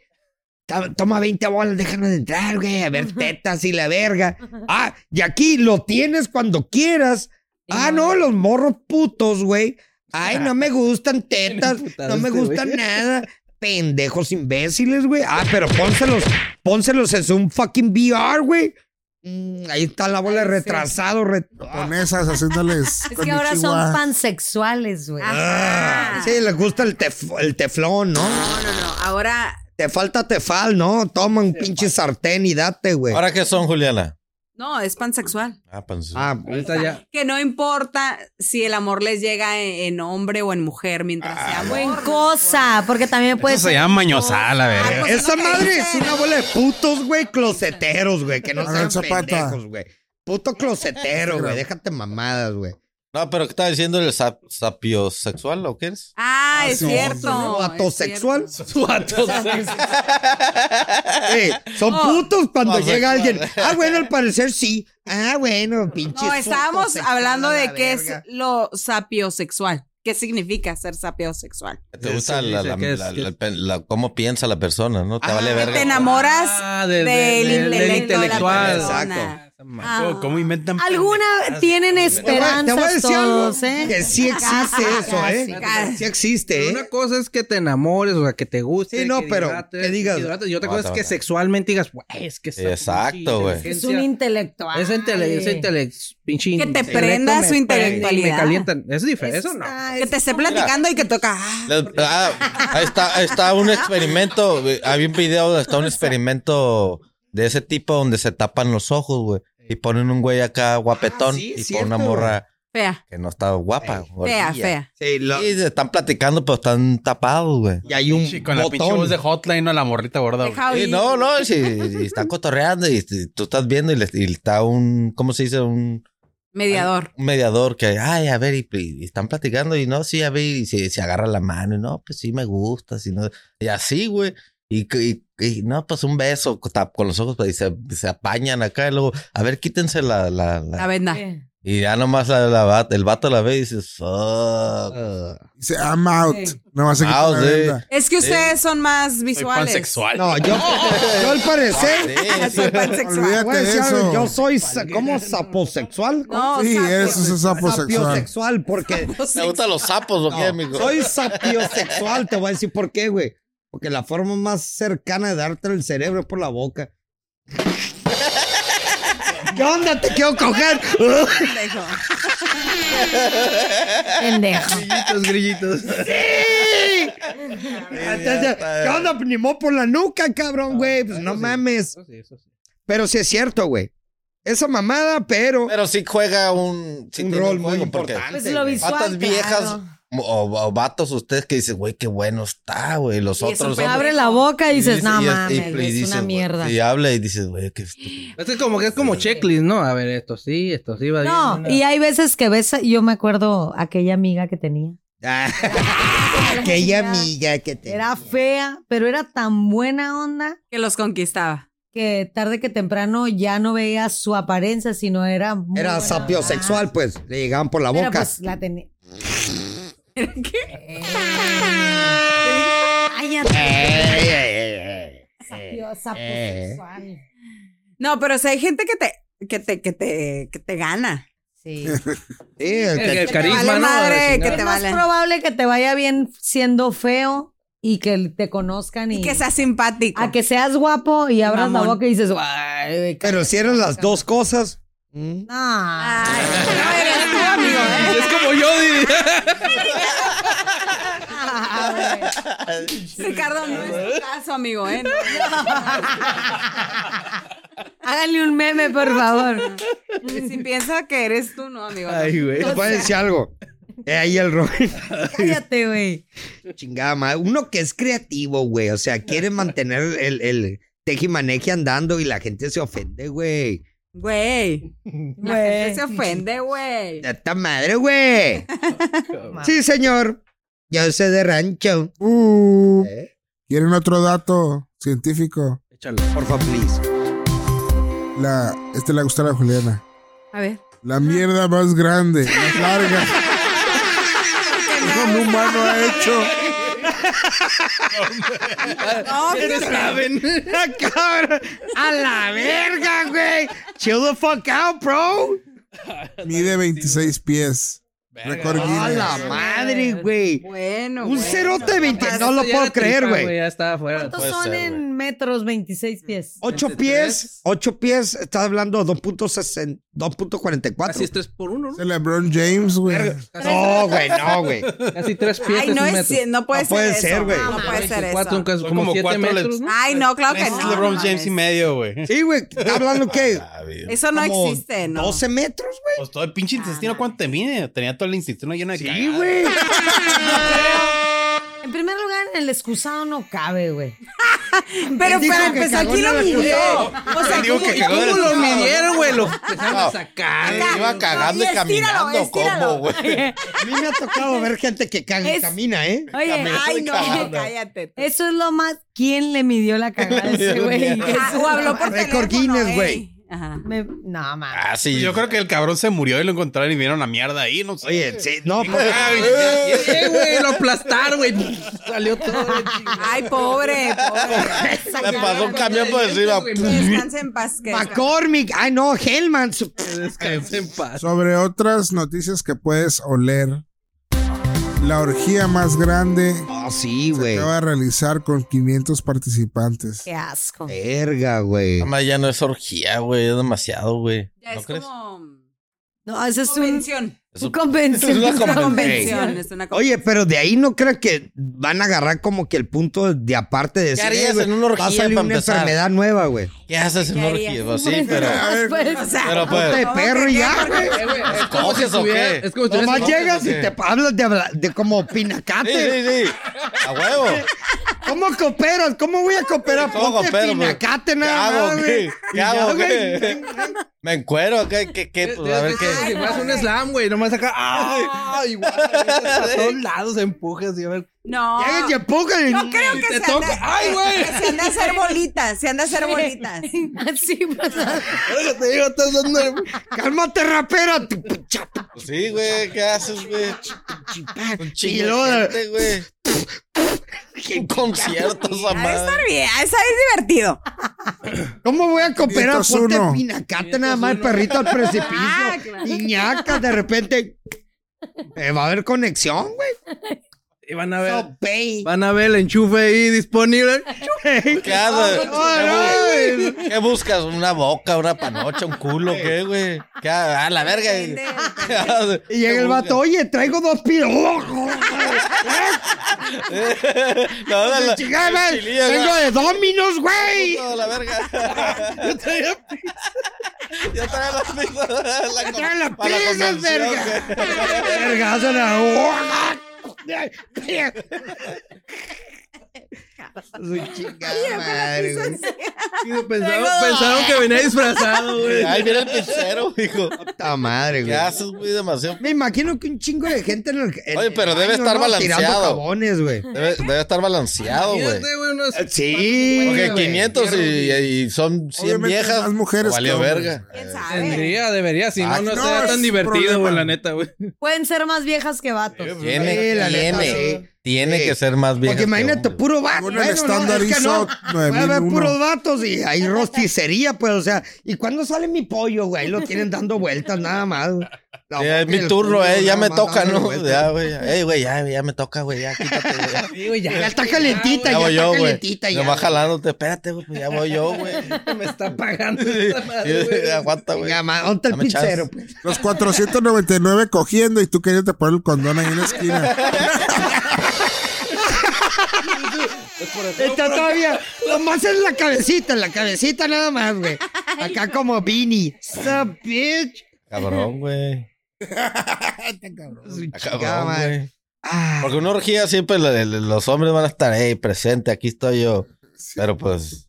S1: Ta- Toma 20 bolas, déjanos entrar, güey, a ver tetas y la verga. Ah, y aquí lo tienes cuando quieras. Ah, no, los morros putos, güey. Ay, no me gustan tetas, no me
S6: Putaste,
S1: gustan
S6: güey.
S1: nada. Pendejos imbéciles, güey. Ah, pero pónselos, pónselos en un fucking VR, güey. Mm, ahí está la bola de retrasado. re-
S5: Con esas, haciéndoles.
S4: Es
S5: con
S4: que ahora son
S5: Ichiwa.
S4: pansexuales, güey.
S1: Ah, sí, les gusta el, tef- el teflón, ¿no?
S3: No, no, no. Ahora,
S1: Te falta tefal, ¿no? Toma un pinche sartén y date, güey.
S2: ¿Ahora qué son, Juliana?
S3: No, es pansexual.
S2: Ah, pues,
S1: Ah,
S6: Ahorita ya.
S3: Que no importa si el amor les llega en, en hombre o en mujer mientras
S1: Ah,
S3: sea amor.
S4: Buen cosa, porque también puede
S7: Eso se
S4: ser.
S7: llama mañosada, la
S3: Ah,
S7: verga.
S3: pues
S1: Eh,
S3: es
S1: Esa
S3: lo que
S1: madre es
S3: dice.
S1: una bola de putos, güey, closeteros, güey, que no sean
S5: Hagan zapata.
S1: pendejos, güey. Puto closetero, güey, déjate mamadas, güey.
S2: No, pero ¿qué estaba diciendo el sap- sapiosexual o qué es?
S3: Ah, es
S5: sí.
S3: cierto.
S1: Su
S3: es
S1: acto sexual. Su acto son
S3: No.
S1: putos cuando
S2: No,
S1: llega
S2: sexual.
S1: alguien. Ah, bueno, al parecer sí. Ah, bueno,
S3: cierto.
S1: pinche.
S3: No, estábamos hablando de qué es lo sapiosexual. ¿Qué significa ser sapiosexual?
S2: Te gusta
S6: Dice
S2: la, la-
S6: que es-
S2: la-
S6: que-
S2: la- pe- la- cómo piensa la persona, ¿no? Te
S1: Ah,
S2: vale
S1: que
S2: verga.
S3: Te enamoras
S6: Ah, de- de-
S3: del
S6: de- del
S3: intelectual.
S6: intelectual.
S3: de la persona.
S1: Exacto.
S3: Ah.
S7: Oh, ¿Cómo inventan?
S4: Alguna tienen
S1: Te voy, a-
S4: esperanzas
S1: te voy a decir
S4: todos,
S1: algo,
S4: ¿eh?
S1: que sí existe eso,
S4: casi,
S1: ¿eh?
S3: casi.
S1: Sí existe,
S6: Una
S1: ¿eh?
S6: cosa es que te enamores, o sea, que te guste.
S1: Sí, no,
S6: que
S1: pero
S6: hidrates,
S1: que digas-
S6: hidrates, Y otra
S2: Aguanta,
S6: cosa es que
S2: aguanta.
S6: sexualmente digas, güey, es que esa
S2: Exacto,
S6: pinche
S2: güey.
S4: Es
S6: inteligencia-
S4: un intelectual.
S6: Es intele- es intele- pinche
S3: Que te
S6: intelecto
S3: prenda
S6: me
S3: su intelectualidad.
S6: Me calientan. Es diferente. Eso no.
S4: Ay,
S3: Que te esté platicando y que toca. ah,
S2: Les- ah, ahí está, ahí está un experimento. güey. Había un video donde está un experimento de ese tipo donde se tapan los ojos, güey. Y ponen un güey acá guapetón
S1: Ah, sí,
S2: y
S1: cierto.
S2: pone una morra
S3: Fea,
S2: que no está guapa.
S3: fea,
S2: gordilla.
S3: fea.
S1: Sí, lo-
S2: Y se están platicando, pero están tapados, güey.
S1: y hay un
S7: Con la pinche voz de
S1: botón.
S7: hotline, no la morrita gorda. güey.
S3: Deja
S2: Sí,
S3: oír.
S2: Eh, no, no, sí, y está cotorreando y, y tú estás viendo y, le- y está un, ¿cómo se dice? Un,
S3: Mediador.
S2: un mediador que, ay, a ver, y, y están platicando y no, sí, a ver, y se, se agarra la mano y no, pues sí, me gusta, si no, y así, güey. Y, que- y- y no, pues un beso co- ta- con los ojos pues, y se, se apañan acá y luego, a ver, quítense la... la, la-
S3: La venda.
S4: ¿qué?
S2: y ya nomás la- la va- el vato la ve y dices, fuck.
S1: Ah.
S5: Dice, I'm out.
S3: Sí.
S5: No vas a quitar
S2: Out,
S5: la
S2: sí.
S5: venda.
S3: Es que ustedes son más
S7: Soy
S3: visuales.
S7: pansexual.
S1: No, yo, yo al parecer.
S2: Sí, sí.
S3: Soy pansexual.
S5: Olvídate
S1: Voy a decir
S5: de
S1: algo,
S5: eso.
S1: Yo soy sa- como saposexual. ¿cómo?
S3: No,
S5: Sí,
S3: sapio.
S5: eso es saposexual.
S1: Sapiosexual, porque
S2: ¿Te gustan los sapos o qué,
S1: no,
S2: amigo?
S1: soy sapiosexual, te voy a decir por qué, güey. Porque la forma más cercana de darte el cerebro es por la boca. ¿Qué onda? Te quiero coger.
S3: Pendejo.
S4: Pendejo.
S6: Grillitos, grillitos.
S1: Entonces, ¿Qué onda? Ni mo por la nuca, cabrón, güey. Pues no mames.
S6: Eso sí, eso sí.
S1: Pero sí es cierto, güey. Esa mamada, pero.
S2: Pero sí juega un, sí
S1: un
S2: tiene
S1: rol muy
S2: juego, porque-
S1: importante.
S4: Pues lo
S1: güey.
S4: visual.
S2: Patas viejas
S4: claro.
S2: o, o vatos ustedes que dicen, güey, qué bueno está, güey. Los
S3: Y es un
S2: otros...
S3: pe-
S2: son-
S4: Abre la boca y dices, no
S2: y- y-
S4: mames,
S2: y
S4: güey, es
S2: dices,
S4: una
S2: güey,
S4: mierda.
S2: Y habla y dices, güey, qué estúpido.
S6: Este es como que es como checklist, ¿no? A ver, esto sí, esto sí va
S4: No,
S6: bien.
S4: y hay veces que ves, yo me acuerdo aquella amiga que tenía.
S1: Ah, aquella amiga que te.
S4: Era fea, pero era tan buena onda
S3: Que los conquistaba.
S4: que tarde que temprano ya no veía su apariencia, sino era... muy
S1: Era
S4: buena
S1: sapiosexual,
S4: onda.
S1: pues. Le llegaban por la
S4: Pero
S1: boca.
S4: pues la tenía...
S3: ¿Qué?
S2: Eh.
S1: Ey, ey, ey, ey.
S4: Sapio-
S1: eh.
S4: sapiosexual.
S3: No, pero si hay gente que te, que te, que te, que te gana.
S4: Sí.
S1: Sí, el
S6: El,
S4: eh,
S1: que-
S6: el carisma,
S3: vale
S6: ¿no?
S3: madre,
S6: La chingada.
S3: que
S4: Es
S3: te
S4: más
S3: vale.
S4: probable que te vaya bien siendo feo y que te conozcan y,
S3: Y que seas simpático.
S4: a que seas guapo y abras la
S3: Mamón.
S4: boca y dices, "Ay, ca-
S1: Pero si eran las dos cosas.
S4: no".
S3: Ay, no eres tú, amigo, ¿eh?
S6: Es como yo, di-
S3: Ricardo, no es tu caso, amigo, ¿eh? No.
S4: Háganle un meme, por favor.
S3: Si piensa que eres tú, no, amigo. no.
S6: Ay, güey.
S1: Te voy a decir algo. Eh, ahí el rol.
S4: Cállate, güey.
S1: Chingada madre. Uno que es creativo, güey. O sea, quiere mantener el, el tejimaneje andando y la gente se ofende, güey.
S3: Güey. La gente
S4: Güey.
S3: se ofende, güey.
S1: ¡Esta madre, güey! sí, señor. Yo sé de rancho.
S5: Uh,
S1: ¿Eh?
S5: ¿Quieren otro dato científico?
S6: Échalo.
S1: Por favor, please.
S5: La, este le gustará a Juliana.
S3: A ver.
S5: La mierda más grande, más larga. que un humano ha hecho.
S3: No,
S1: saben? Ah, cabrón! ¡A la verga, güey! ¡Chill the fuck out, bro!
S5: Mide 26 pies. Récord
S1: ¡A
S5: Guinness.
S1: la madre, güey!
S3: Bueno.
S1: Un
S3: bueno.
S1: cerote de 20.
S3: Capaz
S1: No lo
S6: Esto ya
S1: puedo
S6: era
S1: creer,
S6: tripa,
S1: güey.
S6: Ya está afuera.
S4: ¿Cuántos
S2: Puede
S4: son
S2: ser,
S4: en
S2: güey.
S4: metros? 26 pies.
S1: 8
S3: Este,
S1: pies, 8 pies, estás hablando de 2.60
S6: Casi
S1: 2.44.
S6: tres por uno,
S5: Es el LeBron James, güey.
S1: No, güey, no, güey.
S6: ¿no? Casi tres pies.
S3: Ay, no, es, cien- no puede
S1: No puede
S3: ser.
S1: ser,
S3: eso.
S1: güey.
S3: No puede ser eso.
S6: Cuatro,
S3: Ah,
S6: nunca es
S7: Son
S6: como
S7: como
S6: siete
S7: cuatro
S6: metros, ¿no?
S3: Ay, no, claro que
S7: Es
S3: no.
S7: LeBron
S3: no
S7: James y
S3: mames.
S7: medio, güey.
S1: Sí, güey, ¿está hablando qué?
S2: Ah,
S3: Eso no
S1: Como
S3: existe, ¿no?
S1: 12 metros, güey.
S7: Pues todo el pinche intestino, ¿cuánto te mide? Tenía todo el intestino lleno de
S1: Sí,
S7: cagada.
S1: güey.
S4: En primer lugar, en el excusado no cabe, güey.
S3: Pero
S1: Dijo
S3: para
S1: que
S3: empezar,
S1: cagó
S3: ¿quién
S1: en
S3: lo
S1: el
S3: midió?
S1: excusado.
S3: O sea,
S7: Digo
S3: ¿cómo-
S7: que
S3: y
S7: cagó
S3: cómo
S7: en el
S3: lo
S7: excusado.
S3: midieron, güey? Lo-
S2: No, iba cagando y
S3: Ay, estíralo,
S2: caminando.
S3: estíralo.
S2: ¿Cómo, güey?
S1: A mí me ha tocado ver gente que caga,
S4: Es-
S1: camina, ¿eh?
S3: Ah.
S4: Oye,
S2: Caminando
S3: Ay, no,
S2: cagando.
S3: cállate. tú.
S4: eso es lo más. ¿Quién le midió la cagada a ese güey?
S3: Ah, o habló por teléfono. ¿eh?
S1: Récord Guinness,
S3: ey.
S1: güey.
S3: Ajá.
S4: Me- No, mames.
S2: Ah, sí.
S7: Yo creo que el cabrón se murió y lo encontraron y vieron la mierda ahí, no sé.
S1: Oye, sí, no, pues,
S7: Ay, ya, ya,
S6: Eh, güey, lo aplastaron, güey. Salió todo.
S3: Ay, pobre, pobre.
S2: Le pasó un camión por encima.
S3: Que Descanse en paz. que descanse.
S1: McCormick, ay no, Hellman. su-
S6: Descansa en paz.
S5: Sobre otras noticias que puedes oler. La orgía más grande
S1: Oh, sí,
S5: se
S1: güey.
S5: acaba de realizar con 500 participantes.
S4: Qué asco.
S1: Verga, güey.
S2: Además, ya no es orgía, güey. Es demasiado, güey.
S3: Ya
S2: ¿No
S3: es
S2: crees?
S3: como
S4: No, eso es un,
S3: convención.
S2: Es
S4: un
S2: un-
S4: convención.
S2: es una
S4: Es una
S2: convención.
S4: convención.
S3: Es una
S1: Oye, pero de ahí no creo que van a agarrar como que el punto de aparte de
S2: ¿Qué
S1: decir,
S2: harías
S1: "Eh, güey,
S2: en una
S1: Va a
S2: orgía
S1: salir
S2: para
S1: una
S2: empezar?"
S1: enfermedad nueva, güey.
S2: ¿Qué haces en
S3: ¿Qué
S2: una
S3: harías?
S2: orgía? Pues sí, pero.
S4: Pues,
S3: O sea,
S2: Pero
S1: De
S2: pues.
S1: perro y ya, güey.
S6: Eh, güey, es como si
S2: ¿Coges o
S6: estuviera-
S2: qué?
S6: Es como si
S1: Nomás
S6: estuvieras-
S2: ¿Coges
S1: llegas
S2: o
S1: y
S2: qué?
S1: te hablas de, habla- de como
S2: Sí,
S1: pinacate.
S2: sí, sí. A huevo.
S1: ¿Cómo cooperas? ¿Ómo voy a cooperar?
S2: ¿Cómo
S1: Ponte
S2: coopero, güey?
S1: pinacate
S2: pues. ¿Qué
S1: nada
S2: hago,
S1: más,
S2: qué?
S1: güey.
S2: ¿Qué
S1: Y ya,
S2: hago,
S1: güey.
S2: qué? Me encuero, ¿qué? ¿Qué? qué? Pues a ver qué.
S6: Si fueras un slam, güey, nomás acá. ¡Ay, güey! A todos lados empujas y a ver.
S3: No.
S1: Llegas y empujan.
S3: No creo que
S6: Te
S3: se
S6: toca.
S3: anda,
S6: ¡Ay, güey!
S3: que se anda a hacer bolitas, se anda a hacer bolitas.
S4: Así, pues.
S6: Te digo, estás dando.
S1: Cálmate, rapera. tu pincha-
S2: Pues sí, güey. ¿Qué haces, güey? Un
S1: Y
S2: chingo
S1: luego-
S2: de gente, güey. Un concierto, esa
S3: Ha de
S2: madre.
S3: estar bien, ha de estar divertido.
S1: ¿Cómo voy a cooperar? Ponte
S5: 501.
S1: pinacate nada más, perrito al precipicio.
S3: Ah, claro.
S1: Piñaca, de repente. eh, va a haber conexión, güey.
S6: Y van a ver.
S1: Sopey.
S6: Van a ver el enchufe ahí disponible.
S2: ¿Qué haces?
S1: Ay,
S2: ¿Qué bu- ¿Qué buscas? ¿Una boca, una panocha, un culo? ¿Qué, güey? ¿Qué ha- A la verga.
S3: Depende,
S2: ¿Qué haces?
S1: Y llega el vato, oye, traigo dos piros.
S2: No, no, no.
S1: "Pues, Chingada, madre,
S2: Chilillo,
S1: Vengo
S2: güey.
S1: de Dominos, güey.
S2: Puto de la verga. Yo traía la pizza. La
S1: Trae la
S2: para la
S1: pizza,
S2: convención,
S1: verga.
S2: güey.
S1: Verga, hacen la- Su chingada madre, güey.
S6: Pensaron, pensaron que venía disfrazado, güey.
S2: Ay, mira el pizzero, hijo.
S1: Puta madre,
S2: ¿Qué
S1: güey.
S2: haces, güey? Demasiado.
S1: Me imagino que un chingo de gente en el. en
S2: Oye,
S1: el
S2: pero debe estar
S1: Tirando
S2: balanceado.
S1: jabones, güey.
S2: Debe, debe estar balanceado, güey.
S6: Fíjate, güey,
S5: Eh,
S6: unos-
S1: Sí.
S2: Porque
S1: güey.
S2: 500 y, y son 100
S5: Obviamente
S2: viejas.
S5: más mujeres
S2: Valió
S5: que hombres.
S2: verga.
S3: ¿Quién sabe?
S6: Tendría, debería, si
S2: Ah,
S6: no, no
S5: no,
S6: sería
S5: es
S6: tan divertido,
S5: problema.
S6: güey, la neta, güey.
S4: Pueden ser más viejas que vatos.
S2: Tiene,
S1: Sí, la neta,
S2: tiene,
S1: sí.
S2: tiene
S1: Sí.
S2: que ser más vieja.
S1: Porque imagínate, puro vato.
S5: Según el
S1: Bueno, no,
S5: estándar
S1: es que no.
S5: ISO
S1: Puede haber
S5: 9001.
S1: puros vatos y hay rosticería, pues, o sea. ¿Y cuándo sale mi pollo, güey? Ahí lo tienen dando vueltas, nada más. güey. No,
S2: es
S1: porque
S2: mi
S1: el
S2: turno,
S1: culo
S2: eh,
S1: nada
S2: ya me
S1: más
S2: toca,
S1: dándole
S2: ¿no?
S1: vueltas.
S2: Ya, güey, ya, ey, güey, ya, ya me toca, güey, ya, quítate, güey. Ya,
S1: Ya está calentita,
S2: Ya
S1: ya,
S2: voy
S1: está
S2: yo, güey.
S1: calentita.
S2: Me
S1: ya,
S2: va
S1: güey.
S2: jalándote, espérate, güey, pues ya voy yo, güey.
S6: Me está pagando esta madre, güey.
S2: Sí, Aguanta, güey.
S1: Venga, ma, ¿dónde está el
S2: Dame chance.
S1: pizzero? pues?
S5: Los 499 cogiendo y tú queriendo poner el condón ahí en la esquina.
S1: Está todavía. Nomás en la cabecita, en la cabecita nada más, güey. Acá como Vini. Sup, bitch.
S2: Cabrón, güey.
S1: Su
S2: Ah,
S1: chingada
S2: Cabrón,
S1: madre.
S2: güey.
S1: Ah,
S2: Porque una orgía siempre le- le- los hombres van a estar, hey, presente, aquí estoy yo. Pero pues,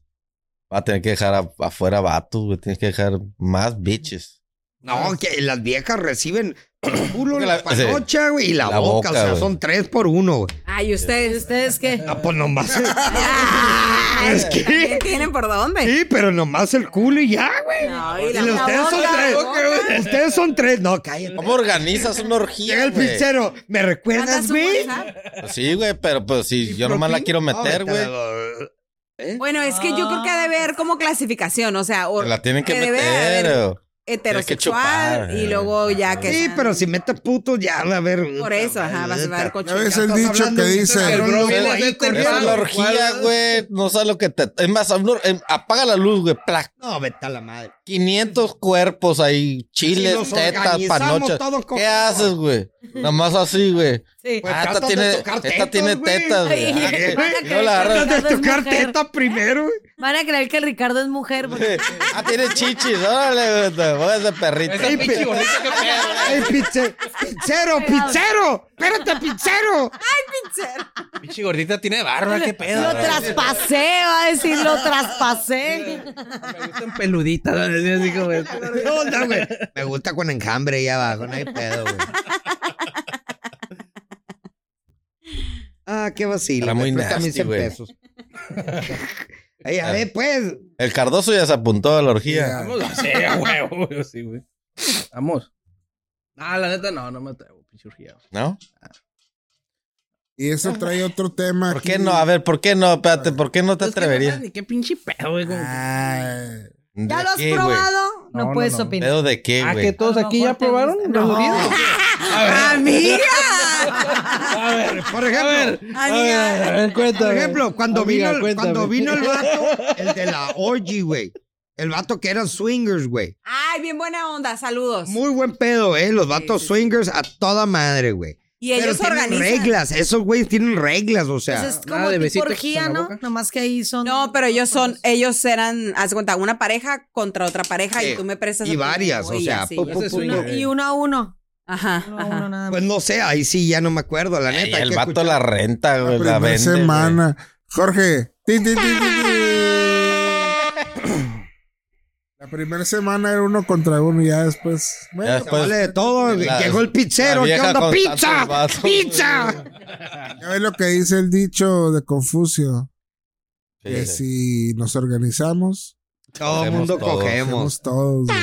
S2: va a tener que dejar a- afuera vatos, güey. Tienes que dejar más bitches.
S1: No, que las viejas reciben el culo, la
S2: La- sí.
S1: panocha, güey, y la, boca.
S2: La
S1: O
S2: boca,
S1: sea,
S2: güey.
S1: son tres por uno, güey.
S3: Ay, ustedes, ustedes qué.
S1: Ah, pues nomás. el-
S3: Ay,
S1: es que.
S3: ¿también tienen por dónde?
S1: Sí, pero nomás el culo y ya, güey.
S3: No, y
S1: Y ustedes son
S3: boca,
S1: tres.
S3: la boca.
S1: Ustedes son tres. No, cállate.
S2: ¿Cómo organizas una orgía?
S1: Llega el
S2: güey?
S1: pizzero. ¿Me
S3: Manda
S1: recuerdas,
S3: su
S1: güey?
S3: WhatsApp.
S2: Pues Sí, güey, pero pues si yo nomás la quiero meter,
S1: No, vete a
S2: güey.
S1: la-
S3: Bueno, es que yo creo que ha de haber como clasificación, o sea, o-
S2: Te la tienen que
S3: que debe de
S2: meter.
S3: haber-
S2: o-
S3: heterosexual
S2: chupar,
S3: y
S2: eh.
S3: luego ya que.
S1: Sí, pero si mete puto, ya, a ver.
S3: Por eso, ajá, vas a ver coche.
S5: Ya ves el dicho que dice,
S1: Pero no
S2: Es-
S1: viene ahí
S2: es para
S1: corriendo.
S2: la orgía, güey. No sabes lo que te. Es más, Abnor, em, apaga la luz, güey. plac.
S1: No, vete a la madre.
S2: 500 cuerpos ahí,
S1: Si
S2: chiles,
S1: nos
S2: tetas,
S1: organizamos
S2: panochas.
S1: todos con-
S2: ¿Qué haces, güey? Nada más así, güey.
S4: Sí.
S1: Pues
S2: ah, esta
S1: trata de
S2: tiene,
S1: tocar
S2: esta
S1: tetas,
S2: tiene
S1: güey.
S2: tetas, güey.
S4: Ay,
S2: Ah,
S4: ay,
S2: eh,
S4: van a
S2: no la
S4: creer que
S2: agarras.
S1: Trata de
S4: Ricardo es
S1: tocar
S4: mujer.
S1: teta primero, güey.
S4: Van a creer que Ricardo es mujer. porque-
S2: Ah, tiene chichis. Órale, güey. te voy a ese perrito.
S1: Ey, pi- ey, pizze- pizzero, pizzero. Espérate, pizzero.
S7: Pinche gordita tiene
S6: Ah,
S7: barba, qué pedo.
S4: Lo traspasé, va a decir, lo traspasé.
S6: Me gustan peluditas. ¿no? Así, así como esto.
S1: ¿Qué onda, güey? Me gusta con enjambre ahí abajo, no hay pedo, güey. Ah, qué vacilo.
S2: Era muy
S1: Me prestan
S2: nasty,
S1: mis cien
S2: güey. Ah.
S1: pesos. Ey, a ver, pues.
S2: El Cardoso ya se apuntó a la orgía.
S5: ya,
S6: Vamos a hacer, a huevo, güey, sí, güey. Vamos. Ah, la neta, no, no me atrevo, pinche orgía.
S2: ¿No?
S5: y eso trae otro tema.
S2: ¿Por
S5: aquí.
S2: qué no? A ver, ¿por qué no? Espérate, ¿por qué no te
S6: Pues Es que no sabes
S2: atreverías?
S6: Ni qué pinche pedo, güey. como que-
S5: Ay,
S3: ¿Ya
S2: ¿De
S3: lo has
S2: qué, güey?
S3: probado?
S4: No,
S6: No, no,
S4: puedes
S6: no.
S4: opinar.
S2: ¿Pedo de qué,
S6: Ah,
S2: güey?
S6: que todos
S4: A lo
S6: aquí
S4: mejor
S6: ya
S4: te
S6: probaron.
S4: gusta.
S6: los
S4: No.
S6: judíos?
S3: ¡Amiga!
S6: A ver,
S1: Por ejemplo,
S3: Amiga.
S6: a ver, cuéntame.
S1: Por ejemplo, cuando,
S6: Amiga,
S1: vino, el- cuando
S6: cuéntame.
S1: vino el vato, el de la orgy, güey. El vato que eran swingers, güey.
S3: Ay, bien buena onda, saludos.
S1: Muy buen pedo, ¿eh? Los vatos
S3: sí, sí.
S1: swingers a toda madre, güey.
S3: y
S1: Pero
S3: ellos
S1: tienen
S3: organizan.
S1: reglas. Esos güeyes tienen reglas, o sea.
S4: Pues es
S6: Nada
S4: como
S6: de
S4: tipo
S6: besitos
S4: orgía,
S6: en la
S4: ¿no?
S6: boca.
S4: Nomás que ahí son.
S3: No, pero ellos son, ellos eran, haz de cuenta, una pareja contra otra pareja
S1: Sí.
S3: y tú me prestas.
S1: Y
S3: a tu
S1: varias, o
S3: novia,
S1: sea,
S3: sí.
S1: pu- pu-
S6: Ese
S1: pu-
S6: swing.
S1: pu-
S4: Uno- y uno a uno.
S3: Ajá,
S4: Uno a uno
S3: ajá.
S4: nada más.
S1: pues no sé, ahí sí ya no me acuerdo, la
S2: Ey,
S1: neta. hay
S2: Eh, el
S1: que
S2: vato
S1: escuchar.
S2: la renta,
S5: la
S2: güey. La,
S5: primera
S2: vende. güey.
S5: semana. Jorge. tin, tin, tin, tin, tin. La primera semana era uno contra uno y ya después.
S2: Ya
S5: Bueno,
S2: después-
S1: Vale de todo,
S2: pues, La-
S1: llegó el pizzero,
S2: la
S1: ¿qué
S2: vieja
S1: onda?
S2: con
S1: ¡Pizza!
S2: tantos vatos.
S1: ¡Pizza!
S5: ya ves lo que dice el dicho de Confucio:
S2: Sí,
S1: Eh,
S5: que
S2: sí.
S5: si nos organizamos,
S1: Todo el
S2: Cogemos
S1: mundo
S2: todos.
S1: cogemos.
S5: hacemos todos. güey.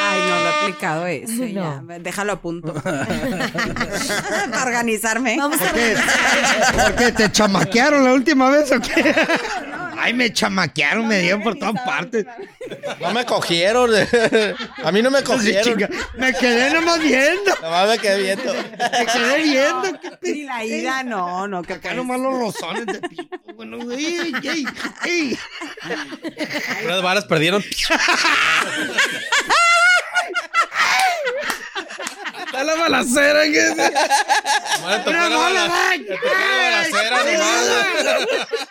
S3: Ay, no lo he aplicado ese. ya. Déjalo a punto. Para organizarme.
S4: Vamos a
S1: ¿Qué? ¿Por qué te chamaquearon la última vez o qué? Ay, me chamaquearon, me dieron por todas partes.
S2: No me cogieron. A mí no me
S1: Sí,
S2: cogieron.
S1: chinga, me quedé nomás viendo,
S2: Nomás me quedé viendo.
S1: me quedé viendo. ¿qué pe-
S3: Y la ida, no, no, que
S1: Acá nomás los rozones de pito, bueno, ey, ey, ey.
S7: Unas varas perdieron.
S6: Está la balacera. ¿qué?
S7: Nomás le tocó
S1: ¡Una
S7: la
S1: bola,
S7: bala-
S1: Mike!
S7: le tocó la balacera,
S1: ¡Ay!
S7: nomás.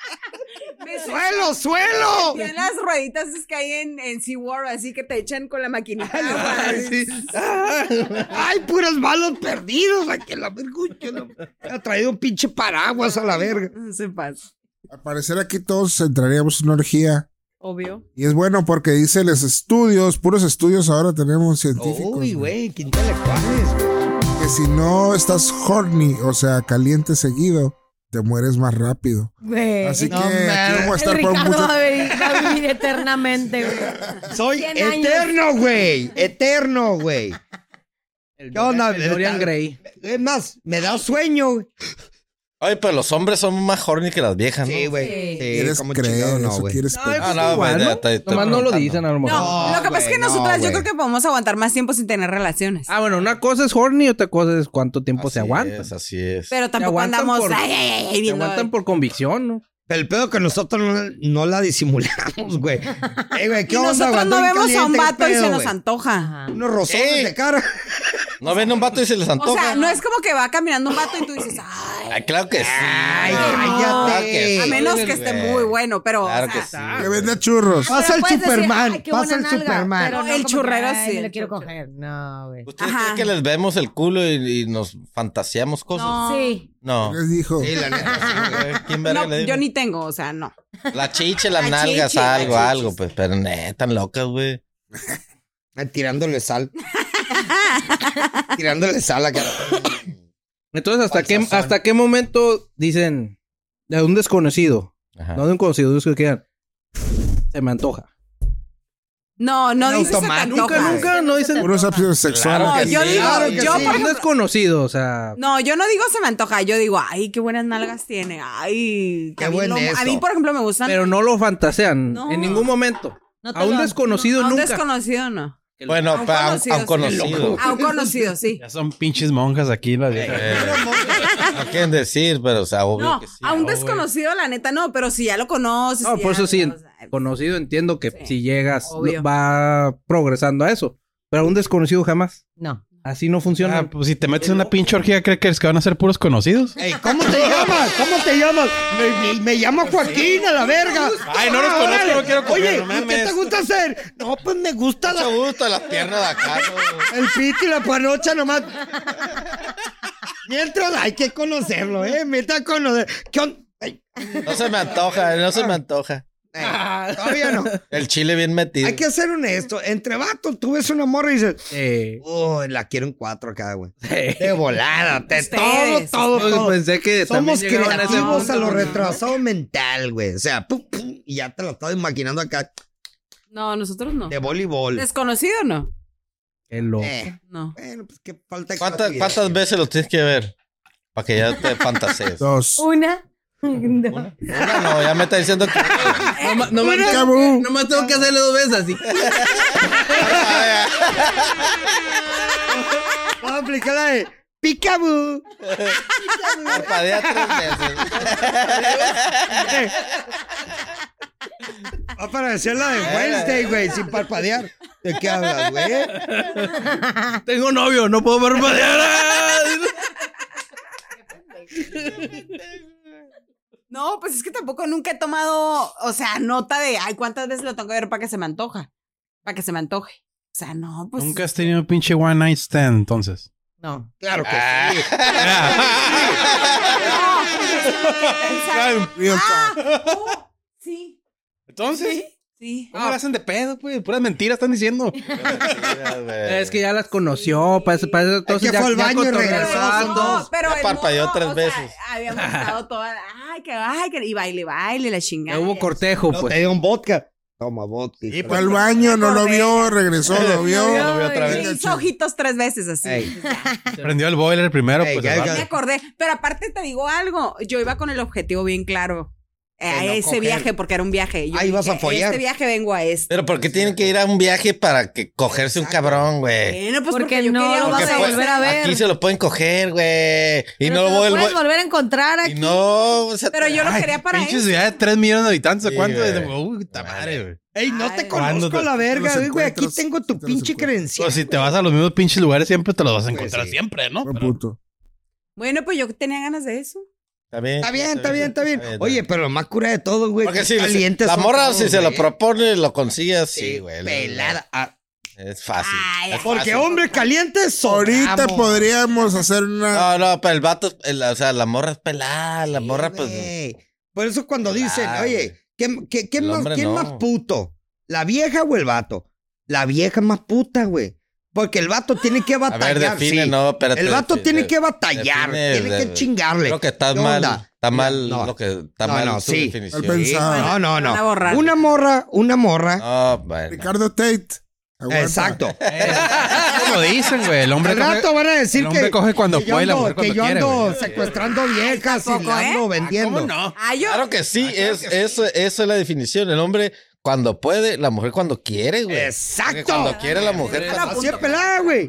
S1: ¡Suelo, suelo!
S3: Tienen las rueditas esas que hay en, en SeaWorld, así que te echan con la maquinita.
S1: Ay, Ah, sí. Ay, puras balas perdidos. Ay, que la vergüenza. no. Me ha traído un pinche paraguas a la verga.
S3: Se pasa.
S5: Al parecer, aquí todos entraríamos en una orgía.
S3: Obvio.
S5: Y es bueno porque dice los estudios, puros estudios ahora tenemos científicos.
S1: Uy,
S5: ¿no?
S1: güey, qué intelectuales.
S5: Que si no estás horny, o sea, caliente seguido, te mueres más rápido.
S4: Güey.
S5: Así
S1: Eh, no
S5: que aquí
S1: mames.
S5: vamos a
S4: El
S5: estar por
S4: Ricardo eh,
S5: mucho
S4: va a, vivir, va a vivir eternamente, güey.
S1: Soy
S4: 100 años.
S1: eterno, güey. Eterno, güey.
S6: El
S1: ¿Qué onda?
S6: Dorian- el Dorian Gray.
S1: Es más, me da sueño. güey.
S2: Oye, pero los hombres son más horny que las viejas, ¿no?
S1: Sí,
S4: Sí.
S1: güey. Sí,
S5: Quieres
S1: como
S5: creer
S1: chingado, no,
S5: eso,
S1: güey.
S5: quieres
S6: No,
S5: creer.
S6: pues,
S2: no,
S6: igual,
S2: güey,
S6: ¿no?
S2: te- te-
S6: Nomás
S2: te-
S6: no lo
S2: te-
S6: dicen, a lo mejor.
S3: No,
S1: No,
S3: lo que pasa es que
S1: güey, no,
S3: nosotras yo
S1: güey.
S3: creo que podemos aguantar más tiempo sin tener relaciones.
S6: Ah, bueno, una cosa es horny y otra cosa es cuánto
S1: pues,
S6: tiempo
S2: Así
S6: se aguanta.
S2: es, así es.
S3: Pero tampoco
S6: aguantan
S3: andamos
S6: por-
S3: ay, ay, ay, ay,
S6: Te
S3: viendo.
S6: aguantan por convicción, ¿no?
S1: Pero el pedo que nosotros no, no la disimulamos, güey. Ey, güey, ¿qué
S3: y
S1: onda,
S3: nosotros no
S1: Guandón
S3: vemos a un
S1: caliente? ¿Qué
S3: vato y
S1: pedo,
S3: se nos
S1: güey?
S3: antoja.
S1: Unos rozones
S2: Ey.
S1: de cara.
S2: No ven a un vato y se les
S3: O
S2: antoja.
S3: sea, no es como que va caminando un vato y tú dices, ay,
S2: Ay, claro que sí.
S1: Ay,
S2: Claro que
S1: cállate.
S3: a
S2: sí,
S3: menos que
S2: güey.
S3: esté muy bueno, pero o
S2: Claro
S3: sea,
S2: que sí.
S5: Que
S2: güey.
S5: vende churros.
S1: Pasa
S4: Pero
S1: el
S4: puedes decir,
S1: Superman,
S4: "Ay, qué
S1: pasa
S4: buena
S1: el Superman".
S4: pero
S3: El
S4: como que,
S3: churrero
S4: "Ay,
S3: sí,
S4: Me lo
S3: el
S4: quiero
S3: churrero.
S4: coger. No, güey.
S2: ¿Ustedes
S3: Ajá.
S2: creen que les vemos el culo y, y nos fantaseamos cosas?
S4: Sí.
S2: No.
S5: Les dijo,
S1: Sí, la neta, sí, güey.
S2: ¿Quién verga
S3: no,
S2: le
S3: yo
S2: dijo?
S3: ni tengo, o sea, no.
S2: La chiche, las
S3: La
S2: nalgas,
S3: chichi, la
S2: algo,
S3: chichis.
S2: algo. Pues, pero eh, tan locas, güey.
S1: Ay, Eh, Tirándole sal. Tirándole sal acá.
S6: Entonces, ¿hasta qué,
S1: Falsazón.
S6: ¿hasta qué momento dicen de un desconocido?
S2: Ajá.
S6: No de un conocido, de un desconocido que digan, se me antoja.
S3: No, no
S1: En
S3: dices se te
S1: automático,
S6: Nunca,
S3: antoja.
S6: nunca, no dicen.
S5: puros opciones
S2: Claro
S5: sexuales.
S2: que
S3: yo
S2: sí.
S3: digo-
S2: Claro que
S3: yo
S2: sí.
S3: por-
S6: un desconocido, o sea.
S3: No, yo no digo se me antoja, yo digo, ay, qué buenas nalgas tiene. Ay,
S1: Qué
S3: a mí
S1: buen
S3: lo-
S1: eso.
S3: A mí, por ejemplo, me gustan.
S6: Pero no lo fantasean
S3: No.
S6: en ningún momento.
S4: No te
S6: A un
S4: lo-
S6: desconocido
S3: A un
S6: nunca.
S3: desconocido no.
S2: Bueno,
S3: A un
S2: pa- a un- a un
S3: conocido,
S2: conocido.
S3: A un conocido, sí.
S7: Ya son pinches monjas aquí la vieja.
S2: Eh, no quieren decir, pero o sea, obvio
S3: No,
S2: que sí.
S3: a un
S7: güey.
S3: desconocido, la neta, no, pero si ya lo conoces.
S6: No,
S3: si
S6: por
S3: ya-
S6: eso sí,
S3: o sea,
S6: Conocido, entiendo que
S3: Sí.
S6: si llegas no-
S3: Obvio.
S6: va progresando a eso. Pero a un desconocido jamás.
S4: No.
S6: Así no funciona.
S7: Ah, pues si te metes en una pinche orgía, ¿crees que, van a ser puros conocidos?
S1: Ey, ¿Cómo te llamas? ¿Cómo te llamas? Me, me- me llamo Joaquín a la verga.
S7: Ay, no los
S1: Ah,
S7: conozco,
S1: órale.
S7: no quiero comer,
S1: Oye,
S7: no
S1: ¿y ¿qué
S7: mames.
S1: te gusta hacer? No, pues me gusta la,
S2: Mucho gusto, las piernas de acá. ¿no?
S1: el pito y la panocha nomás. Mientras hay que conocerlo, ¿eh? Mientras conocer. ¿Qué on- Ey,
S2: No se me antoja, eh, no se me antoja.
S1: ey, Eh, Todavía no.
S2: El chile bien metido.
S1: Hay que ser honesto. Entre vatos, tú ves una morra y dices,
S6: Eh,
S1: Uy, la quiero en cuatro acá, güey. De volada, te- todo,
S3: Ustedes.
S1: todo,
S6: pues
S1: todo.
S6: pensé que
S1: Somos
S6: también llegaban a ese
S1: creativos a
S6: punto. pues.
S1: lo retrasado mental, güey. O sea, pum, pum, y ya te la estaba imaginando acá
S3: No, nosotros no.
S1: de
S3: pues.
S1: voleibol.
S3: Desconocido no.
S6: Qué loco.
S1: Eh,
S3: No.
S1: bueno, pues qué falta de
S2: ¿Cuántas,
S1: creatividad,
S2: cuántas
S1: güey.
S2: veces lo tienes que ver? Para que ya te fantasees.
S5: Dos.
S4: Una. No.
S2: Una no, ya me está diciendo que.
S6: No, ma- no, ma-
S5: Cabú.
S6: no más tengo que hacerle dos veces así.
S1: Vamos a aplicar la de Picaboo.
S2: Parpadea tres veces.
S1: Va para decir la de
S6: Ah,
S1: Wednesday, güey, sin parpadear. ¿De qué hablas, güey?
S6: Tengo novio, no puedo parpadear.
S3: No, pues es que tampoco nunca he tomado, o sea, nota de, ay, ¿cuántas veces lo tengo que ver para que se me antoja? Para que se me antoje. O sea, no, pues.
S7: Nunca has tenido un pinche one night stand, entonces.
S4: No.
S1: Claro que sí.
S3: pues, Ah,
S5: Real
S3: oh, sí,
S7: entonces,
S3: sí.
S7: ¿cómo la hacen de pedo, pues? Puras mentiras están diciendo.
S6: Es que ya las conoció, para eso, para eso entonces
S1: que
S6: ya,
S1: fue al
S6: ya Ah,
S1: baño y
S6: cotorreaban
S1: regresó,
S3: Pero
S6: todos.
S3: no, pero
S2: Ya
S3: el
S2: parpadeó
S3: modo,
S2: tres
S3: o sea,
S2: veces.
S3: habíamos estado todas, ay, que, ay, que, y baile, baile, la
S6: Ya
S3: chingada.
S6: hubo cortejo,
S1: No,
S6: pues.
S1: Te dio un vodka. Toma vodka. hijo
S5: Fue
S1: de-
S5: al baño, no lo vio, regresó, lo vio.
S2: Lo veo otra
S3: Le
S2: vez.
S3: hizo ojitos tres veces así.
S1: Ey.
S7: Prendió el boiler primero,
S1: Ey,
S7: pues.
S1: ya,
S7: el
S1: ya.
S7: vato.
S3: Me acordé. Pero aparte te digo algo. Yo iba con el objetivo bien claro. eh, A
S1: De no
S3: ese
S1: coger.
S3: viaje, porque era un viaje. Yo
S1: Ahí vas a
S3: dije,
S1: follar.
S3: Este viaje vengo a este.
S2: Pero ¿por qué tienen que ir a un viaje para que cogerse un cabrón, güey?
S3: Bueno, pues
S4: Porque
S3: porque, yo
S4: no
S3: quería
S4: lo
S3: algo
S4: vas a
S3: de-
S2: pues,
S4: volver a ver.
S2: Aquí se lo pueden coger, güey. Y no
S4: Pero te
S2: lo
S4: lo
S2: vuelvo.
S4: puedes volver a encontrar
S2: Y
S4: aquí.
S2: no. o sea,
S3: Pero yo lo
S7: Ay,
S3: quería para
S7: Pinche
S3: él.
S7: ciudad de 3 millones de habitantes,
S2: Sí,
S7: ¿cuánto?
S2: güey.
S7: Uy, puta madre, güey.
S1: Ey, no te
S3: Ay.
S1: conozco
S7: Cuando te-
S1: la verga,
S5: te los
S1: güey. Aquí
S5: encuentras,
S1: tengo tu
S5: te los
S1: pinche
S5: encuentras.
S1: credencial.
S7: O si te vas a los mismos pinches lugares, siempre te los vas a
S1: Pues
S7: encontrar
S1: sí.
S7: siempre, ¿no?
S5: Buen
S7: Pero-
S5: punto.
S3: Bueno, pues yo tenía ganas de eso.
S2: Está bien.
S1: Está bien, está bien, está bien. Oye, pero lo más cura de todo, güey.
S2: Porque
S1: que
S2: si
S1: calientes
S2: la
S1: son
S2: morra,
S1: todos,
S2: si se lo
S1: güey.
S2: propone, lo consigue así,
S1: Sí,
S2: güey.
S1: Pelada. Ah,
S2: Es fácil.
S3: Ay,
S2: es
S1: porque
S2: fácil.
S1: hombre caliente sobramos.
S5: Ahorita podríamos hacer una.
S2: No, no, pero el vato, el- o sea, la morra es pelada, la
S1: Sí,
S2: morra, pues.
S1: güey. Por eso cuando
S2: Claro,
S1: dicen,
S2: güey.
S1: oye, ¿qué, qué- qué
S2: El
S1: más,
S2: hombre
S1: ¿quién
S2: no.
S1: más puto? ¿La vieja o el vato? La vieja más puta, güey. Porque el vato tiene que
S2: A ver,
S1: batallar.
S2: define,
S1: sí.
S2: no, espérate.
S1: el vato
S2: define.
S1: tiene que batallar,
S2: define,
S1: tiene que
S2: de-
S1: chingarle.
S2: Creo que está
S1: ¿Qué
S2: mal,
S1: onda?
S2: está mal
S1: No.
S2: lo que está
S1: No,
S2: mal
S1: no,
S2: su
S1: sí.
S2: definición.
S5: Mal
S1: No,
S5: pensado.
S1: no,
S3: Van a
S1: no.
S3: borrar.
S1: Una morra, una morra.
S2: No, Ah, bueno.
S5: Ricardo Tate. aguanta.
S1: Exacto.
S7: Como dicen, güey. El hombre
S1: Al
S7: coge-
S1: rato van a
S7: el
S1: decir
S7: hombre
S1: que,
S7: coge cuando
S1: que yo
S7: puede, la mujer
S1: ando,
S7: cuando
S1: que yo
S7: quiere,
S1: ando
S7: güey. Ah,
S1: secuestrando viejas y
S3: Tampoco,
S1: la ando
S3: ¿eh?
S1: vendiendo.
S7: ¿Cómo no?
S3: Ah, yo.
S2: Claro que sí, es, Eso, eso es la definición. El hombre cuando puede, la mujer cuando quiere, güey. Porque
S1: Exacto. Ah,
S2: Cuando quiere la mujer.
S3: Era
S2: cuando-
S1: Así es pelada, güey.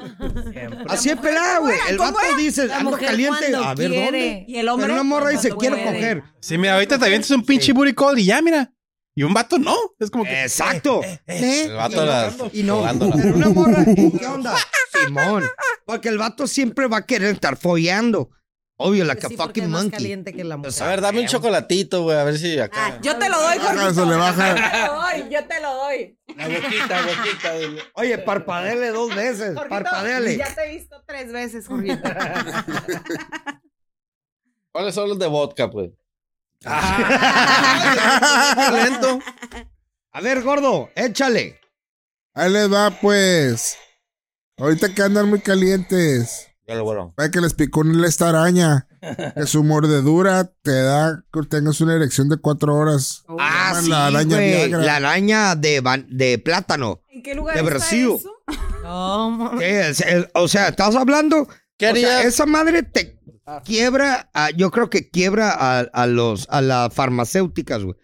S1: Así es pelada, güey. El
S3: ¿Cómo
S1: vato dice,
S4: La
S1: ando
S4: mujer
S1: caliente.
S4: cuando
S1: A ver,
S4: quiere.
S1: ¿dónde?
S3: Y el hombre.
S1: Pero una morra dice,
S3: cuando
S1: quiero
S3: puede.
S1: coger.
S7: Sí, mira, ahorita te avientes un pinche booty call y ya, mira. Y un vato no. Es como que.
S1: Exacto. ¿Eh?
S2: El vato la.
S1: Y no.
S2: jugándola.
S1: Pero una morra, ¿qué onda? Simón. Porque el vato siempre va a querer estar follando. Obvio, la
S4: Pues
S1: que
S4: sí, porque
S1: fucking
S4: es más
S1: monkey.
S4: caliente que la mujer.
S2: Pues, A ver, dame un chocolatito, güey, a ver si
S3: Ah,
S2: acá.
S3: yo te lo doy,
S5: Baja, se
S3: Jorgito.
S5: le baja.
S3: Yo te lo doy, yo te lo doy.
S1: Oye, parpadeale dos veces.
S3: Jorgito,
S1: Parpadeale.
S3: Ya te he visto tres veces, Jorgito.
S2: ¿Cuáles son los de vodka, pues?
S6: Lento.
S1: A ver, gordo, échale.
S5: Ahí les va, pues. Ahorita que andan muy calientes.
S2: Yo lo bueno.
S5: Para que les picó una esta araña. Que su mordedura te da que tengas una erección de cuatro horas.
S1: Ah,
S5: llaman
S1: sí,
S5: la araña
S1: güey,
S5: Viagra.
S1: La araña de, ban- de plátano.
S3: ¿En qué lugar
S1: De
S3: está
S1: Brasil.
S3: eso?
S4: No, mo-
S1: Sí, es- es- o sea, estás hablando.
S2: ¿Qué
S1: o sea,
S2: harías?
S1: esa madre te quiebra, a- yo creo que quiebra a, a los a las farmacéuticas, güey.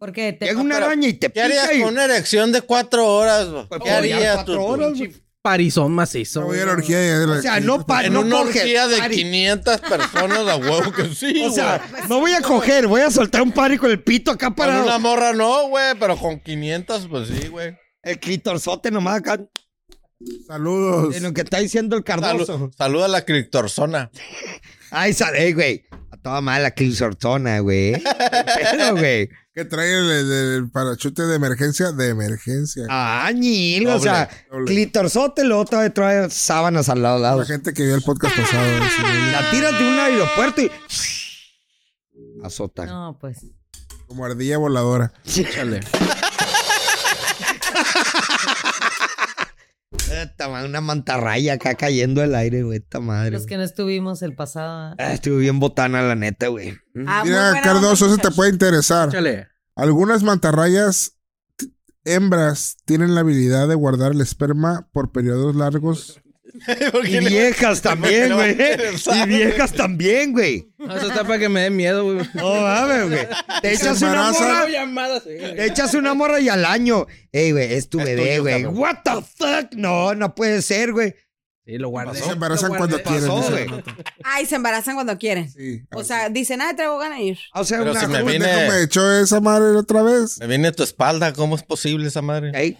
S4: Porque te...
S1: Llega una
S2: pero-
S1: araña y te pica
S2: ¿Qué harías
S1: y...
S2: con una erección de cuatro horas? bro?
S1: Pues,
S2: ¿Qué
S1: pues, ya
S2: harías
S1: cuatro
S2: tú?
S1: horas,
S2: tú?
S1: güey.
S6: Parizón macizo.
S5: No voy
S6: güey.
S5: a la orgía y-
S1: O sea, no pa-
S2: En
S1: no
S2: una
S1: coges,
S2: orgía de
S1: pari.
S2: 500 personas, a huevo que sí,
S1: O sea,
S2: güey.
S1: no voy a coger, voy a soltar un pari con el pito acá
S2: Con
S1: para
S2: una morra no, güey, pero con 500, pues sí, güey.
S1: el clitorzote nomás acá,
S5: Saludos.
S1: en lo que está diciendo el
S2: Salu-
S1: Cardoso.
S2: saluda a la criptorzona.
S1: Ay, sale, güey. A toda mala clitortona, güey. Pero, güey.
S5: Que trae el, el- el parachute de emergencia? De emergencia.
S1: Ah, ñil, o
S2: Doble,
S1: sea,
S5: doble.
S1: clitorzote, luego todavía trae sábanas al lado. lado.
S5: La gente que vio el podcast pasado. sí,
S1: La tiras de un aeropuerto y... Azota.
S4: No, pues.
S5: como ardilla voladora.
S1: Esta Eh, madre, una mantarraya acá cayendo el aire, güey. Esta madre.
S4: Los
S1: güey.
S4: que no estuvimos el pasado. ¿eh?
S1: Ah, estuve bien botana, la neta, güey.
S3: Ah, muy
S5: Mira,
S3: buena
S5: Cardoso,
S3: onda,
S5: eso te
S3: muchachos.
S5: puede interesar.
S6: Échale.
S5: Algunas mantarrayas t- hembras tienen la habilidad de guardar el esperma por periodos largos.
S1: Y viejas también, güey. Y viejas también, güey.
S6: No, Eso está para que me dé miedo, güey.
S1: No mames, güey. Te echas una
S5: embarazan.
S1: morra,
S6: Hago llamadas,
S1: te
S6: güey.
S1: echas una morra y al año. Ey, güey, es tu
S2: Es
S1: bebé,
S2: tuyo,
S1: güey.
S2: cabrón.
S1: What the fuck? No, no puede ser, güey.
S6: Sí, lo guardé.
S5: Se embarazan
S6: Lo
S5: cuando
S6: guardé.
S5: quieren.
S1: Pasó,
S5: dice
S1: güey.
S5: la nota.
S3: Ay, se embarazan cuando quieren.
S5: Sí.
S3: O sea, dicen, ah, traigo ganas de ir.
S1: O sea,
S2: Pero
S1: una...
S2: si me
S5: ¿Cómo
S2: viene-
S5: pendejo me echó esa madre la otra vez?
S2: Me viene tu espalda, ¿cómo es posible esa madre?
S1: Ey.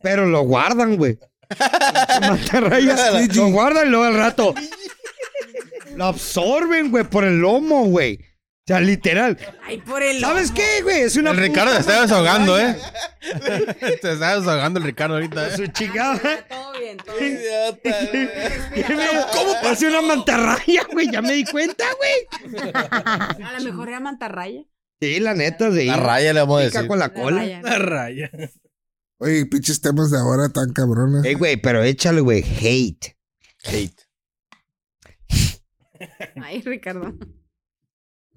S1: Pero lo guardan, güey. Mantarrayas.
S2: Squeegee.
S1: lo guardan y luego al rato. Lo absorben, güey, por el lomo, güey. O sea, literal.
S3: Ay, por el.
S1: ¿Sabes qué, güey? Es una
S7: El Ricardo
S1: puta
S7: te está desahogando, ¿eh? te está desahogando el Ricardo ahorita,
S1: madre,
S7: ¿eh?
S1: Su chingada.
S3: Todo bien, todo bien.
S1: ¿Cómo pasé una mantarraya, güey? Ya me di cuenta, güey.
S3: A lo mejor era mantarraya.
S1: Sí, la neta, sí.
S2: La raya le vamos a decir.
S1: Pica con la
S3: La
S1: cola.
S3: raya.
S6: Una raya.
S5: Oye, pinches temas de ahora tan cabrones.
S1: Ey, Eh, güey, pero échale, güey. Hate.
S2: Hate.
S3: Ay, Ricardo.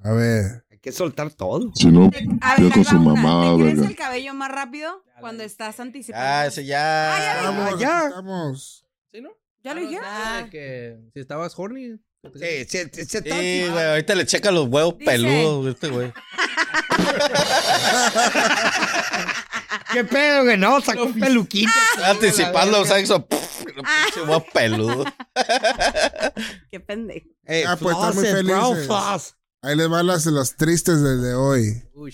S5: A ver.
S1: Hay que soltar todo.
S8: Si no,
S3: A
S8: Yo
S3: ver,
S8: con
S3: ahí
S8: su
S3: va una.
S8: mamá,
S3: ¿Te crece
S8: verga.
S3: el cabello más rápido cuando estás
S2: Ya,
S3: anticipando?
S2: Ah, ese ya.
S3: Ay,
S5: Vamos,
S1: ya.
S5: aquí estamos.
S6: ¿Sí, no?
S3: ¿Ya lo dije?
S6: Ah, de que si estabas horny. pues,
S1: Sí, se, se, se
S2: Sí, güey, ahorita le checa los huevos
S3: Dice-
S2: peludos, güey, este güey.
S1: ¿Qué pedo, güey? No, sacó un peluquín.
S2: Está Anticipando el
S3: Ah.
S2: sexo. pff, los pinches huevos peludos.
S3: Qué pendejo.
S1: Eh,
S5: Ah, pues, están muy
S1: faucet, bro,
S5: felices.
S1: faucet.
S5: Ahí les van las, las tristes desde hoy.
S6: Uy.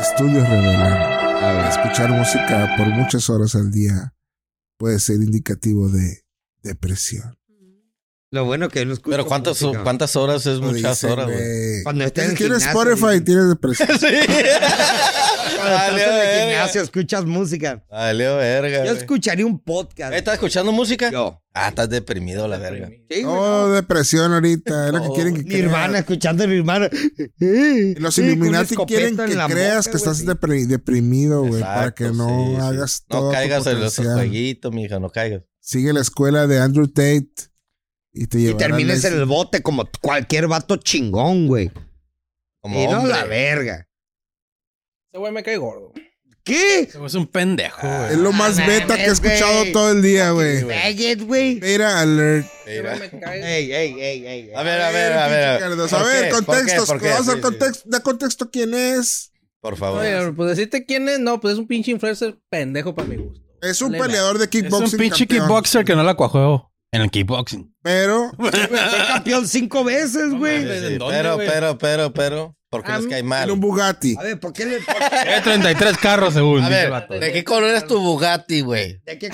S5: Estudios revelan que escuchar música por muchas horas al día puede ser indicativo de depresión.
S1: Lo bueno que no escucho.
S2: Pero ¿cuántas,
S1: música.
S2: cuántas horas es
S5: Lo
S2: muchas
S5: dicen,
S2: horas, güey?
S5: güey.
S1: Cuando estés en
S5: Si
S1: el
S5: Pues, tienes
S1: gimnasio,
S5: Spotify
S1: dicen.
S5: tienes depresión.
S2: Sí.
S1: Cuando
S2: Valió
S1: estás en el
S2: verga.
S1: gimnasio, escuchas música.
S2: Ah, Valió verga.
S1: Yo
S2: güey.
S1: escucharía un
S2: Eh,
S1: podcast.
S2: ¿Estás escuchando música?
S1: Yo.
S2: Ah, estás deprimido, la verga.
S1: Sí, güey.
S5: Oh, depresión ahorita. Es lo que
S2: Oh,
S5: quieren que
S1: Mi hermana
S5: creas.
S1: escuchando a mi hermana.
S5: Los
S1: Sí, con una
S5: Illuminati quieren
S1: escopeta
S5: que
S1: en la
S5: creas
S1: boca,
S5: que
S1: güey,
S5: estás
S1: sí.
S5: depre- deprimido, güey,
S2: Exacto,
S5: para que no
S2: sí, sí.
S5: hagas todo.
S2: No
S5: tu
S2: caigas en los
S5: potencial.
S2: jueguitos, mija, no caigas.
S5: Sigue la escuela de Andrew Tate y te
S1: Y
S5: llevará
S1: termines
S5: al
S1: en el bote como cualquier vato chingón, güey.
S2: Como
S1: Y no
S2: hombre.
S1: la verga.
S6: Ese güey me cae gordo.
S1: ¿Qué?
S7: Es un pendejo,
S5: Es
S7: güey.
S5: lo más
S1: Ah,
S5: beta que he
S1: mames,
S5: escuchado
S1: güey.
S5: todo el día, güey.
S1: Faggot, güey.
S5: Mira, alert.
S6: Ese
S2: Mira.
S6: güey me cae.
S1: Ey, ey, ey, ey.
S2: A ver, a ver, a ver.
S5: pinche Cardoso. A
S2: ¿Por
S5: ver,
S2: qué? ¿Por qué?
S5: contextos.
S2: ¿Por qué?
S5: Vamos
S2: Sí,
S5: al
S2: sí.
S5: contexto. Da contexto quién es.
S2: Por favor.
S6: Oye, pues decirte quién es. No, pues es un pinche influencer pendejo para mi gusto.
S5: Es un
S6: Dale,
S5: peleador de
S7: Es
S5: kickboxing.
S7: un pinche
S5: campeón,
S7: kickboxer que no la cuajó en el kickboxing.
S5: Pero
S1: Fue campeón cinco veces,
S2: Sí,
S1: güey.
S2: sí,
S7: ¿En dónde,
S2: pero,
S7: güey?
S2: pero, pero, pero. ¿Por qué
S6: Ah,
S2: les cae
S5: tiene un
S2: mal?
S5: Bugatti.
S1: A ver, ¿por qué le.?
S7: Tiene 33 carros, según.
S2: A
S7: dice el
S2: ver,
S7: vato.
S2: ¿de qué color es tu Bugatti, güey?
S1: ¿De qué?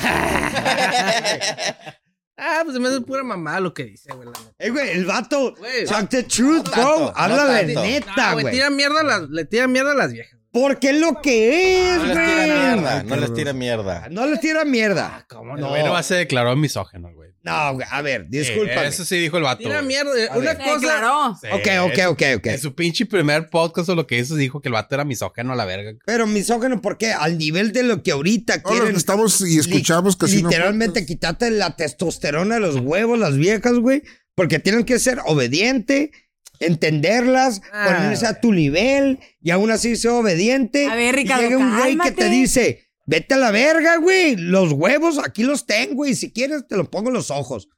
S6: Ah, pues se me hace pura mamá lo que dice, güey. la neta.
S1: Ey, Eh, güey, el vato.
S6: Güey.
S1: Talk the truth, bro.
S2: tanto,
S1: Habla
S2: no
S1: de
S2: tanto.
S1: neta,
S6: No,
S1: güey.
S6: Ah, Tira mierda a las, le tira mierda a las viejas.
S1: Porque es lo que es,
S2: No les tira
S1: güey.
S2: mierda, no les tira mierda.
S1: No les tira mierda.
S6: ¿Cómo
S7: El güey no se declaró misógeno, el güey.
S1: No, güey. A ver, discúlpame.
S7: Eh, Eso sí dijo el vato.
S6: Tira
S7: güey.
S6: mierda. eh,
S2: A
S6: Una
S2: ver.
S3: Se
S6: cosa.
S3: declaró.
S7: Sí,
S1: Ok, ok,
S7: es-
S1: ok, ok.
S7: En su pinche primer podcast o lo que hizo, dijo que el vato era misógeno a la verga.
S1: Pero misógeno, ¿por qué? Al nivel de lo que ahorita
S5: Todos los
S1: quieren.
S5: que estamos y escuchamos que
S1: Literalmente
S5: no,
S1: quitarte la testosterona de los huevos, las viejas, güey. Porque tienen que ser obediente, entenderlas,
S6: Ah,
S1: ponerse a tu nivel y aún así ser obediente.
S3: A ver,
S1: Y
S3: Ricardo,
S1: Llega un güey que te
S3: cálmate.
S1: dice, vete a la verga, güey. Los huevos aquí los tengo y si quieres te los pongo en los ojos.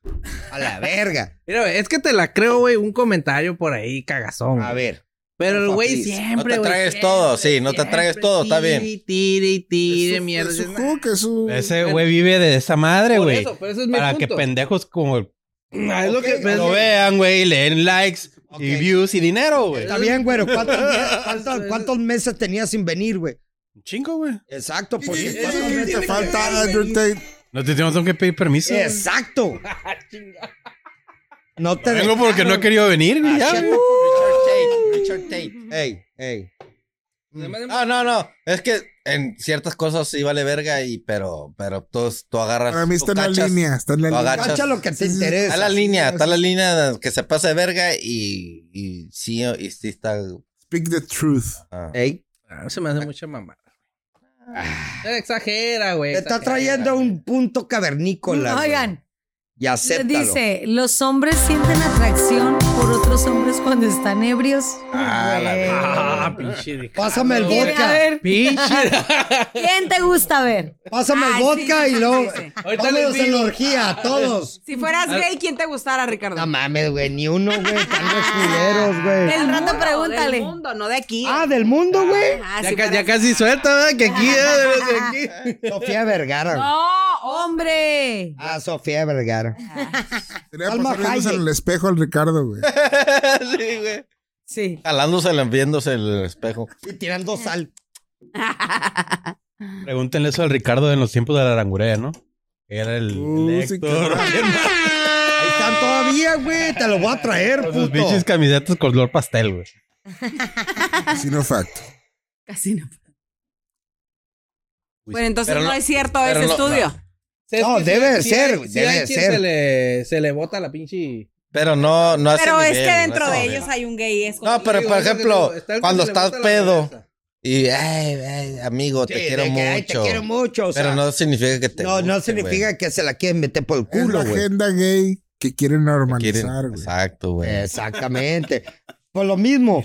S1: A la verga.
S6: Mira, güey, es que te la creo, güey. Un comentario por ahí, cagazón.
S1: A ver.
S6: Pero el güey
S2: Please.
S6: siempre.
S2: No te
S6: güey,
S2: tragues
S6: siempre,
S2: todo, sí, no te
S6: siempre
S2: tragues todo, está
S6: tire
S2: bien.
S6: y Tire y tire,
S5: Es un-
S6: mierda.
S5: Es
S6: dices,
S5: un
S6: "Nah".
S5: hook, es un.
S7: Ese güey vive de esa madre,
S6: Por
S7: güey.
S6: eso, pero ese es mi
S7: Para que
S6: punto.
S7: pendejos como el-
S6: Ah, es lo que-
S5: Ok,
S6: pero es
S7: lo
S6: lo-
S7: vean, güey, le den likes y
S1: Ok.
S7: views y dinero, güey.
S1: Está bien, güero. ¿Cuántos, días- cuántos- cuántos meses tenías sin venir, güey?
S7: Un chingo, güey.
S1: Exacto, pues.
S5: ¿Cuántos
S1: ¿cuántos
S5: meses
S1: meses
S5: te
S1: tenías?
S5: falta Andrew Tate?
S7: No te tenemos que pedir permiso. güey.
S1: Exacto. No te
S7: Vengo porque no he querido venir,
S1: Ah,
S2: Ah,
S7: güey. ya, güey.
S2: Richard Tate, Richard Tate.
S1: Ey, ey.
S2: No, no, no. Es que en ciertas cosas sí vale verga, y pero, pero tú, tú agarras.
S5: Para mí
S2: tú
S5: está en la
S2: cachas-
S5: línea. Está en la
S2: Lo
S5: línea.
S2: agachas.
S1: Cacha lo que te
S2: Está
S1: interesa.
S2: la línea, está la línea que se pasa de verga y, y sí, y sí está.
S5: Speak the truth.
S2: ah.
S1: Ey.
S6: Ah, se me hace mucha mamada. Exagera, güey.
S1: Te está
S6: exagera.
S1: trayendo a un punto cavernícola. güey.
S4: Oigan,
S1: Y acéptalo.
S4: dice, los hombres sienten atracción por otros hombres cuando están ebrios.
S2: Ah, la
S4: Güey.
S6: Ah, pinche. de-
S1: Pásame el
S4: Quiere- a
S1: vodka.
S4: ver,
S6: Pinche.
S4: ¿quién te gusta ver?
S1: Pásame
S4: Ah,
S1: el
S3: Ay,
S1: vodka
S3: sí,
S1: y luego.
S3: sí, sí.
S6: Ahorita les
S1: Vámonos en
S6: digo.
S1: la orgía a todos.
S3: Si fueras
S2: Ah.
S3: gay, ¿quién te gustara, Ricardo?
S1: No mames, güey. Ni uno, güey. Están
S4: Ah.
S1: los culeros, güey.
S4: Del
S3: Ah, Del
S4: rato
S3: mundo,
S4: pregúntale.
S3: Del mundo, no de aquí. Ah,
S1: Ah, del mundo, güey.
S3: Ajá,
S6: Ya,
S3: si
S6: ca- ya
S3: fueras-
S6: casi suelta, ¿verdad? Que aquí, eh, desde aquí.
S1: Sofía Vergara.
S4: ¡No, hombre!
S1: Ah, Sofía Vergara.
S5: Tenía que
S1: Salma
S5: pasar viéndose en
S1: Hayek.
S5: el espejo al Ricardo, güey.
S2: sí, güey.
S4: Sí.
S2: Jalándosela, viéndose en el espejo.
S1: Y tirando sal.
S7: Pregúntenle eso al Ricardo en los tiempos de la arangurea, ¿no? Era el
S5: Uh,
S7: el
S5: sí,
S7: Héctor,
S1: Ahí están todavía, güey. Te lo voy a traer,
S7: con sus
S1: puto.
S7: pinches camisetas color pastel, güey.
S5: Sino fact.
S3: Casi no. Bueno, entonces
S2: Pero
S3: no,
S2: no-
S3: es cierto
S2: pero
S3: ese
S2: no-
S3: estudio.
S6: Es
S1: No,
S6: que sí
S1: debe
S6: hay- sí
S1: ser,
S6: hay-
S1: güey,
S6: sí hay
S1: debe
S6: quien
S1: ser.
S6: Se le, se le bota la pinche.
S2: Pero no, no hace
S3: Pero es
S2: nivel,
S3: que
S2: no
S3: dentro
S2: hace
S3: de
S2: nivel.
S3: ellos hay un gay escondido.
S2: No, pero
S6: Digo,
S2: por
S6: es lo que
S2: ejemplo,
S6: digo, está el que
S2: cuando
S6: se le
S2: estás
S6: bota la
S2: pedo
S6: cabeza.
S2: y, ay, ay, amigo,
S1: Sí,
S2: te quiero
S1: de que,
S2: mucho.
S1: ay, te quiero mucho. o sea,
S2: pero no significa que te.
S1: no, no
S2: guste, güey.
S1: significa que se la quieren meter por el
S5: Es la
S1: culo, güey.
S5: agenda gay
S2: Te
S5: que quieren
S2: quieren-
S5: normalizar, güey.
S2: Exacto, güey.
S1: Exactamente. Por lo mismo,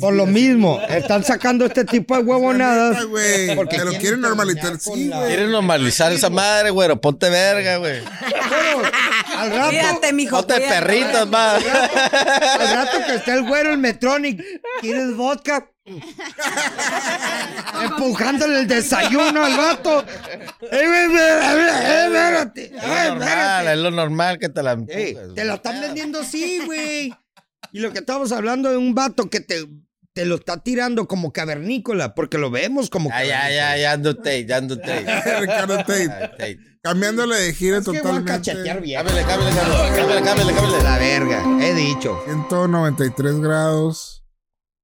S1: por lo mismo, están sacando este tipo de
S5: Neta,
S1: huevonadas.
S5: Ah, güey.
S1: Porque
S5: Te lo
S1: quieren
S5: quieren normalizar.
S1: terminar con
S5: Sí,
S1: la-
S5: güey.
S2: Quieren normalizar esa madre, güero. Ponte verga, güey.
S1: Bueno, al rato,
S3: Fíjate, mijo.
S2: Ponte
S3: cuídate.
S2: perritos, más.
S1: al rato que esté el güero el Metronic, ¿quieres vodka? Empujándole el desayuno al vato. ¡Eh, güey, güey, eh, espérate, eh,
S2: Es lo normal,
S1: espérate!
S2: es lo normal que te la
S1: Ey,
S2: empujes,
S1: te la
S2: güey.
S1: están vendiendo así, güey. Y lo que estamos hablando de un vato que te, te lo está tirando como cavernícola, porque lo vemos como
S2: Ay, ay, ay, ando Tate, ya ando Tate.
S5: Ricardo Tate.
S2: Ay, Tate.
S5: Cambiándole de gira
S1: Ah, Es que voy a cachetear
S5: totalmente.
S1: bien.
S2: Cámbiale, cámbiale, cámbiale, cámbiale, cámbiale, cámbiale.
S1: La verga, he dicho.
S5: 193 grados.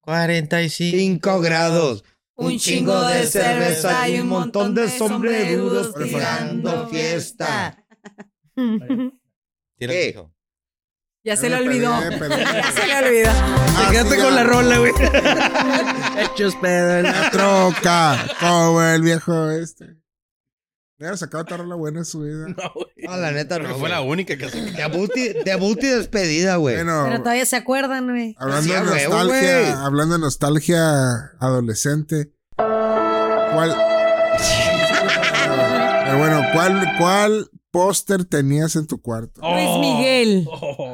S2: 45.
S1: 5 grados.
S3: Un chingo de cerveza y un montón de sombrerudos
S5: tirando
S1: fiesta.
S2: Tira,
S1: ¿Qué?
S2: hijo.
S3: Ya se le
S5: Perdí,
S3: olvidó.
S5: eh, perdí.
S3: Ya se le olvidó.
S5: Ah,
S6: Te quedaste
S5: sí,
S6: con
S5: ya.
S6: la rola, güey. Hechos pedo. ¿no?
S5: La troca. Como el viejo este. Mira, sacado otra rola buena en su vida.
S1: No, la neta
S7: Creo
S1: no.
S7: que fue
S1: güey.
S7: la única que se
S1: Debut y, debut y despedida, güey.
S4: Pero
S5: Bueno,
S4: todavía se acuerdan, güey.
S5: hablando
S1: Sí, a
S5: de
S1: huevo, güey.
S5: nostalgia, hablando de nostalgia adolescente. ¿Cuál? Pero bueno, ¿cuál, cuál póster tenías en tu cuarto?
S6: Oh,
S4: Luis Miguel.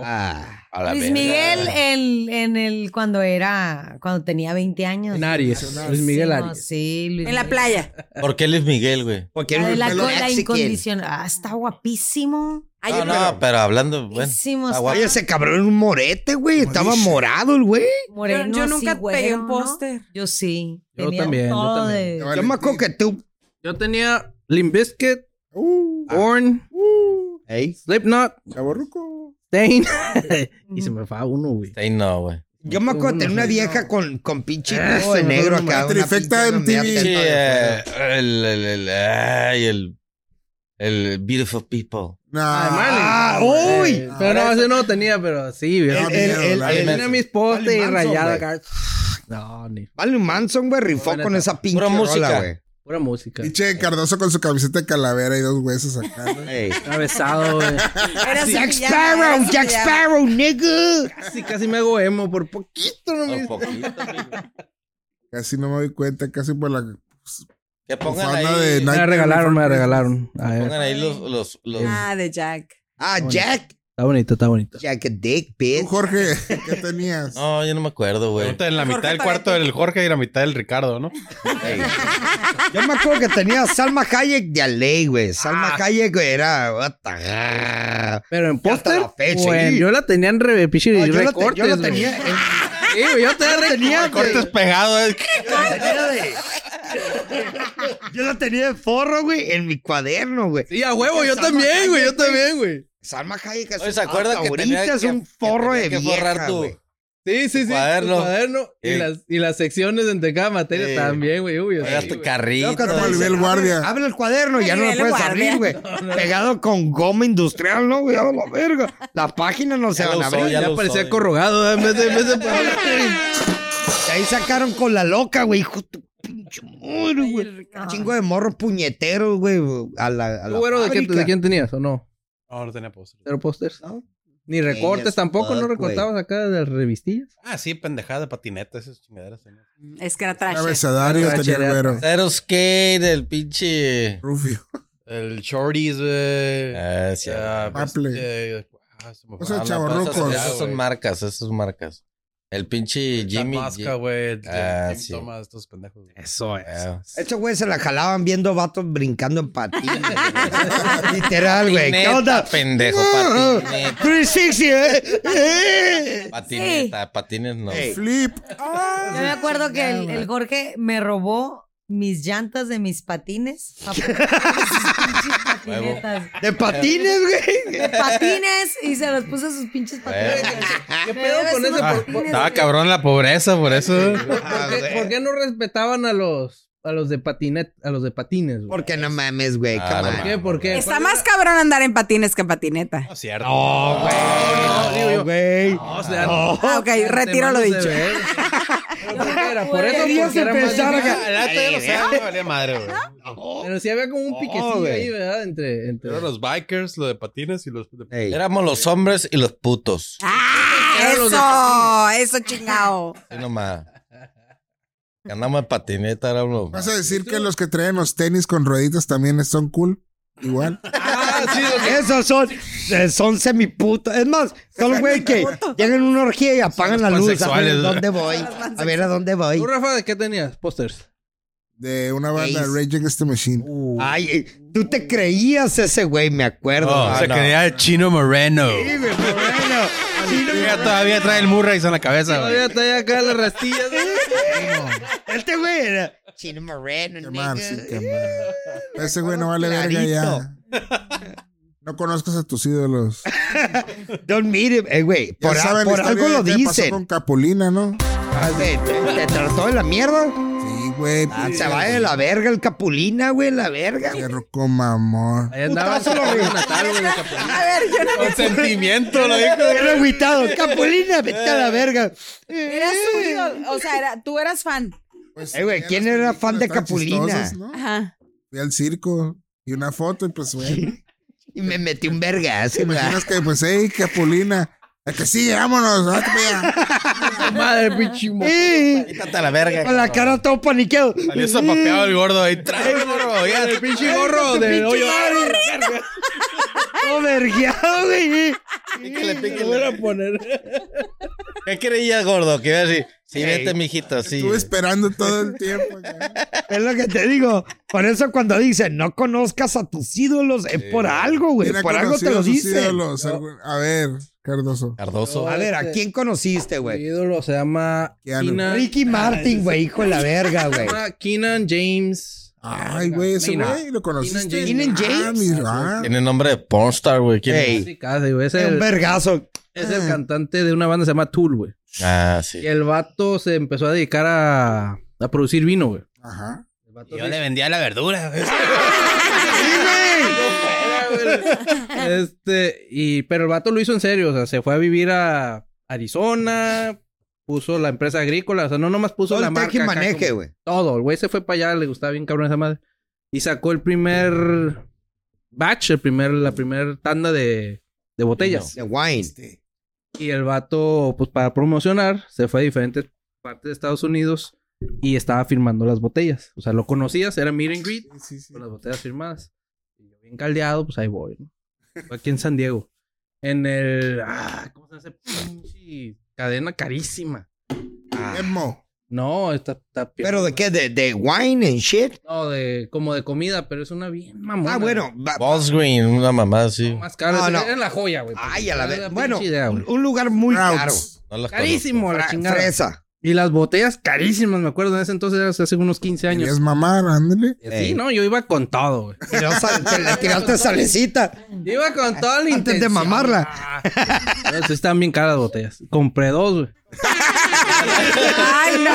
S1: Ah,
S2: A la
S4: Luis
S2: verga.
S4: Miguel el, en el cuando era, cuando tenía 20 años.
S6: En Aries. Luis
S4: Sí,
S6: Miguel
S4: no,
S6: Aries.
S4: Sí, Luis
S3: En la
S4: Miguel.
S3: playa.
S2: ¿Por qué Luis Miguel, güey?
S1: porque
S4: La de la
S1: pelo
S4: cola
S1: mexican.
S4: incondicional. Ah, está guapísimo.
S3: Hay
S2: Ah, no,
S3: un-
S2: no, pero hablando, bueno.
S4: Guapísimo.
S2: está
S4: está
S2: guapo.
S1: Oye, ese cabrón un morete, güey. Estaba morado el güey.
S3: Yo,
S4: moreno,
S3: yo
S4: así,
S3: nunca
S4: güero,
S3: pegué un
S4: ¿no?
S3: póster.
S4: Yo sí.
S6: Yo
S4: Tenía
S6: también, yo
S4: todo
S6: también.
S4: de-
S1: Yo me acuerdo que tú.
S6: Yo tenía Limp Bizkit,
S1: Oh.
S5: Uh,
S6: Ah. Korn,
S5: uh,
S1: Ey.
S6: Slipknot,
S5: chaborruco.
S6: Stain. y se me fue a uno, güey.
S2: Ahí no, güey.
S1: Yo me acuerdo de tener una vieja con, con pinche
S2: Ah,
S1: todo de
S6: Eso,
S1: negro
S6: no,
S1: acá. una
S5: no, trifecta
S1: pinche
S5: MTV.
S1: mamea
S2: Sí,
S1: teta
S2: eh,
S1: de
S2: el, el, el, ay, el, el Beautiful People.
S5: Nah.
S1: Ah,
S6: Marley.
S1: uy.
S6: Eh, Pero no, ese no lo tenía, pero sí, güey.
S1: fuera. El, el, el,
S5: Ahí
S1: el-
S6: tenía mis postes y
S1: Marilyn Manson,
S6: rayada
S1: güey.
S6: acá. No, ni.
S1: Marilyn Manson, güey, rifó
S6: Buena
S1: con
S6: etapa.
S1: esa pinche
S2: Pura música.
S1: rola, güey.
S6: Pura música.
S5: Pinche Cardoso con su camiseta de calavera y dos huesos acá. ¿no?
S1: Ey.
S6: Atravesado, güey.
S3: Era así
S1: Jack
S3: que ya-
S1: Sparrow,
S3: era
S1: Jack
S3: así que ya-
S1: Sparrow, nigga.
S6: Casi, casi me hago emo por poquito, no me
S2: Por poquito, amigo.
S5: Casi no me doy cuenta, casi por la
S2: que pongan
S5: Bufanda
S2: ahí,
S5: de Nike.
S6: Me la regalaron, me la regalaron. A ver.
S2: pongan ahí los, los, los,
S3: Ah, de Jack.
S1: Ah, Jack.
S6: Está bonito, está bonito.
S1: Jack a dick, bitch.
S5: Tú, Jorge, ¿qué tenías?
S2: No, yo no me acuerdo, güey.
S7: Ahorita en la
S3: Jorge
S7: mitad del
S3: Pareto.
S7: cuarto del Jorge y la mitad del Ricardo, ¿no?
S2: Ey,
S1: Yo me acuerdo que tenía Salma Hayek de Aley, güey. Salma
S2: Ah.
S1: Hayek, güey, era. what the-
S6: Pero en
S1: Ya hasta
S6: póster,
S1: la fecha,
S6: bueno,
S1: sí.
S6: yo la tenía en re, pinche
S1: No, yo, lo te-
S6: recortes.
S1: yo lo
S6: güey.
S1: tenía. en-
S6: Sí, güey, yo te tenía.
S7: Cortes pegado. eh.
S1: tenía de- Yo la tenía de forro, güey, en mi cuaderno, güey.
S6: Sí, a huevo, yo también, güey, yo también, güey.
S1: Salma Hayek es
S2: Oye, ¿se
S1: hasta
S2: acuerda que
S1: ahorita
S2: tenía
S1: es
S2: que-
S1: un forro
S2: que
S1: de
S2: tenía que
S1: vieja,
S2: forrar tu-
S1: güey.
S6: Sí, sí, sí. tu
S2: Cuaderno.
S6: cuaderno y,
S2: Sí.
S6: las, y las secciones entre cada materia
S2: Sí.
S6: también, güey. Uy, yo sí,
S2: Pegaste
S6: güey.
S2: este carrito.
S1: Luego que te
S5: Como
S1: dicen,
S5: Oliver Guardia.
S1: Abre, abre el cuaderno, ya no lo
S3: Oliver
S1: puedes
S3: Guardia.
S1: abrir, güey. Pegado con goma industrial, ¿no, güey? A la verga. Las páginas no se
S2: Ya
S1: van
S2: lo
S1: a
S2: usó,
S1: abrir.
S2: ya
S6: Ya
S2: lo
S6: parecía
S2: usó,
S6: corrugado, ¿eh? en vez de, en vez de
S1: De ahí sacaron con la loca, güey. Hijo de tu pinche madre, güey. Un Chingo de morros puñeteros, güey. A la, a la
S6: ¿Tú, güero, de, quién,
S1: fábrica.
S6: de quién tenías o no?
S7: No, no tenía póster.
S6: Cero pósters.
S1: No.
S6: Ni recortes
S1: Ellas,
S6: tampoco, ¿no
S1: fuck,
S6: recortabas acá de las revistillas?
S7: Ah, sí, pendejada de patineta, esas chingaderas. tenía.
S3: Es que era
S5: El
S3: trash.
S5: abecedario tenía el
S6: Trachera.
S5: güero.
S2: Cero skate, el pinche.
S5: Rufio.
S7: El shorties, güey.
S2: Ah, sí.
S7: Ah, pues,
S5: Maple.
S7: eh, ah, se me fue.
S5: O sea,
S2: No, no,
S5: chavorrucos.
S2: pero esas- Esas
S7: Ya, güey.
S2: son marcas, esas son marcas. El pinche Jimmy.
S7: La Vasca, güey. el- el
S2: Ah,
S7: Jim
S2: sí.
S7: Thomas, estos pendejos. güey.
S6: Eso
S2: Ah,
S1: Estos güeyes se la jalaban viendo vatos brincando en patines. güey. Literal, güey. ¿Qué
S2: Patineta,
S1: onda?
S2: pendejo,
S1: Ah,
S2: patineta.
S1: 360, eh. eh.
S2: Patineta, patines no.
S1: Ey.
S5: Flip.
S4: Yo me acuerdo que el,
S1: ¿eh?
S4: el Jorge me robó mis llantas de mis patines. pa- sus pinches patinetas.
S1: De patines, güey.
S4: De patines y se los puse a sus pinches patines.
S6: ¿Qué
S4: Me
S6: pedo
S4: debes
S6: con Ah,
S4: unos
S6: ese? ¿Por,
S4: patines,
S7: Estaba
S4: güey.
S7: cabrón la pobreza, por eso.
S6: por- por qué, por qué no respetaban a los, a los de patinet, a los de patines, güey?
S1: Porque no mames, güey.
S2: Ah,
S1: come
S2: no
S1: on.
S2: mames.
S6: ¿Por qué? ¿Por qué?
S3: Está más cabrón andar en patines que en patineta.
S7: No es cierto.
S1: No, güey.
S6: No, digo yo.
S1: No, güey.
S6: No, o sea,
S1: No.
S3: Ah, ok, retiro lo
S6: Hermanos
S3: dicho.
S6: de ver. Pero ¿por qué era? Por eso,
S1: Querías
S6: porque era más
S1: empezar a-
S6: difícil.
S7: Ah, la neta, yo no sé, me valía madre, güey.
S6: Pero sí había como un
S1: Oh,
S6: piquecillo
S1: güey.
S6: ahí, ¿verdad? Entre, entre...
S7: Eran los bikers, lo de patines y los. de-
S1: Ey.
S2: Éramos los hombres y los putos.
S3: ¡Ah! Eso, eso chingado.
S2: Así nomás. Ganamos en patineta, era uno.
S5: ¿Vas a decir que los que traen los tenis con rueditas también son cool? Igual.
S6: Ah, sí, o sea,
S1: Esos son, eh, son semiputos. Es más, son los güeyes que llegan a una orgía y apagan
S7: Son
S1: la
S7: los
S1: luz. A ver,
S7: pansexuales, ¿no?
S1: ¿dónde voy? A ver, ¿a dónde voy?
S6: ¿Tú, Rafa, de qué tenías? Pósters.
S5: De una banda,
S1: Ace.
S5: Rage Against the Machine.
S1: Ay, eh, tú te creías ese güey, me acuerdo.
S7: No,
S1: Ah,
S7: se
S1: no.
S7: creía el chino moreno.
S1: Sí, güey, pero bueno. Sí, no,
S7: Ya todavía trae el Murray en la cabeza, güey.
S6: Todavía está ahí acá las rastillas.
S1: Este güey era Chino Moreno,
S5: Quemar,
S1: nigga.
S5: sí, quemar. Ese güey no vale verga ya. No conozcas a tus ídolos.
S1: Don't meet him. Eh, güey,
S5: Ya
S1: por, a-
S5: saben la
S1: por
S5: historia
S1: algo lo
S5: de qué pasó
S1: dicen.
S5: con Capulina, ¿no?
S1: Ah, güey, ¿Te, te trató de la mierda?
S5: Sí, güey.
S1: Ah,
S5: pinche
S1: se va de la verga el Capulina, güey, la verga.
S5: perro como amor.
S6: Ahí andaba.
S1: Putazo lo
S6: en Natal, güey, en Acapulco.
S3: A ver, yo no.
S7: Con sentimiento, lo dijo. Eh.
S1: Era agüitado. Capulina, vete a la verga.
S3: Eras tu ídolo. O sea, era- tú eras fan.
S5: Pues,
S1: Eh, güey,
S5: ya
S1: ¿quién
S5: las
S1: era
S5: películas
S1: fan de
S5: estaban
S1: Capulina?
S5: chistosas, ¿no?
S3: Ajá.
S5: Fui al circo y una foto y pues, güey.
S1: Y me metí un vergazo.
S5: ¿Te
S1: güey.
S5: imaginas que, pues, hey, Capulina? La que sigue, vámonos. vamos para allá.
S6: Madre, pinche mo-
S1: Eh,
S2: Quítate a la verga.
S1: Con la cara todo paniqueado.
S7: Salió zapateado el gordo ahí. Trae el gorro, ya.
S6: El pinche gorro de hoyo.
S1: Todo vergueado, güey.
S2: Píquele,
S6: Te
S2: píquele.
S6: voy a poner.
S2: ¿Qué creía, gordo? Que iba a decir, sí,
S1: Ey.
S2: vete, mijito, sí.
S5: Estuve esperando todo el tiempo. acá.
S1: Es lo que te digo. Por eso cuando dicen no conozcas a tus ídolos, es por algo, güey.
S5: ¿Quién ha
S1: Por algo te
S5: conocido
S1: lo
S5: a sus
S1: dicen.
S5: ídolos? Algún- A ver, Cardoso.
S2: Cardoso.
S1: A ver,
S6: Este.
S1: ¿a quién conociste,
S6: Mi
S1: güey?
S6: ídolo se llama
S5: Keanu.
S6: Keenan.
S1: Ricky Martin, güey, hijo de la verga,
S6: Se
S1: güey.
S6: llama Keenan James.
S5: Ay, güey, ese
S6: Mira.
S5: güey lo conociste.
S1: Keenan James.
S5: Ah, mira.
S2: Tiene nombre de pornstar, güey. ¿Quién
S1: Ey.
S6: Sí, casi, güey. Es
S1: Un
S6: el,
S1: vergazo.
S6: es el cantante de una banda que se llama Tool, güey.
S2: es? Ah,
S6: Y
S2: sí.
S6: el vato se empezó a dedicar a, a producir vino, güey.
S5: Ajá.
S6: El vato
S7: Yo le vendía la verdura, güey.
S6: Este, y, pero el vato lo hizo en serio, o sea, se fue a vivir a Arizona, puso la empresa agrícola, o sea, no nomás puso
S1: Todo
S6: la
S1: el
S6: marca.
S1: teje y
S6: acá
S1: maneje,
S6: como-
S1: güey.
S6: Todo, el güey se fue para allá, le gustaba bien cabrón esa madre. Y sacó el primer batch, el primer, la primer tanda de, de botellas.
S1: De wine.
S6: Este. Y el vato, pues para promocionar, se fue a diferentes partes de Estados Unidos y estaba firmando las botellas. O sea, lo conocías, era meet and greet
S5: Sí, sí, sí.
S6: con las botellas firmadas. Y yo bien caldeado, pues ahí voy, ¿no? Fue aquí en San Diego. en el. Ah, ¿Cómo se hace? Pinche cadena carísima. Ah,
S5: Emo.
S6: no, está, está peor.
S1: ¿Pero de qué? ¿De, de wine and shit?
S6: No, de, como de comida, pero es una bien mamona.
S1: Ah, bueno. va-
S2: Boss Green, una mamá
S6: güey.
S2: así.
S6: Más cara.
S1: No,
S6: es-
S1: no.
S6: Era la joya, güey.
S1: Ay, a la
S6: Era
S1: vez.
S6: pinche
S1: Bueno,
S6: idea, güey.
S1: un un lugar muy caro.
S5: Crowds.
S2: No las
S6: Carísimo, la
S1: Fra-
S6: chingada.
S1: Fresa.
S6: Y las botellas carísimas, me acuerdo. En ese entonces era hace unos 15 años.
S5: ¿Querías mamar? Ándale.
S6: Eh, Sí, no, yo iba con todo, güey.
S1: Y no sal- te le tiraste salecita.
S6: Yo iba con todo el
S1: Antes de mamarla.
S6: Ah. Pero sí están bien caras las botellas. Compré dos, güey.
S5: ¡Ay, no!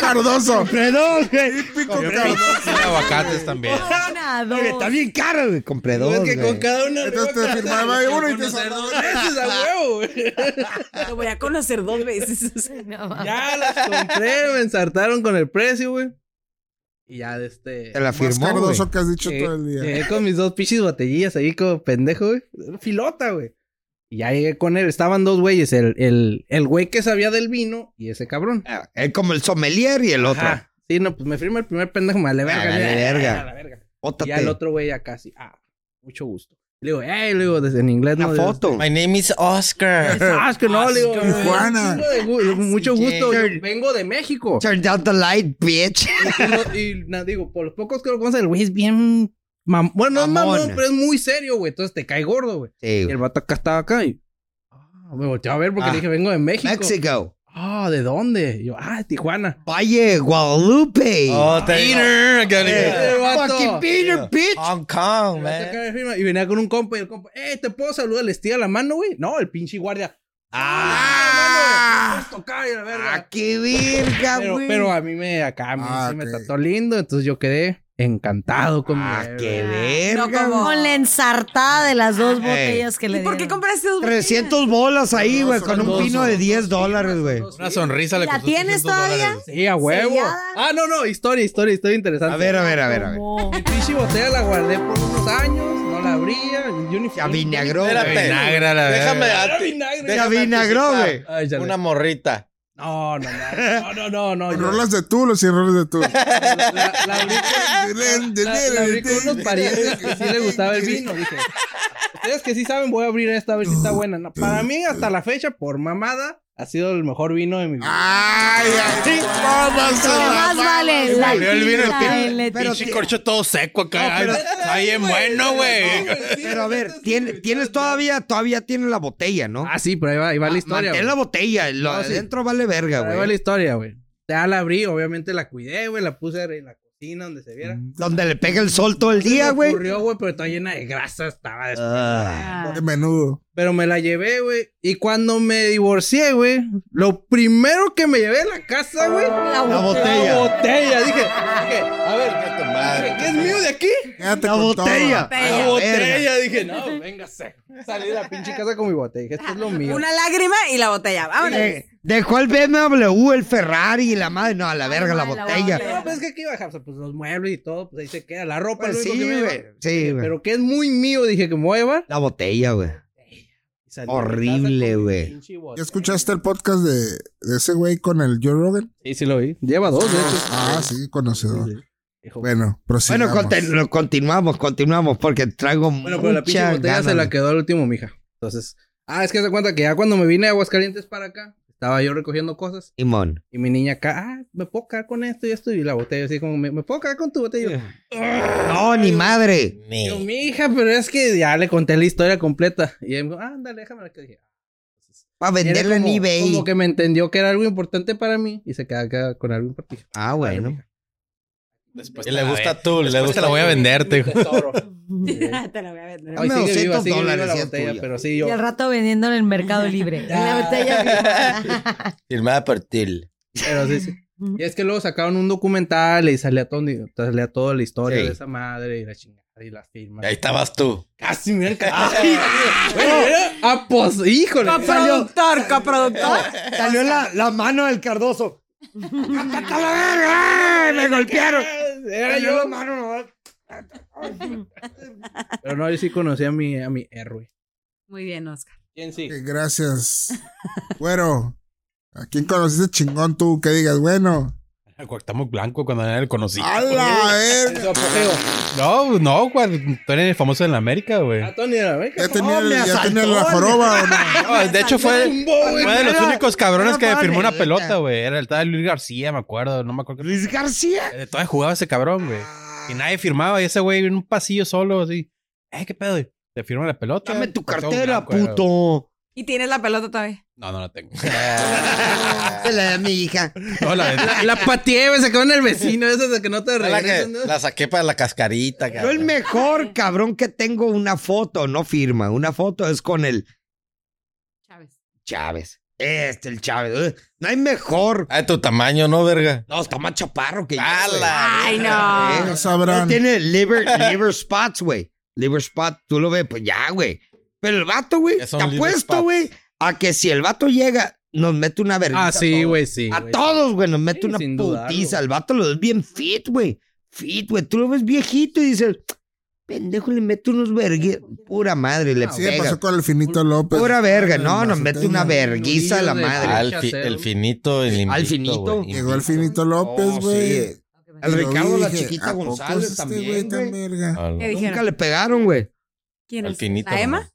S5: Cardoso.
S1: Compré dos, güey.
S7: Y aguacates también.
S4: Una, dos.
S1: Está bien caro, güey. Compré dos, güey.
S6: cada una.
S5: Entonces te firmaba uno y te saltaba.
S6: Veces a huevo, güey.
S3: Lo voy a conocer dos veces.
S4: No, mames.
S6: Ya las compré, me ensartaron con el precio, güey. Y ya de este.
S1: Te la
S5: Más
S1: firmó, güey.
S5: cardoso que has dicho
S6: Llegué-
S5: todo el día.
S6: Llegué Eh, con mis dos pichis botellillas ahí como pendejo, güey. Filota, güey. Y ya llegué con él. Estaban dos güeyes. El, el, el güey que sabía del vino y ese cabrón.
S1: Ah, Es como el sommelier y el otro.
S6: Ajá. Sí, no, pues me firma el primer pendejo. Me vale verga.
S1: Ah, vale
S6: ya,
S1: verga.
S6: a la verga.
S1: Ótate.
S6: Y al otro güey ya casi. Ah, mucho gusto. Le digo, hey, le digo, desde en inglés
S1: Una
S6: no.
S1: foto.
S2: My name is Oscar.
S6: Es que no, le digo.
S2: Oscar.
S5: Tijuana.
S6: "Chingo de
S1: Ah,
S6: gu- Mucho
S2: sí.
S6: gusto. yo vengo de México.
S1: Turn down the light, bitch.
S6: y, no- y na- digo, por los pocos que lo conocen, el güey es bien. mam- bueno, no es
S1: Mamón.
S6: mamón, pero es muy serio, güey. Entonces te cae gordo, güey.
S1: Sí,
S6: Y el
S1: güey.
S6: vato acá estaba acá y. Ah, me volteó a ver porque
S1: Ah.
S6: le dije, vengo de México.
S1: México.
S6: Ah, ¿de dónde? Y yo, ah, de Tijuana.
S1: Valle Guadalupe.
S2: Oh, te digo.
S6: Eh, el vato.
S1: Fucking
S6: Ah.
S1: Peter, bitch.
S2: Hong Kong,
S6: El vato acá
S2: man.
S6: me firma Y venía con un compa y el compa, eh, ¿te puedo saludar? ¿Les tira la mano, güey? No, el pinche guardia.
S1: Ah.
S6: "Puedes tocar", y la verga.
S1: Ah, qué verga,
S6: Pero,
S1: Ah, güey.
S6: pero a mí me acá a mí
S5: Ah,
S6: sí me
S5: ok.
S6: trató lindo, entonces yo quedé encantado con mi
S1: Ah,
S6: bebé.
S1: qué
S3: No,
S1: verga.
S3: como.
S4: Con la ensartada de las dos
S1: Ey.
S6: Ah,
S4: botellas que le
S3: ¿Y
S4: dieron.
S3: por qué compraste dos botellas?
S1: 300 bolas ahí, güey, con un
S6: Dos,
S1: pino de
S6: dos,
S1: 10 dólares, güey.
S7: Una sonrisa le
S4: ¿La
S7: costó
S4: tienes
S7: 300
S4: todavía?
S7: dólares.
S6: Sí, a huevo.
S4: Sellada.
S6: Ah, no, no, historia, historia, historia interesante.
S1: A ver, a ver, a ver, a ver.
S4: Como-
S6: Mi pinche botella la guardé por unos años, no la abría, yo ni
S1: Ya vinagró,
S2: Espérate.
S1: güey.
S7: Vinagra, la
S2: Déjame
S7: verga.
S6: Era
S2: a ti.
S6: vinagre.
S1: Ya
S2: Déjame
S1: vinagró,
S2: anticipar.
S1: güey.
S6: Ay, ya le-
S2: Una morrita.
S6: No, no, no, no, no, no,
S5: Con
S6: yo-
S5: rolas de tú, los sin rolas de tú.
S6: La, la abrí con- la- la abrí con unos parientes que sí le gustaba el vino, dije. Ustedes que sí saben, voy a abrir esta a ver si está buena. No, para mí, hasta la fecha, por mamada, ha sido el mejor vino de mi vida.
S5: ¡Ay, ay! ¿Cómo se
S4: Lo
S5: la
S4: más Ah, vale la
S7: Abrió el vino,
S4: tira,
S7: tiene-
S4: el-
S1: Pero
S7: Pinche
S1: sí.
S7: corcho todo seco acá.
S1: No, pero-
S7: Está bien bueno, güey.
S1: Pero a ver, tiene- tienes todavía, todavía tienes la botella, ¿no?
S6: Ah, sí, pero ahí va, ahí va la historia.
S1: Mantén
S6: güey.
S1: la botella, lo
S6: No,
S1: de
S6: sí.
S1: adentro vale verga,
S6: Ahí va la
S1: güey.
S6: historia, güey. Ya la abrí, obviamente la cuidé, güey. La puse en la cocina donde se viera.
S1: Donde le pega el sol todo el
S6: Se me
S1: día, güey.
S6: ocurrió, Mm. güey, pero estaba llena de grasa, estaba des-
S1: Ah.
S5: De menudo.
S6: Pero me la llevé, güey. Y cuando me divorcié, güey, lo primero que me llevé a la casa, güey,
S1: Ah, La
S6: La
S1: botella.
S6: botella. Dije, dije, a ver,
S2: Chinga tu madre.
S6: ¿qué es mío de aquí?
S5: Quédate
S1: La
S5: con todo.
S1: botella.
S3: La
S1: La verga.
S6: Botella. Dije, no, véngase. Salí de la pinche casa con mi botella. Dije, esto es
S1: Ah,
S6: lo mío.
S3: Una lágrima y la botella. Vámonos.
S1: Eh, Dejó el BMW, el Ferrari y la madre. No, a la verga, la
S4: Ah, la
S1: botella.
S4: botella.
S6: No, pues es que aquí iba a dejar pues, los muebles y todo, pues ahí se queda. La ropa,
S1: Pues
S6: lo único
S1: sí,
S6: que me
S1: güey.
S6: lleva.
S1: Sí, güey.
S6: Pero que es muy mío, dije que me voy a llevar.
S1: La botella, güey.
S6: Y salí
S1: Horrible,
S6: de la casa con mi
S1: güey.
S6: pinche botella.
S5: ¿Ya escuchaste el podcast de, de ese güey con el Joe Rogan?
S6: Sí, sí lo vi. Lleva dos, de hecho.
S5: Ah, sí, conocedor.
S6: Dijo,
S5: Bueno,
S1: Bueno,
S5: prosigamos.
S1: continu- continuamos, continuamos, porque traigo
S6: Bueno, pero la pinche
S1: muchas
S6: botella se
S1: ganas.
S6: la quedó al último, mija. Entonces, ah, es que se cuenta que ya cuando me vine a Aguascalientes para acá, estaba yo recogiendo cosas
S1: Simón.
S6: y mi niña acá, ah, me puedo quedar con esto y esto y la botella, así como, me, me puedo quedar con tu botella.
S1: No, ni madre.
S6: Y Yo,
S2: Ni.
S6: mi hija, pero es que ya le conté la historia completa y ella me dijo, ah, ándale, déjame la que dije.
S1: Para
S6: Era
S1: venderla en
S6: como-
S1: eBay.
S6: Como que me entendió que era algo importante para mí y se queda acá con algo importante.
S1: Ah, bueno.
S7: Después
S2: Y
S7: te
S2: le
S7: la
S2: gusta
S7: ve-
S2: tú, le
S7: pues eh. después
S2: gusta
S7: te la voy a vender, te digo.
S6: Tesoro.
S3: Ah, Te la voy a vender.
S6: Hoy
S1: Dame
S6: sigue viva,
S1: 200
S6: sigue viva
S1: dólares,
S6: la
S1: si es
S6: botella,
S1: tuya.
S6: pero sí,
S4: Y
S6: yo.
S4: al rato vendiendo en el Mercado Libre. La botella firmada.
S2: Firmada por ti.
S6: Pero sí, sí. Y es que luego sacaron un documental y salía todo, salía toda la historia
S1: Sí.
S6: de esa madre y la chingada y las firmas.
S2: Ahí estabas tú.
S6: Casi, mira el Ay, güey, era ah, pues, híjole.
S3: Coproductor, coproductor.
S1: Salió la, la mano del Cardoso. ¡Cállate la verga! ¡Ay, ¡Me golpearon!
S6: Era
S1: Salió la
S6: yo.
S1: mano nomás.
S6: Pero no, yo sí conocí a mi, a mi héroe.
S3: Muy bien, Oscar.
S6: ¿Quién sí?
S5: Ok, gracias. Bueno, ¿a quién conociste chingón tú? Que digas, bueno,
S7: A Cuauhtémoc Blanco cuando nadie le conocía.
S5: ¡A la verga!
S6: Su apogeo.
S7: No, no, güey. Tú eres el famoso en la América, güey.
S6: A Ah, Tony de la América.
S5: ¿Ya tenía, el- ya tenía la joroba o no?
S7: Ah, No, de hecho fue, fue de los únicos cabrones que firmó una pelota, güey. Era el tal Luis García, me acuerdo. No me acuerdo. qué-
S1: Luis García.
S7: Eh, Todavía jugaba ese cabrón, güey. Y nadie firmaba. Y ese güey en un pasillo solo, así. Eh, ¿qué pedo? güey? Te firma la pelota.
S1: Dame tu
S7: Cuauhtémoc
S1: cartera,
S7: Blanco, era, güey.
S1: puto.
S3: Y tienes la pelota todavía.
S7: No, no la tengo.
S1: Se la da mi hija.
S7: No, la vendí.
S6: La pateé, me sacó en el vecino, esas de que no te
S2: La, que-
S6: regresan. ¿no?
S7: Ah,
S2: la saqué para la cascarita,
S1: Yo el
S2: cabrón.
S1: mejor cabrón que tengo una foto, no firma, una foto es con el
S3: Chávez.
S1: Chávez. Este, el Chávez. Ugh, No hay mejor.
S2: Ah, de tu tamaño, ¿no, verga?
S1: No, está más chaparro que yo. güey.
S2: ¡Hala!
S3: Ay,
S1: Eh,
S3: no.
S5: Ya sabrán.
S1: Tiene liver, liver spots, güey. Liver spot, tú lo ves, pues ya, güey. Pero el vato, güey,
S2: ¿Qué
S1: te
S2: son liver
S1: apuesto,
S2: spots?
S1: güey, a que si el vato llega, nos mete una vergüenza.
S6: Ah, sí, güey, sí.
S1: A
S6: güey.
S1: todos, güey, nos mete
S6: Sí,
S1: una
S6: sin dudarlo,
S1: putiza.
S6: güey.
S1: El vato lo ves bien fit, güey. Fit, güey. Tú lo ves viejito y dices, pendejo, le mete unos vergues. Pura madre, le
S5: Ah, Sí, Pues,
S1: pega.
S5: pasó con el finito López.
S1: Ah, Pura verga. No, nos
S5: Mazateño.
S1: mete una verguiza a la
S6: Nudillo de-
S1: madre.
S2: Ah, el, fi- el finito, el invicto,
S1: Al finito.
S2: güey,
S5: Llegó el
S2: invicto.
S5: finito López,
S1: Oh,
S5: güey.
S1: sí.
S5: Y
S1: El
S5: lo vi
S1: Ricardo
S5: y
S1: La
S5: dije,
S1: Chiquita
S5: ¿a poco
S1: González
S5: es este güey
S1: también,
S5: tan
S1: güey.
S5: verga?
S2: Ah, no.
S3: ¿Qué
S1: Nunca
S3: dijeron?
S1: le pegaron, güey.
S3: ¿Quién
S2: Al
S3: es?
S2: finito.
S3: ¿La Emma?
S2: nomás.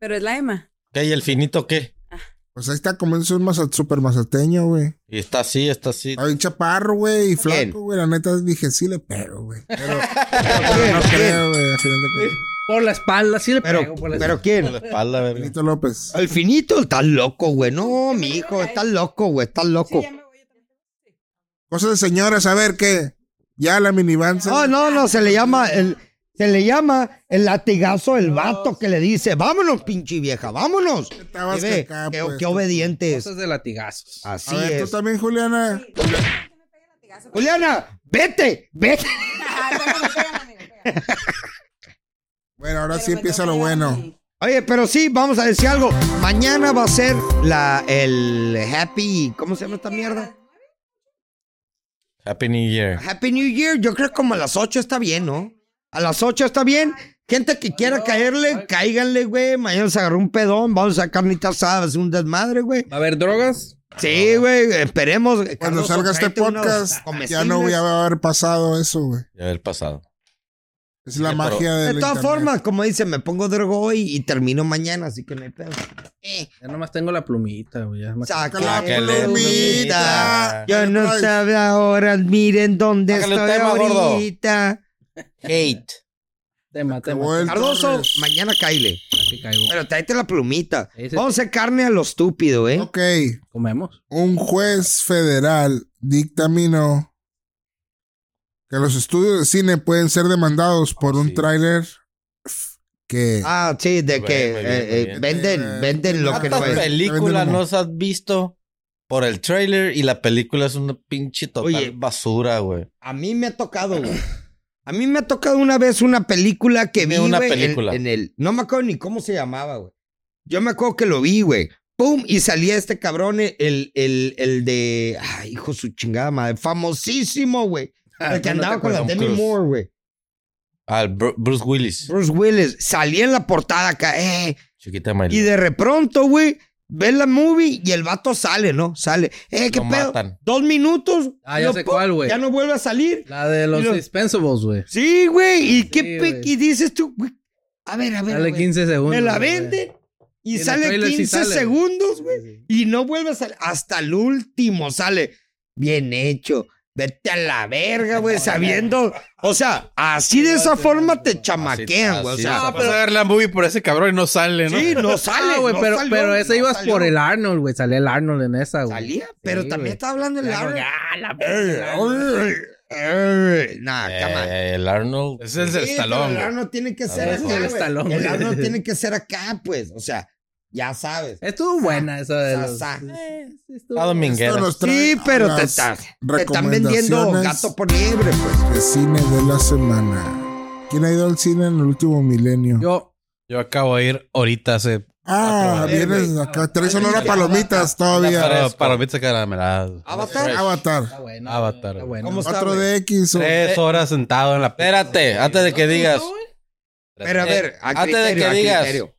S3: Pero es la Emma.
S2: ¿Qué? ¿Y el finito qué?
S5: Pues ahí está, como es un maza- super mazateño, güey.
S2: Y está así, está así.
S5: Está bien chaparro, güey, y
S1: ¿Quién?
S5: flaco, güey. La neta dije, sí le pego, güey. Pero, pero no creo, güey. al final de cuentas.
S6: Por la espalda, sí le
S1: Pero,
S6: pego por la
S1: pero
S2: En la
S1: ¿quién?
S2: espalda, verga.
S5: Finito López.
S1: El finito está loco, güey. No, mi hijo, está loco, güey. Está loco.
S5: Cosas de señoras, a ver qué. Ya la minivan se-
S1: Oh, No, no, no, se le llama el, se le llama el latigazo el vato que le dice, vámonos, pinche vieja, vámonos.
S5: Estabas
S1: Que ve,
S5: acá,
S1: qué,
S5: pues.
S1: qué obediente es. Ah.
S6: Cosas de latigazos.
S1: Así
S5: A ver, tú
S1: es.
S5: también, Juliana.
S1: Juliana, vete, vete.
S5: Bueno, ahora sí empieza lo bueno.
S1: Oye, pero sí, vamos a decir algo. Mañana va a ser la, el Happy, ¿cómo se llama esta mierda?
S2: Happy New Year.
S1: Happy New Year. Yo creo que como a las 8 está bien, ¿no? A las 8 está bien. Gente que quiera caerle, cáiganle, güey. Mañana se agarró un pedón, vamos a sacar carnita asada, hacer un desmadre, güey.
S6: ¿Va a haber drogas?
S1: Sí, güey, esperemos.
S5: Cuando
S1: Carlos,
S5: salga este
S1: tráete unos
S5: podcast, ya
S1: comestibles.
S5: no voy a haber pasado eso, güey.
S2: Ya el pasado.
S5: Es la
S2: Sí, pero-
S5: magia del
S1: De todas
S5: internet.
S1: formas, como dice, me pongo drogo hoy y termino mañana, así que no hay pedo. Eh,
S6: Ya nomás tengo la plumita, güey. ya nomás-
S1: saca
S5: Pues, la
S1: la plumita.
S2: plumita.
S1: Yo no
S5: Ay.
S1: sabía ahora, miren dónde
S2: Sácale un
S1: estoy
S2: tema, gordo.
S1: ahorita.
S2: Hate.
S6: Tema,
S5: Acabó
S6: tema.
S5: el
S1: Cardoso,
S5: Torres.
S1: mañana caile.
S6: Aquí caigo.
S1: Pero tráete la plumita.
S6: Ese-
S1: Vamos a hacer carne a lo estúpido, ¿eh?
S5: Ok,
S6: Comemos.
S5: un juez federal dictaminó que los estudios de cine pueden ser demandados por
S2: Ah,
S5: un
S2: sí.
S5: tráiler que
S1: Ah, sí, de
S2: Muy
S1: que
S2: bien, muy bien,
S1: eh,
S2: muy
S1: eh,
S2: bien.
S1: venden, venden lo que no
S2: ¿Cuántas
S1: es.
S2: Ah, películas
S5: Venden humo.
S2: nos has visto por el trailer y la película es una pinche total
S1: Oye.
S2: basura, güey?
S1: A mí me ha tocado, güey. A mí me ha tocado una vez una película que vi,
S2: Dime una
S1: güey, en-
S2: película.
S1: En, el... No me acuerdo ni cómo se llamaba, güey. Yo me acuerdo que lo vi, güey. ¡Pum! Y salía este cabrón, el, el, el de... Ay, hijo de su chingada madre. Famosísimo, güey. El que
S6: Ah, no
S1: andaba
S6: te
S1: con la
S2: acuerdas.
S1: Demi
S2: Tom Cruise.
S1: Moore, güey.
S2: Al Bru- Bruce Willis.
S1: Bruce Willis. Salía en la portada acá. Eh,
S2: Chiquita María.
S1: y de repronto, güey, ves la movie y el vato sale, ¿no? Sale. Eh, ¿qué
S2: Lo
S1: pedo?
S2: matan.
S1: Dos minutos.
S6: Ah, ya
S1: lo
S6: sé
S1: pum,
S6: cuál, güey.
S1: Ya no vuelve a salir.
S6: La de los
S1: Y lo-
S6: dispensables, güey.
S1: Sí, güey. ¿Y
S6: Sí,
S1: qué pe-
S6: güey.
S1: y dices tú? güey, A ver, a ver.
S6: Dale
S1: güey,
S6: 15 segundos.
S1: me la
S6: güey.
S1: venden y,
S6: Y en el
S1: sale
S6: trailer sí
S1: 15
S6: sale, güey.
S1: segundos, güey.
S6: Sí,
S1: Y no vuelve a salir. Hasta el último sale. Bien hecho. Vete a la verga, güey, sabiendo. O sea, así de esa forma te chamaquean, güey. O
S2: así
S1: sea,
S2: de
S7: Ah, pero vas a ver la movie por ese cabrón y no sale, ¿no?
S1: sí, no
S6: Sale,
S1: sale,
S6: Ah, güey,
S1: no
S6: pero,
S1: salió,
S6: pero esa
S1: no
S6: ibas
S1: salió.
S6: por el Arnold, güey. Salía el Arnold en esa, güey.
S1: Salía, pero
S6: Sí,
S1: también
S6: güey.
S1: estaba hablando el
S6: Ya,
S1: árbol.
S6: ya, la
S1: Nah,
S2: Eh,
S1: come on.
S2: el Arnold.
S7: Ese es el
S1: Ah, Sí, pero
S7: Stallone,
S1: El
S7: güey.
S1: arno tiene que ser
S2: ver,
S1: acá,
S2: es el
S1: güey.
S6: Stallone,
S1: El
S6: güey.
S1: arno tiene que ser acá, pues. O sea, ya sabes.
S6: Estuvo buena esa de los...
S1: Ah, Sa, sa.
S6: Eh, sí, estuvo-
S2: Está Ah, dominguera.
S5: esto nos trae
S1: Sí, pero
S5: a
S1: te,
S5: las
S1: está- te están vendiendo
S5: recomendaciones
S1: gato por liebre, pues.
S5: de cine de la semana. ¿Quién ha ido al cine en el último milenio?
S6: Yo...
S7: Yo acabo de ir ahorita hace
S5: ah,
S7: Ah,
S5: vienes
S6: güey.
S5: acá. Tres olor a palomitas todavía.
S7: para,
S2: fresco.
S7: para pizza Ah, carameladas.
S1: Avatar.
S5: Avatar.
S6: Está bueno.
S7: Avatar.
S6: Está bueno.
S1: ¿Cómo está, güey?
S5: 4DX. o-
S7: Tres horas sentado en la pera.
S2: Eh, Espérate, antes de que digas.
S1: Pero a ver, a
S2: Eh, Antes de
S1: criterio,
S2: que
S1: a
S2: digas.
S1: criterio.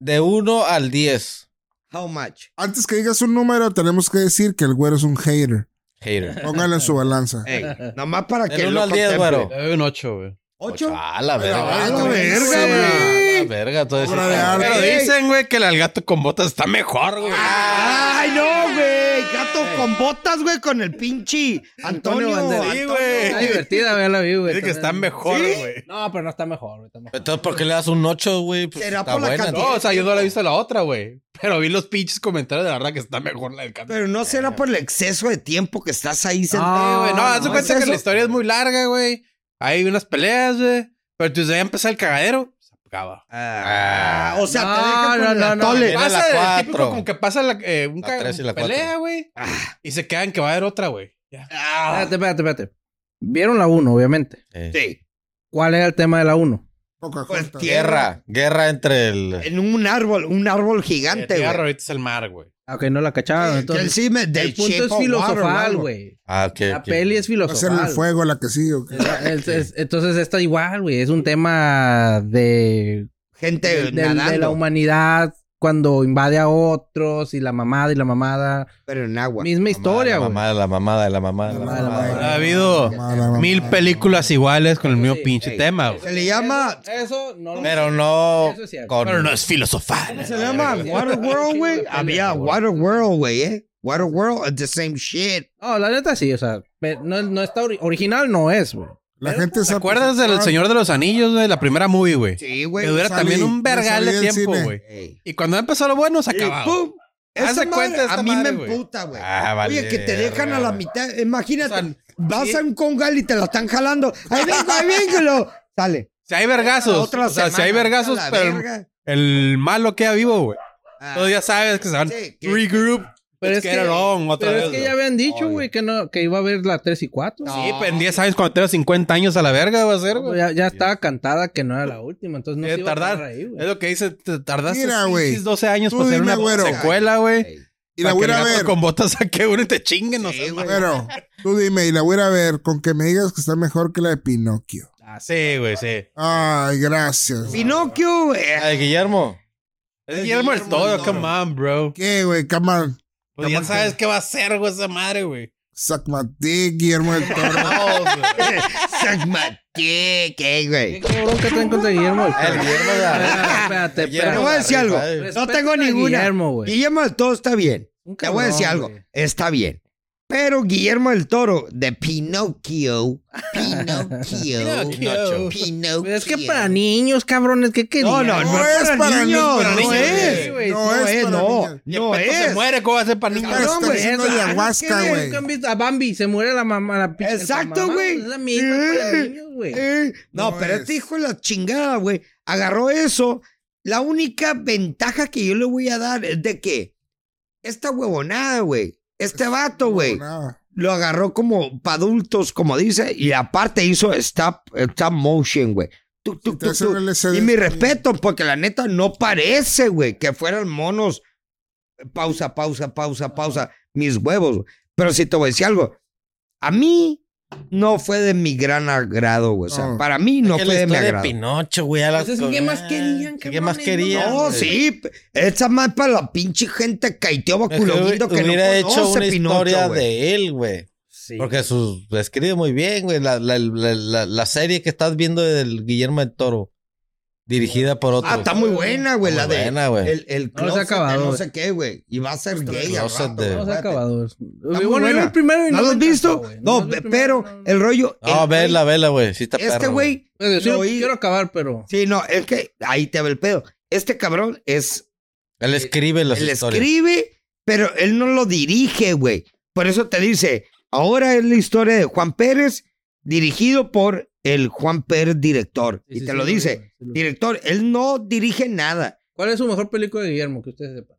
S2: De 1 al 10.
S1: How much?
S5: Antes que digas un número, tenemos que decir que el güero es un hater.
S2: Hater.
S5: Póngale en su balanza.
S1: Ey, nomás para que
S2: Del
S1: lo
S2: 1 al 10, güero.
S1: contemple.
S7: Le doy un 8, güey.
S1: ¿Ocho?
S2: A la verga.
S1: A la
S5: Ah,
S1: verga,
S5: sí.
S1: güey.
S2: la verga, todo eso.
S5: Obra de arte.
S7: Pero
S1: Ey.
S7: dicen, güey, que el al gato con botas está mejor, güey.
S1: Ah. Ay, no, güey. Gato con botas, güey, con el pinche Antonio.
S7: Banderí, güey.
S6: Está divertida, güey, ya la vi, güey.
S7: Dice que está
S6: también.
S7: mejor,
S1: ¿Sí?
S7: güey.
S6: No, pero no está mejor, güey. está mejor.
S2: Entonces, ¿por qué le das un 8, güey? Pues
S1: Será
S2: está
S1: por la
S2: buena.
S1: cantidad.
S7: No, o sea, yo no la he visto la otra, güey. Pero vi los pinches comentarios de la verdad que está mejor la del gato.
S1: Pero no será por el exceso de tiempo que estás ahí
S7: Sí,
S1: sentado.
S7: güey, no, haz de
S1: no,
S7: cuenta
S1: es
S7: que la
S1: eso.
S7: historia es muy larga, güey. Hay unas peleas, güey. Pero tú ya empezar el cagadero. Se acaba.
S1: Ah, o sea, te
S6: No,
S1: deja con
S6: no,
S1: el
S6: no, no.
S1: atole.
S2: Viene la
S7: Pasa el
S2: cuatro.
S7: típico como que pasa la, eh, un
S2: La
S7: ca-
S2: tres y la
S7: pelea,
S2: cuatro.
S7: güey. Y se quedan que va a haber otra, güey. Ya.
S6: Espérate, espérate, espérate. Vieron la 1, obviamente.
S2: Eh.
S1: Ah, Sí.
S6: ¿Cuál era el tema de la 1?
S5: Poca
S1: Pues
S5: junta.
S1: tiene-
S2: Guerra. Guerra entre el.
S1: En un árbol, un árbol
S7: El
S1: gigante,
S7: tierra
S1: güey.
S7: ahorita es el mar, güey.
S6: Ah, Ok, no la cacharon.
S1: Eh, Que
S6: Entonces,
S1: encima del
S6: el punto
S1: shape
S6: es
S1: of water,
S6: filosofal,
S1: ¿no?
S6: güey.
S2: Ah, ok.
S6: La
S2: ok.
S6: peli es
S5: Va a ser el
S6: filosofal.
S5: fuego la que sí. ¿o qué?
S6: Es- es- Entonces, está igual, güey. Es un tema de,
S1: Gente
S6: de- de
S1: nadando,
S6: la humanidad cuando invade a otros y la mamada y la mamada.
S1: pero en agua.
S6: Misma historia, güey.
S2: Mamada, Ah, la mamada, la mamada, la
S5: Mamada,
S2: mamada.
S5: la
S2: La mamada.
S5: mamada.
S7: Ha habido
S5: Mamada, mamada.
S7: mil películas iguales con el mismo
S6: Sí.
S7: pinche
S1: Ey.
S7: tema, güey.
S1: Se le llama...
S6: Eso, eso no lo-
S2: Pero no.
S6: Eso es cierto.
S2: Con...
S7: Pero no es filosofal.
S1: Se llama Waterworld, güey. Había Waterworld, güey, ¿eh? Waterworld, it's the same shit.
S6: No, la neta sí, o sea, pe- no, no está ori- original, no es, güey.
S5: La gente
S7: ¿Te
S5: sabe-
S7: acuerdas del Señor de los Anillos, güey? La primera movie, pues, güey.
S1: Sí,
S7: que
S1: güey.
S7: dura
S5: salí,
S7: también un
S5: me
S7: vergal
S5: salí
S7: de
S5: del
S7: tiempo,
S5: cine.
S7: güey.
S1: Ey.
S7: Y cuando empezó lo bueno, se
S1: Y
S7: acababa.
S1: ¡pum!
S7: Haz
S1: Esa
S7: de cuenta
S1: madre
S7: esta
S1: a mí
S7: madre,
S1: me
S7: güey.
S1: emputa, güey.
S2: Ah,
S1: Oye,
S2: vale,
S1: que te dejan a la
S2: verga.
S1: mitad. Imagínate,
S7: O sea,
S1: vas
S7: sí.
S1: a un congal y te la están jalando. Ahí vengo, ahí vengo. y lo- Sale.
S7: Si hay vergazos.
S1: Otra
S7: o sea, si
S1: semana,
S7: hay vergazos,
S1: la
S7: pero el,
S1: verga.
S7: el malo queda vivo, güey.
S1: Ah,
S7: Todavía sabes que se van.
S1: sí, que-
S7: Regroup.
S6: Pero
S7: Pero
S6: es
S7: es
S6: que-
S7: que, wrong, otra
S6: Pero es
S7: vez,
S6: que
S7: güey.
S6: ya habían dicho, güey, que no, que iba a haber la 3 y 4.
S7: Sí, pero en 10 años, cuando tengas 50 años a la verga, va a ser, güey.
S6: ya, ya estaba cantada que no era la última, entonces no
S7: Eh,
S6: se iba a
S7: tardar.
S6: parar ahí, güey.
S7: Es lo que dice, te tardaste
S5: Mira, güey.
S7: pinches 12 años
S5: Tú
S7: para hacer
S5: dime,
S7: una
S5: güero.
S7: secuela, güey.
S1: ey.
S5: Y la
S7: Para
S5: voy
S7: que
S5: a ir a
S7: el gato
S5: ver.
S7: Con botas a que uno y te chinguen, no sé, güey.
S5: Pero tú dime, y la voy a ir a ver con que me digas que está mejor que la de Pinocchio.
S7: Ah, sí, güey, sí.
S5: Ay, gracias.
S1: Pinocchio, güey.
S2: La de Guillermo.
S7: Es Guillermo el Toro, come on, bro.
S5: ¿Qué, güey? Come on.
S7: Pues ya sabes qué va a ser, güey, esa madre, güey.
S5: Suck my dick, Guillermo del Toro.
S1: Suck my dick, ey,
S6: ¿Qué
S1: güey.
S6: cabrón que traen contra Guillermo? del Toro?
S2: El Guillermo de la-
S6: Ah, Espérate,
S2: Guillermo
S1: Te
S6: espérate.
S1: voy a decir algo.
S2: Respeta
S1: No tengo
S6: a
S1: ninguna.
S6: Guillermo, güey.
S1: Guillermo del Toro está bien.
S6: Un
S1: Te voy a
S6: cabrón,
S1: decir algo.
S6: güey.
S1: Está bien. Pero Guillermo del Toro de Pinocchio. Pinocchio.
S2: Pinocho.
S1: Pinocchio.
S6: Es que para niños, cabrones, ¿qué querían?
S1: No, no, no, es para niños.
S5: niños,
S1: no
S7: niños,
S1: es.
S6: güey,
S1: No es,
S5: para
S1: no.
S5: niños.
S1: No
S7: Esto se
S1: es.
S7: muere, ¿cómo va a ser para
S5: Está-
S7: niños?
S6: Cabrón,
S5: está
S6: güey,
S5: haciendo
S6: es- ah,
S5: ayahuasca,
S6: ¿Qué
S5: güey.
S6: nunca han visto? A Bambi se muere la mamá, la pinche-
S1: Exacto,
S6: la mamá,
S1: güey.
S6: Es la misma
S1: Eh.
S6: para niños, güey.
S1: Eh, no,
S5: No
S1: pero
S5: es.
S1: este hijo de la chingada, güey, agarró eso. La única ventaja que yo le voy a dar es de que esta huevonada, güey, este vato, güey,
S5: Nada.
S1: lo agarró como para adultos, como dice, y aparte hizo stop, stop motion, güey. Tuc, tuc,
S5: Te
S1: tuc,
S5: hacen
S1: tuc.
S5: el LCD.
S1: Y mi respeto, porque la neta no parece, güey, que fueran monos. Pausa, pausa, pausa, pausa. Mis huevos. güey. Pero si te voy a decir algo, a mí no fue de mi gran agrado, güey. O sea,
S5: No.
S1: para mí no
S2: Oh. que
S1: fue
S2: la
S1: de mi
S2: historia de
S1: agrado.
S2: Pinocho, güey. a la-
S6: Entonces, ¿qué más querían,
S2: ¿Qué
S6: cabrones?
S2: más querían?
S1: No,
S2: güey?
S1: sí. Esa más para la pinche gente caiteo
S2: Mejor
S1: baculoguindo que no
S2: hubiera
S1: conoce
S2: hecho una
S1: Pinocho,
S2: historia
S1: güey.
S2: de él, güey.
S6: Sí.
S2: Porque sus, escribe muy bien, güey. La, la, la, la, la serie que estás viendo del Guillermo del Toro, dirigida por otro.
S1: Ah, está muy buena, güey.
S2: Muy
S1: La de
S2: buena, güey. Este
S1: El, el
S6: No se ha
S1: closet de
S6: acabado,
S1: no
S6: güey.
S1: sé qué, güey. Y va a ser gay. al
S2: closet
S1: rato,
S2: de-
S1: güey.
S6: Vamos a acabar. Bueno,
S1: muy
S6: yo
S1: buena.
S6: vi el primero y
S1: ¿No lo has
S6: me
S1: visto?
S6: encantó, güey.
S1: No,
S6: Yo vi el primero,
S1: pero
S6: no, no.
S1: el rollo.
S2: No,
S1: el-
S2: Ah, vela, vela, güey. Sí está
S1: Este
S2: perro,
S1: güey.
S6: Bueno, sí,
S1: lo
S6: lo-
S1: oí-
S6: quiero acabar, pero.
S1: Sí, no, es que ahí te ve el pedo. Este cabrón es.
S2: Él escribe las
S1: él
S2: historias.
S1: escribe, pero él no lo dirige, güey. Por eso te dice: ahora es la historia de Juan Pérez, dirigido por el Juan Pérez, director.
S6: Sí,
S1: y
S6: sí,
S1: te
S6: sí,
S1: lo
S6: vi,
S1: dice:
S6: güey, sí lo vi.
S1: director, él no dirige nada.
S6: ¿Cuál es su mejor película de Guillermo que ustedes sepan?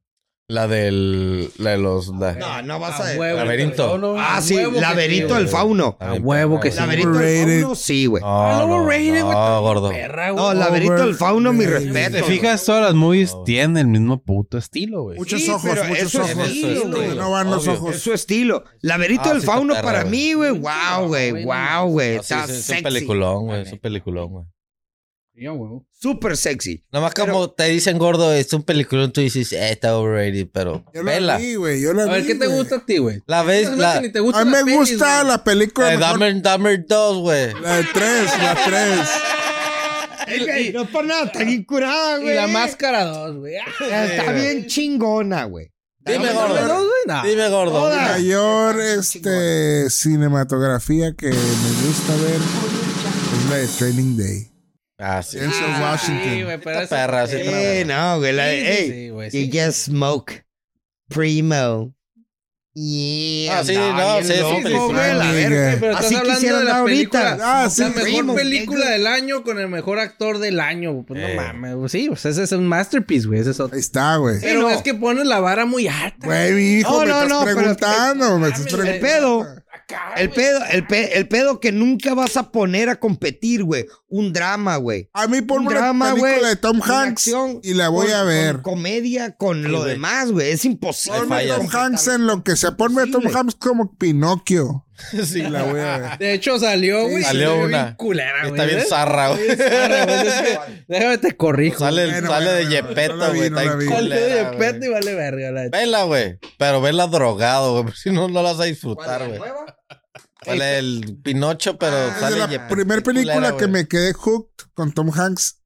S2: La del. La de los. la-
S1: No, no vas a.
S6: huevo.
S2: Laberinto.
S6: No, no,
S1: Ah,
S6: a
S1: sí,
S6: huevo que
S1: laberinto
S6: sí,
S1: del
S6: güey.
S1: fauno.
S2: Está bien
S6: huevo
S2: perra,
S6: que
S2: güey.
S6: sí.
S1: Laberinto del
S5: Overrated.
S1: fauno, sí, güey.
S2: No, no,
S6: Overrated, güey,
S2: no, gordo.
S6: Perra, güey.
S1: No, laberinto del fauno, mi
S5: Overrated.
S7: Si
S1: respeto.
S7: te fijas, todas las movies
S2: No, güey.
S7: tienen el mismo puto estilo, güey.
S5: Muchos
S1: Sí,
S5: ojos,
S1: pero
S5: muchos
S1: eso
S5: ojos.
S1: es
S2: estilo,
S5: Donde
S2: güey.
S5: no van los
S2: Obvio.
S5: ojos.
S1: Es su estilo. Laberinto
S2: Ah,
S1: del
S2: sí está
S1: fauno
S2: perra,
S1: para
S2: güey.
S1: mí, güey. Wow, güey.
S6: Bueno,
S1: Wow, güey.
S2: No, sí,
S1: Está
S2: sí, es un
S1: sexy.
S2: peliculón, güey. Es un peliculón, güey.
S6: Sí, a huevo.
S1: Súper sexy.
S2: Nomás como te dicen gordo, es un peliculón, tú dices, eh, está overrated, pero
S5: Yo la
S2: vela. Eh,
S5: vi, güey. Yo la
S6: A
S5: vi.
S6: ver, ¿qué te
S5: güey.
S6: gusta a ti, güey?
S2: La ves,
S6: No,
S2: la,
S6: que ni te gustan
S5: A mí me
S6: las pelis,
S5: gusta
S6: güey.
S5: la película.
S2: la de
S5: mejor-
S2: Dumber, Dumber 2, güey.
S5: La de tres, la tres.
S1: Ey, no es por nada, está bien curada,
S6: Y la máscara 2, güey. Ah,
S1: Está bien chingona, güey.
S2: Dime,
S6: ¿no me dos,
S2: gordo.
S6: güey? No.
S2: Dime, gordo.
S1: Todas.
S5: Mayor este, cinematografía que me gusta ver es la de Training Day.
S2: Ah, sí.
S5: Denzel
S6: Sí,
S5: Washington.
S6: güey, pero
S2: Esta
S6: eso-
S2: perra, sí,
S6: Eh,
S2: te la veo.
S1: Eh, no, güey. La de,
S6: Sí, sí,
S1: hey,
S6: sí, güey,
S1: you
S6: sí.
S1: just smoke. Primo. Yeah.
S2: Ah, sí, no,
S1: bien
S2: sí, es
S1: loco,
S2: un peliculón,
S1: güey, la
S5: güey.
S1: verga.
S6: Pero estás
S1: Así
S6: hablando
S1: quisiera
S6: de
S1: andar
S6: la
S1: ahorita.
S6: película.
S5: Ah, sí,
S6: la mejor
S1: primo.
S6: película del año con el mejor actor del año. Pues no
S2: Eh.
S6: mames, güey. sí, pues ese es un masterpiece, güey. Ese es otro.
S5: Ahí está, güey.
S6: Pero
S1: no.
S6: es que pones la vara muy alta.
S5: Güey, mi hijo,
S1: No,
S5: me
S1: no,
S5: estás
S1: no, pero-
S5: preguntando. me estás
S6: El
S5: preguntando.
S1: pedo. El pedo, el, pe- el pedo que nunca vas a poner a competir, güey. Un drama, güey.
S5: A mí
S1: Un
S5: Ah, ponme una
S1: drama,
S5: película
S1: güey,
S5: de Tom
S1: una
S5: Hanks
S1: acción
S5: y la voy
S1: Con-
S5: a ver.
S1: Con comedia, con lo
S2: güey.
S1: demás, güey. Es
S2: Ahí
S1: imposible.
S5: Ponme a Tom
S2: fallas.
S5: Hanks en lo que se ponme a Tom
S1: Imposible.
S5: Hanks como Pinocchio.
S2: Sí,
S5: Y la voy a ver.
S6: De hecho, salió, güey.
S2: salió
S6: se ve
S2: una.
S6: bien Culera, güey.
S2: Está bien
S6: ¿ves?
S2: zarra, güey.
S6: Zarra, güey, pues es que- Déjame te corrijo.
S2: Sale, el-
S5: Bueno,
S2: sale
S5: bueno,
S2: de
S5: bueno, no
S2: Yepeto,
S5: la vi,
S2: güey.
S5: no la
S2: está
S5: vi.
S2: bien
S6: Salió de
S2: culera, güey.
S6: peto y vale verga. La
S2: Vela, güey. Pero vela drogado, güey. porque Si no, no la vas a disfrutar, güey. ¿Cuál es el Pinocho, pero
S5: Ah, Es de
S2: sale
S5: la
S2: Yepeto,
S5: primer película
S2: culera,
S5: que
S2: güey.
S5: me quedé hooked con Tom Hanks.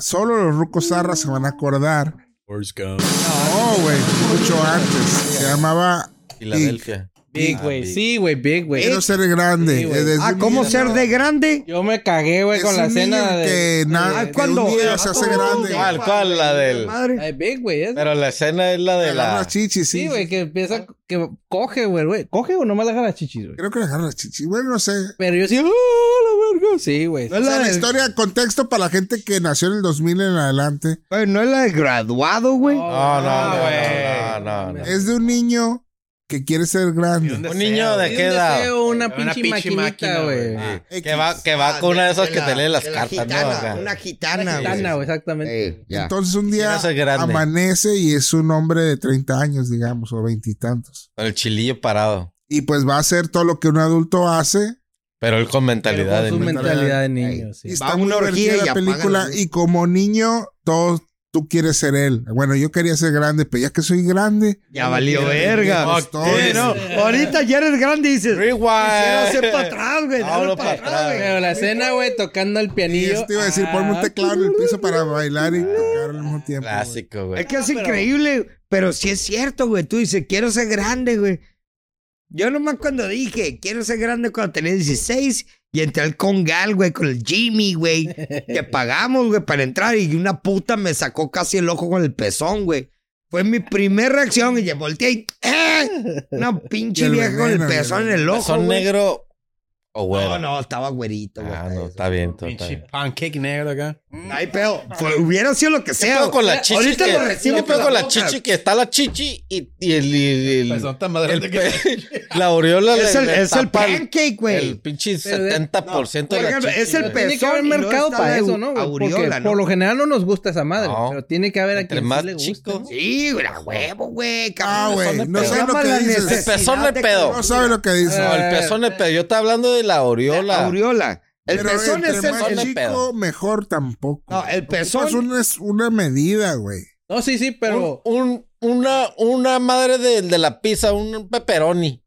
S5: Solo los rucos zarras se van a acordar.
S1: Ah.
S5: No, güey, mucho antes. Se llamaba
S2: Filadelfia.
S6: Big,
S2: Ah,
S6: güey.
S2: Big.
S6: Sí, güey, Big, güey.
S5: Quiero ser grande.
S6: Sí, güey.
S5: Eh, desde
S1: Ah,
S5: un
S1: ¿cómo
S5: niño-
S1: ser de grande?
S6: Yo me cagué, güey,
S5: es
S6: con la
S5: un
S6: escena
S5: niño
S6: de.
S5: que na-
S1: Ah,
S5: que
S1: ¿cuándo?
S5: un día se hace grande.
S2: ¿Cuál, cuál? La del.
S1: Madre.
S6: la de Big, güey. es-
S2: Pero la escena es la de
S5: Agarra
S2: la.
S5: las chichis, sí.
S6: Sí, güey, que empieza. Que coge, güey, güey. Coge o nomás deja las chichis, güey.
S5: Creo que le agarra las chichis. Bueno, no sé.
S6: Pero yo sí. ¡Ah, la verga! Sí, güey.
S1: No es
S5: O
S1: la,
S5: sea, la
S1: del-
S5: historia, contexto para la gente que nació en el 2000 en adelante.
S1: Güey, no es la de graduado, güey.
S2: No, no,
S6: Ah,
S2: no,
S6: güey.
S2: no, no, no.
S5: Es de un niño que quiere ser grande.
S2: Un niño de
S6: Sí,
S2: qué
S6: un
S2: edad.
S6: deseo, una
S7: güey. Una
S6: pinche
S7: pinche
S6: maquinita,
S7: máquina,
S6: güey. Ah,
S7: güey.
S2: Sí. Que va, que
S1: Ah,
S2: va con una de esas que te lee las cartas, ¿no? Acá.
S1: Una
S6: Una
S1: gitana,
S6: gitana,
S1: güey.
S6: güey, exactamente.
S1: Eh, ya.
S5: Entonces un día
S2: Quiere ser grande.
S5: amanece y es un hombre de 30 años, digamos, o veintitantos.
S2: Con el chilillo parado.
S5: Y pues va a hacer todo lo que un adulto hace.
S2: Pero él con
S6: Pero
S2: mentalidad
S6: con
S2: de
S6: su
S2: niño.
S6: mentalidad de
S1: Ey.
S6: niño, sí.
S5: Y
S1: Va
S5: está
S1: a
S5: muy
S1: una orgía
S5: divertida
S1: y
S5: la
S1: apaga
S5: película.
S1: la luz.
S5: Y como niño, todos tú quieres ser él. Bueno, yo quería ser grande, pero ya que soy grande,
S1: Ya valió verga.
S5: pues, todo
S1: Eh,
S5: es-
S1: no, ahorita ya eres grande y dices, quisiera hacer para
S2: Rewind.
S1: atrás, güey. dale
S2: Hablo
S1: para
S2: para
S1: atrás,
S2: eh". atrás,
S1: güey.
S6: Pero la escena, güey, tocando el
S5: Y
S6: pianillo.
S5: yo te iba a decir, ponme un
S6: Ah,
S5: teclado en el piso para bailar y tocar al mismo tiempo. güey.
S2: Clásico,
S1: Es
S2: güey.
S1: que es increíble, pero sí es cierto, güey. Tú dices, quiero ser grande, güey. Yo nomás cuando dije, quiero ser grande cuando tenía 16 y entré al Congal, güey, con el Jimmy, güey, que pagamos, güey, para entrar y una puta me sacó casi el ojo con el pezón, güey. Fue mi primera reacción y ya volteé y ¡eh! Una pinche
S5: Y el
S1: vieja con el
S5: veneno, y el
S1: pezón en el ojo.
S2: ¿Son
S1: güey.
S2: negro o
S1: No,
S2: güero?
S1: no, estaba güerito, güey.
S2: Ah,
S1: hasta
S2: no,
S1: eso.
S2: está bien, todo está
S7: Pinche
S2: bien.
S7: pancake negro acá.
S1: Ay, pedo. Fue- hubiera sido lo que
S2: ¿Qué
S1: sea.
S2: pedo con la chichi?
S1: Ahorita
S2: que-
S1: lo recibo
S2: ¿Qué
S1: por
S2: pedo con la
S1: boca.
S2: chichi? Que está la chichi y, y el... y el-
S7: Pezón Pues, tan más
S2: el
S7: grande que-
S2: pe- la aureola
S1: Es
S2: le-
S1: el,
S2: le
S1: es el
S2: tapa el-
S1: pancake, güey.
S2: El pinche
S6: Pero de-
S2: 70% de la
S1: Oigan,
S2: chichi.
S1: es el
S2: güey.
S1: pe-
S6: Tiene que haber
S1: pezón y luego
S6: mercado
S1: está
S6: para
S1: la
S6: eso, ¿no? güey?
S1: aureola,
S6: Porque
S1: ¿no?
S6: por lo general no nos gusta esa madre,
S2: No.
S6: pero tiene que haber a
S2: Entre
S6: quien
S2: más
S6: sí le gusta.
S2: chico.
S6: ¿no?
S1: Sí, güey, a huevo, güey.
S5: Ah,
S1: cabrón.
S5: güey, no
S2: Pero
S5: sé lo
S1: llama
S5: que
S1: la
S5: dices.
S2: El pezón de pedo.
S5: No sabe lo que
S2: No,
S5: dices.
S2: el pezón es pedo. Yo estaba hablando de la aureola.
S1: Eh, Aureola. El
S5: Pero
S1: pezón
S5: entre
S1: es
S5: más
S2: pezón
S1: el...
S2: de
S5: chico,
S2: pedo.
S5: mejor tampoco.
S1: No, el
S5: Ocupas
S1: pezón...
S5: una- es una medida, güey.
S6: No, sí, sí, pero.
S2: Un, una, una madre de, de la pizza, un pepperoni.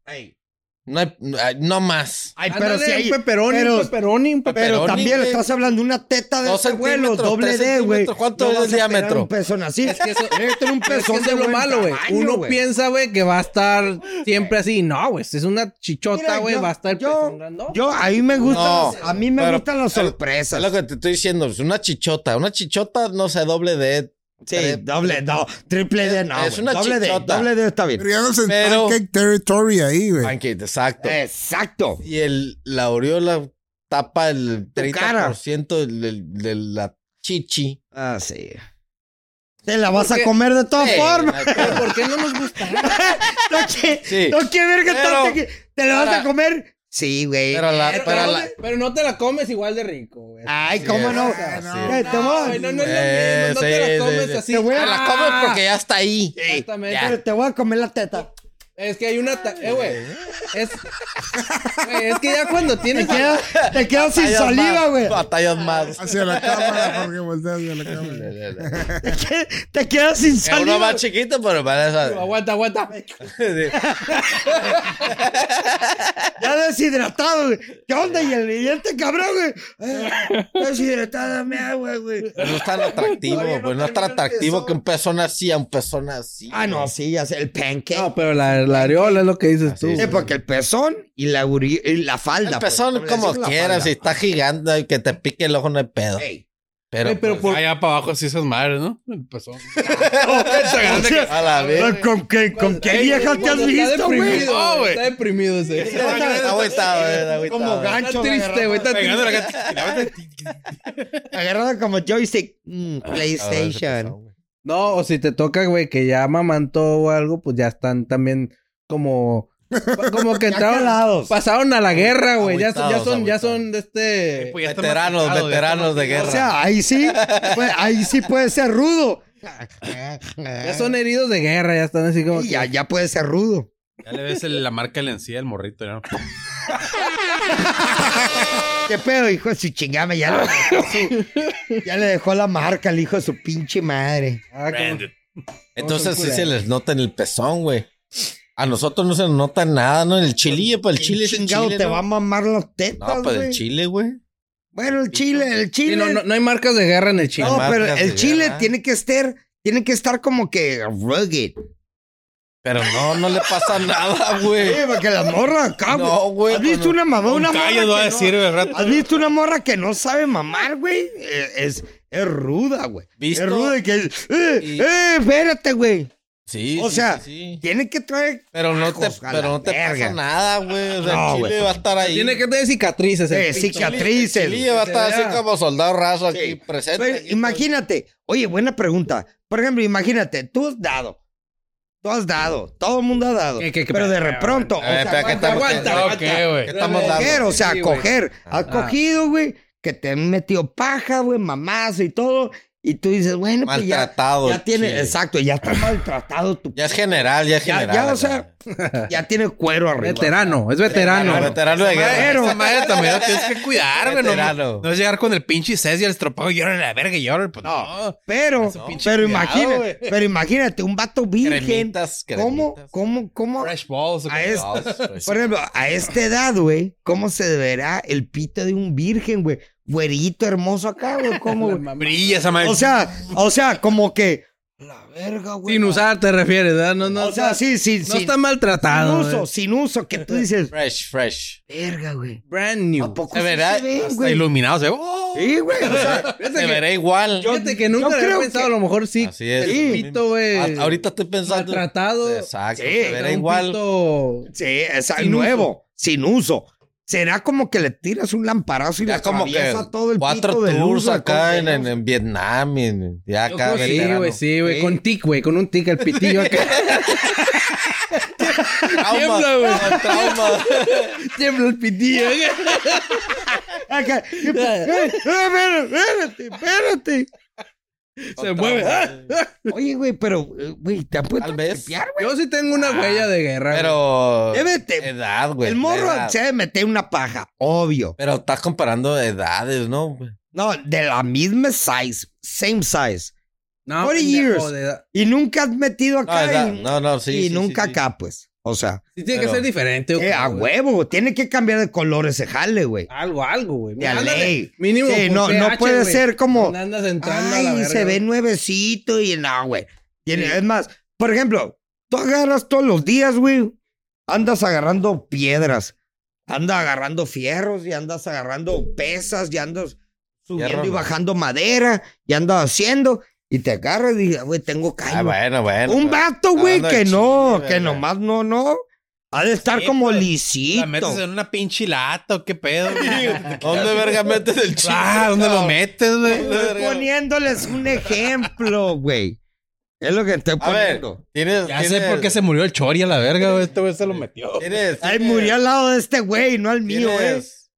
S2: No, hay- no más.
S1: Ay, pero
S6: Ándale,
S1: si hay...
S6: un peperoni,
S1: pero-
S6: un peperoni, un peperoni.
S1: Pero
S2: pepperoni,
S1: también
S2: güey.
S1: estás hablando de una teta de
S2: Dos
S1: este vuelo,
S2: centímetros,
S1: doble
S2: tres
S1: D, güey.
S2: centímetros. ¿Cuánto es
S1: vas
S2: el
S1: a esperar
S2: diámetro?
S1: un pezón así.
S6: Es que eso.
S1: Debe tener un
S6: Es que
S1: pezón
S6: eso es lo
S1: buen
S6: malo, güey.
S1: tamaño,
S6: Uno
S1: güey.
S6: piensa, güey, que va a estar siempre así. No, güey, si es una
S1: Mira,
S6: chichota, güey,
S1: yo-
S6: va a estar
S1: yo-
S6: pezón grandote.
S1: Yo, a mí me gustan,
S2: No,
S1: las- a mí me
S2: pero-
S1: gustan las
S2: pero-
S1: sorpresas.
S2: Es lo que te estoy diciendo. Es una chichota. Una chichota, no sé, doble de.
S1: Sí,
S2: Tres-
S1: doble, no, triple D, no.
S2: Es
S1: güey.
S2: una
S1: doble D,
S2: chichota.
S1: doble D está bien.
S5: Pero ya no en
S2: Pero-
S5: pancake territory ahí, güey.
S2: Pancake, exacto.
S1: Eh. Exacto.
S2: Y el, la aureola tapa el
S1: Tu cara.
S2: 30% del- del- de la chichi.
S1: Ah, sí. Te la vas a
S6: Porque-
S1: comer de todas
S2: Sí,
S1: formas.
S2: no hay
S6: Pero
S2: pedo.
S6: ¿Por qué no nos gusta?
S1: No, que,
S2: Sí.
S1: no, que verga
S2: Pero-
S1: tanta que- ¿Te la vas a
S2: Ahora-
S1: comer? Sí, güey.
S2: Pero la-
S1: Eh,
S2: pero
S1: no,
S2: la-
S6: Pero no te la comes igual de rico, güey.
S1: Ay,
S2: Sí,
S1: cómo
S2: es.
S1: no.
S2: Ah, sí.
S1: Eh, te voy a-
S6: güey, no, no es lo
S2: Eh,
S6: mismo, no te
S2: sí,
S6: la
S2: sí,
S6: comes
S2: sí.
S6: así. Ah,
S1: Te voy a-
S2: Te la comes
S1: Ah.
S2: porque ya está ahí.
S1: Sí,
S6: Exactamente.
S1: pero te voy a comer la teta.
S6: Es que hay una... ta- Eh, güey. Es... Güey, es que ya cuando tienes.
S1: Te quedas sin
S2: Batallas
S1: saliva,
S2: más,
S1: güey.
S2: Batallas más.
S5: Hacia la cámara, Jorge, voltea hacia la cámara.
S1: Te quedas sin
S2: Es uno
S1: saliva.
S2: más chiquito, pero para esa.
S6: Aguanta, aguanta.
S1: Ya deshidratado, güey. ¿Qué onda? Y, el, y este cabrón, güey. Eh, deshidratada, me agua, güey.
S2: No es tan atractivo, pues no es tan atractivo que un pezón así a un pezón así.
S1: Ah, no, sí, ya sé. El pancake.
S6: No, pero la, la areola es lo que dices tú.
S2: Así
S1: Sí, porque el pezón y la, uri- y la falda.
S2: El
S1: pues.
S2: pezón
S1: Por
S2: como
S1: decir la
S2: quieras, si
S1: falda.
S2: está gigante, que te pique el ojo no hay pedo.
S1: Ey.
S2: Pero,
S6: Ey, pero
S2: pues,
S6: por-
S7: Allá para Ah, abajo así esas madres, ¿no? Pues Oh, Empezó.
S2: pues, a la vez.
S1: ¿Con qué, con qué viejas te has
S6: Cuando está
S1: visto, güey?
S6: deprimido,
S7: No, güey.
S6: Está deprimido ese.
S1: Como gancho.
S6: Está triste, güey. Está triste.
S1: Agarrada como joystick. Mm,
S2: Ah,
S1: PlayStation.
S6: No, o si te toca, güey, que ya mamantó o algo, pues ya están también como. Como que entraron.
S1: calados.
S6: Pasaron a la guerra, güey. Ya, son- ya son, ya
S2: Agüitados,
S6: son de este.
S1: pues,
S2: Veteranos, veteranos de guerra.
S1: O sea, ahí sí, pues, ahí sí puede ser rudo.
S6: Ya son heridos de guerra, ya están así como.
S1: Y
S6: que-
S1: ya, ya puede ser rudo.
S7: Ya le ves el- la marca en la encía del morrito, ¿no?
S1: ¿Qué pedo, hijo de su chingama? Ya le dejó, su- ya le dejó la marca al hijo de su pinche madre.
S6: Ah, como-
S2: Entonces sí se les nota en el pezón, güey. A nosotros no se nos nota nada, ¿no? En el chile, pues el chile es el
S1: chingado
S2: chile,
S1: te
S2: ¿no?
S1: va a mamar las tetas,
S2: No, pues
S1: güey.
S2: el chile, güey.
S1: Bueno, el chile, el
S6: Sí,
S1: chile.
S6: no, no, no hay marcas de guerra en el chile.
S1: No,
S2: Marcas
S1: pero
S2: de
S1: el chile
S2: guerra.
S1: tiene que estar, tiene que estar como que rugged.
S2: Pero no, no le pasa nada, güey.
S1: Sí, porque la morra acá, Ah, güey.
S2: No, güey.
S1: ¿Has visto
S2: no.
S1: una mamá, una
S7: Un
S1: morra
S7: callo
S1: que
S7: no va a
S1: no-
S7: decir, güey, al rato.
S1: ¿Has visto una morra que no sabe mamar, güey? Eh, Es, es ruda, güey.
S2: ¿Visto?
S1: Es ruda y que... Eh,
S2: Y-
S1: eh, espérate, güey.
S2: Sí,
S1: O
S2: sí,
S1: sea,
S2: sí, sí.
S1: Tiene que traer...
S2: Pero no te,
S1: Ajos, a la
S2: pero no te
S1: verga.
S2: pasa nada, güey. O sea,
S1: No,
S2: el chile
S1: güey.
S2: va a estar ahí.
S6: Tiene que tener cicatrices. el
S1: eh,
S6: pito.
S1: cicatrices.
S2: El chile va a estar
S6: Se vea.
S2: así como soldado raso aquí
S1: Sí.
S2: presente.
S1: Pero
S2: aquí,
S1: Pues, imagínate, oye, buena pregunta. Por ejemplo, imagínate, tú has dado. Tú has dado, todo el mundo ha dado.
S6: ¿Qué, Ah, qué, qué?
S1: pero de repronto, o
S2: A ver,
S1: sea,
S2: eh, espera, que estamos-
S6: aguanta,
S2: que-
S1: Ah,
S6: aguanta.
S7: ¿Qué,
S2: que
S7: güey?
S2: estamos dando?
S1: coger, o sea,
S6: Sí, güey.
S1: coger. Has
S6: Ah.
S1: cogido, güey, que te han metido paja, güey, mamazo y todo. Y tú dices, bueno, pues ya,
S2: Maltratado.
S1: ya
S2: el
S1: tiene,
S2: chile.
S1: exacto, ya está maltratado tu.
S2: Ya es general, ya es
S1: Ya,
S2: general.
S1: ya, o
S2: acá.
S1: sea, ya tiene cuero arriba.
S6: Veterano, es veterano.
S2: Veterano, veterano de guerra.
S1: Pero-
S7: Esa madre también la tienes que cuidar, güey. No,
S2: Veterano.
S7: no es llegar con el pinche ses y el estropado y llora la verga y llora. Pues no.
S1: Pero,
S7: Ese pinche
S1: pero
S7: cuidado,
S1: imagínate,
S7: güey.
S1: pero imagínate, un vato virgen.
S2: Cremitas,
S1: ¿Cómo,
S2: cremitas.
S1: cómo, cómo?
S7: Fresh balls.
S1: A
S7: güey.
S1: esto.
S2: Pues,
S1: Por ejemplo, a esta edad, güey, ¿cómo se verá el pito de un virgen, güey? Güerito, hermoso acá, güey, ¿cómo, güey?
S7: Brilla esa madre.
S1: O sea, o sea, como que. La verga, güey.
S6: Sin usar te refieres, ¿verdad? No, no,
S1: O sea,
S6: está-
S1: sí, sí,
S6: no
S1: sí.
S6: está maltratado.
S1: sin uso,
S6: eh.
S1: sin uso, que tú dices,
S2: Fresh, fresh.
S1: verga, güey.
S6: Brand new.
S1: ¿A poco
S2: Se
S1: sí
S2: verá
S1: se ven,
S2: hasta
S1: güey?
S7: iluminado. Se ve. ¡Oh!
S1: Sí, güey. o sea,
S2: Se verá igual.
S6: Fíjate que nunca
S1: yo
S6: lo había
S1: creo
S6: pensado,
S1: que-
S6: a lo mejor sí.
S2: Así es.
S1: Sí.
S6: El pito, güey.
S2: A- ahorita estoy pensando.
S6: Maltratado.
S2: Exacto.
S1: Sí,
S2: se
S6: Era
S2: verá igual.
S6: igual.
S1: sí, es
S6: Sin
S1: nuevo, sin uso. Será como que le tiras un lamparazo y le
S2: Ya como que
S1: atraviesa todo el
S2: cuatro
S1: pito de
S2: tours
S1: luz.
S2: acá en, en, en Vietnam. y En, ya acá
S6: Sí,
S2: veterano.
S6: güey, sí, güey.
S1: Sí.
S6: Con tic, güey. Con un tic, el pitillo acá.
S2: Trauma,
S6: güey.
S2: trauma.
S6: Tiembla el pitillo.
S1: Acá, eh, eh, espérate, espérate, espérate.
S6: Se mueve.
S1: Oye, güey, pero, eh, güey, ¿te han puesto
S2: Tal
S1: a
S2: vez.
S1: tripear, güey?
S6: Yo sí tengo una huella de guerra.
S2: Ah, Pero.
S1: Débete.
S2: Edad, güey.
S1: Eh, El
S2: la
S1: morro
S2: edad.
S1: se debe meter una paja, obvio.
S2: Pero estás comparando edades, ¿no? güey?
S1: No, de la misma size, same size.
S6: No,
S1: 40
S6: pendejo,
S1: years.
S6: de edad.
S1: Y nunca has metido
S2: No,
S1: acá
S2: edad.
S1: y,
S2: No, no, sí.
S1: y
S2: sí,
S1: nunca
S2: sí, sí.
S1: acá, pues. O sea,
S6: Sí, tiene
S2: Pero-
S6: que ser diferente. yo
S1: eh,
S6: creo,
S1: a
S6: güey.
S1: huevo, güey, tiene que cambiar de color ese jale, güey.
S6: Algo, algo, güey.
S1: De
S6: Ándale,
S1: ley.
S6: Mínimo.
S1: Sí,
S6: por
S1: no, no
S6: pH,
S1: puede
S6: güey.
S1: ser como,
S6: No andas entrando a la
S1: ay,
S6: verga,
S1: se ve
S6: güey.
S1: nuevecito y no, güey. Tiene-
S6: Sí.
S1: Es más, por ejemplo, tú agarras todos los días, güey, andas agarrando piedras, andas agarrando fierros y andas agarrando pesas y andas subiendo
S2: Fierro,
S1: y
S2: no.
S1: bajando madera y andas haciendo y te agarras y dices, güey, tengo
S2: Ah,
S1: caña.
S2: bueno, bueno.
S1: un
S2: pero-
S1: vato, güey,
S2: hablando
S1: que
S2: de
S1: no,
S2: chile,
S1: que
S2: güey.
S1: nomás no, no. Ha de estar
S7: Sí,
S1: como
S7: pero
S1: lisito.
S7: La metes en una pinche lata, ¿o ¿qué pedo? güey?
S2: ¿Dónde verga metes el chile?
S7: Ah, ¿dónde lo metes, güey?
S1: Estoy poniéndoles un ejemplo, güey. Es lo que estoy
S2: A ver,
S1: poniendo.
S2: tienes.
S7: Ya sé
S2: tienes-
S7: por qué se murió el Chori a la verga, güey. Este güey se lo metió.
S2: Tienes.
S1: Ay,
S2: tienes-
S1: murió al lado de este güey, no al mío, eh. güey.
S2: tienes,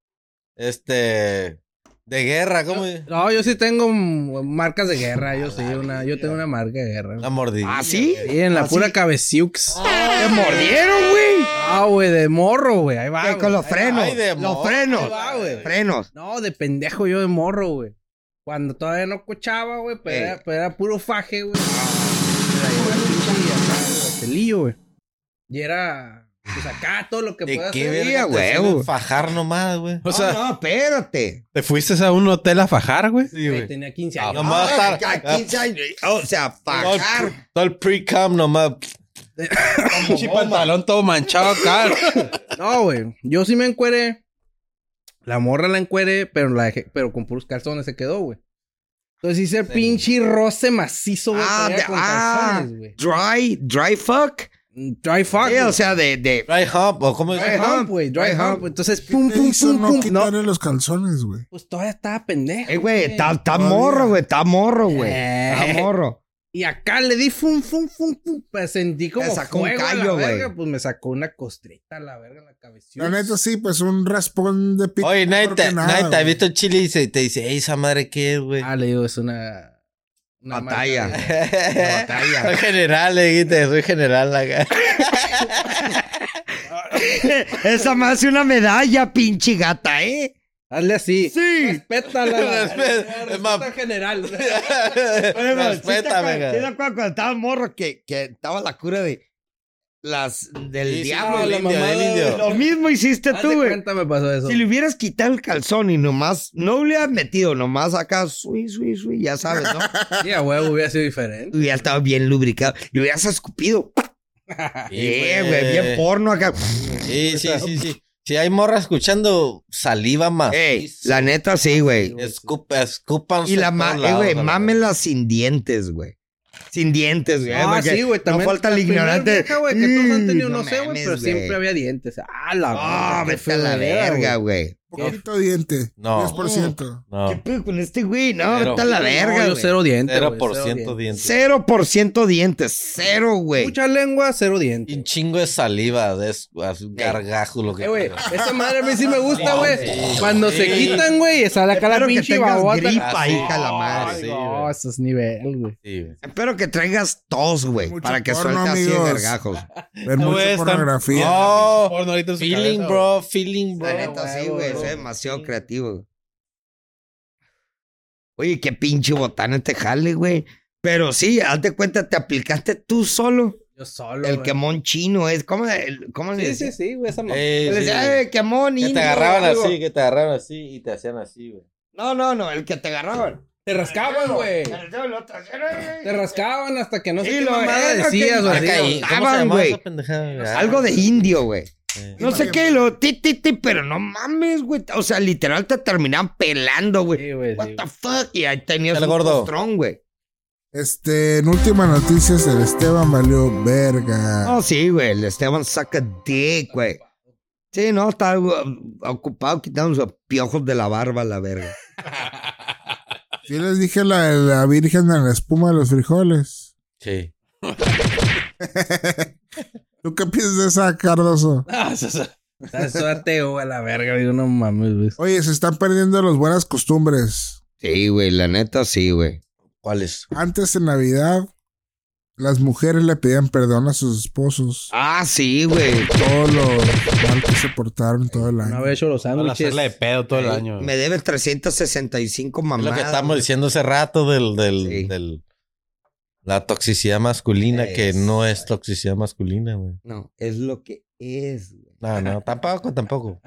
S2: Este. De guerra, ¿cómo?
S6: No, yo sí tengo mm, marcas de guerra.
S2: Ah,
S6: Yo sí, una, yo tengo una marca de guerra.
S2: La mordida.
S1: ¿Ah, sí?
S6: Sí, en la
S1: ¿Ah,
S6: pura
S1: sí?
S6: cabeciux.
S1: Te mordieron, güey.
S6: Ah, güey, de morro, güey. Ahí va.
S1: Que
S6: güey.
S1: con los
S6: Ah, Ahí va.
S1: frenos.
S2: Ay, de
S1: los
S2: mo-
S6: Ahí
S1: frenos.
S6: va, güey.
S1: Frenos.
S6: No, de pendejo yo de morro, güey. Cuando todavía no cochaba, güey, pero,
S1: Ey. Ah.
S6: era, pero era puro faje, güey. Era yo, era pinche y acá, güey, pastelillo, güey. Y era, pues acá todo lo que
S2: ¿De
S6: puedas
S2: qué
S6: hacer.
S1: día,
S2: verga te
S1: güey,
S2: sirve
S1: güey?
S2: fajar nomás, güey?
S7: O sea,
S1: no, no, espérate.
S7: ¿te fuiste a un hotel a fajar, güey?
S2: Sí,
S6: Güey, Tenía 15 años.
S2: Nomás
S1: Ah,
S2: estar-
S1: a 15 años. O sea,
S2: Todo el
S1: pagar.
S2: pre- Todo el pre-cam nomás.
S7: Pinche pantalón todo manchado acá.
S6: No, güey. Yo sí me encueré. La morra la encueré, pero la dejé- pero con puros calzones se quedó, güey. Entonces hice el pinche roce macizo, güey.
S1: Ah,
S6: que
S1: de-
S6: era con
S1: ah.
S6: calzones, güey.
S1: Dry, dry fuck.
S6: Mm, Dry fuck.
S1: Sí,
S6: güey.
S1: o sea, de, de
S2: Dry hump, o cómo es.
S6: Dry hump, güey. Dry
S1: Dry
S6: hump.
S1: hump.
S6: Entonces, pum,
S5: ¿Qué te
S6: pum,
S5: hizo
S6: pum,
S5: no
S6: pum. No,
S5: quitarle los calzones, güey?
S6: pues todavía estaba pendejo.
S1: Eh, güey, está, está
S5: Todavía.
S1: morro, güey, está morro, güey.
S6: Eh.
S1: Está morro.
S6: Y acá le di fum, fum, fum, fum. Pues sentí como.
S1: Te sacó un
S6: fuego a la
S1: callo, güey.
S6: verga, Pues me sacó una costrita a la verga en la cabecita.
S5: La neta sí, pues un raspón de pico.
S2: Oye, nadie
S5: mejor
S2: te,
S5: que nada,
S2: nadie te ha
S5: güey.
S2: visto en Chile y se- te dice, "Ey, esa madre qué es, güey.
S6: Ah, le digo, es una. una
S1: Batalla.
S6: marca de- Ah,
S2: soy general, le dijiste, soy general acá.
S1: Esa más hace una medalla, pinche gata, ¿eh?
S6: Hazle así.
S1: Sí.
S6: Respétala. la-
S2: Respet-
S6: la-
S2: es más-
S6: respeta general.
S2: Respétame,
S1: Sí, te
S2: güey.
S1: acuerdas cuando estaba morro que, que estaba la cura de las del
S2: Sí, sí,
S1: diablo.
S2: del
S6: la
S2: indio, del
S6: mamada,
S2: indio.
S1: Lo mismo hiciste
S6: Haz
S1: tú,
S6: de
S1: güey.
S6: cuenta me pasó eso.
S1: Si le hubieras quitado el calzón y nomás, no le hubieras metido, nomás acá, sui, sui, sui, ya sabes, ¿no?
S6: Sí, a huevo hubiera sido diferente.
S1: hubiera estado bien lubricado. Le hubieras escupido. Eh, güey, bien porno acá.
S2: Sí, sí, sí, sí. Si hay morra escuchando saliva más.
S1: Ey, la neta sí, güey.
S2: Escupa, escupan.
S1: Y la ma eh, güey, mámela sin dientes, güey. Sin dientes, güey.
S6: Ah,
S1: porque
S6: sí, güey.
S1: No
S6: También
S1: falta el
S6: la primera
S1: ignorante.
S6: vieja, güey, que todos han tenido,
S1: Mm,
S6: no, sé, güey,
S1: mames,
S6: pero siempre había dientes. Ah, la
S1: Ah,
S6: verga, qué
S1: vete a la
S6: feudera,
S1: verga, güey.
S5: Poquito diente.
S2: No.
S5: 10%.
S1: ¿Qué
S2: No,
S1: pedo con este güey? No,
S2: Cero.
S1: vete a la
S6: No,
S1: verga,
S6: yo
S1: güey.
S6: cero dientes. güey,
S2: 0%
S6: dientes.
S2: dientes.
S1: Cero por ciento dientes. Cero, güey.
S6: Mucha lengua, cero dientes.
S2: Y un chingo de saliva, de es- es un gargajo lo que.
S6: Eh, güey, esa madre a mí sí me gusta, güey. Cuando se
S2: sí.
S6: quitan, güey, sale acá la
S1: Espero que
S6: pinche
S1: tengas
S6: babota.
S1: gripa,
S2: Ah, sí.
S1: hija de la madre.
S2: sí,
S6: no,
S2: güey.
S6: eso es nivel, güey.
S2: Sí, güey.
S1: Espero que traigas tos, güey,
S5: Mucho
S1: para que
S5: porno,
S1: suelte así de
S5: amigos.
S1: gargajos.
S5: Ver
S7: No,
S5: mucha
S7: güey, están-
S5: pornografía.
S2: No,
S7: Porno ahorita en su
S2: feeling,
S7: cabeza,
S2: bro, feeling,
S1: La
S2: bro.
S1: neta, sí,
S6: huevo,
S1: güey.
S6: bro.
S1: Soy demasiado creativo. Oye, qué pinche botana te jale, güey. Pero sí, haz de cuenta, te aplicaste tú solo
S6: Yo solo.
S1: el
S6: güey.
S1: quemón chino. Es, ¿Cómo, el- cómo le
S6: Sí, sí,
S1: decía?
S6: sí, güey, esa madre.
S2: Eh,
S1: Le
S2: sí,
S1: decía,
S2: güey.
S1: "Eh, quemón,
S2: que te
S1: indio",
S2: agarraban
S1: algo.
S2: así, que te agarraban así y te hacían así, güey.
S1: No, no, no, el que te agarraban.
S6: Te rascaban, güey. Te rascaban hasta que no sé
S1: Sí,
S6: qué
S1: lo
S6: mamada
S1: era,
S6: decías,
S1: que-
S6: güey.
S1: Acá ahí.
S2: ¿Cómo se
S1: Estaban,
S2: llamaba
S1: güey.
S2: esa pendejada, güey?
S1: Algo de indio, güey.
S2: Sí.
S1: No sé qué, lo ti, ti, ti, pero no mames, güey. O sea, literal te terminaban pelando, güey.
S6: Sí, güey, sí,
S1: What
S6: güey.
S1: the fuck? Y ahí tenías
S2: Dale,
S1: un
S2: gordo.
S1: postrón, güey.
S5: Este, en últimas noticias, el Esteban valió
S6: Ah.
S5: verga.
S1: No, sí, güey. El Esteban saca dick, güey. Sí, no, está uh, ocupado quitando los piojos de la barba, la verga.
S5: Yo les dije la de la virgen en la espuma de los frijoles.
S2: Sí.
S5: ¿Tú qué piensas de esa, Cardoso?
S1: Ah,
S6: Estás todo ateo a la verga, digo, no mames, güey.
S5: Oye, se están perdiendo las buenas costumbres.
S1: Sí, güey, la neta sí, güey.
S2: ¿Cuál es?
S5: Antes en Navidad, las mujeres le pedían perdón a sus esposos.
S1: Ah, sí, güey.
S5: Todo lo mal que se portaron todo el
S6: No
S5: año.
S6: había hecho los
S7: Para
S6: sándwiches.
S7: hacerle de pedo todo el año.
S1: Me debes 365
S2: Es
S1: mamadas.
S2: lo que estamos diciendo hace rato del, del,
S1: Sí.
S2: del- la toxicidad masculina, que
S1: Es-
S2: no es toxicidad masculina, güey.
S1: No, es lo que es, güey.
S2: No, no, tampoco, tampoco.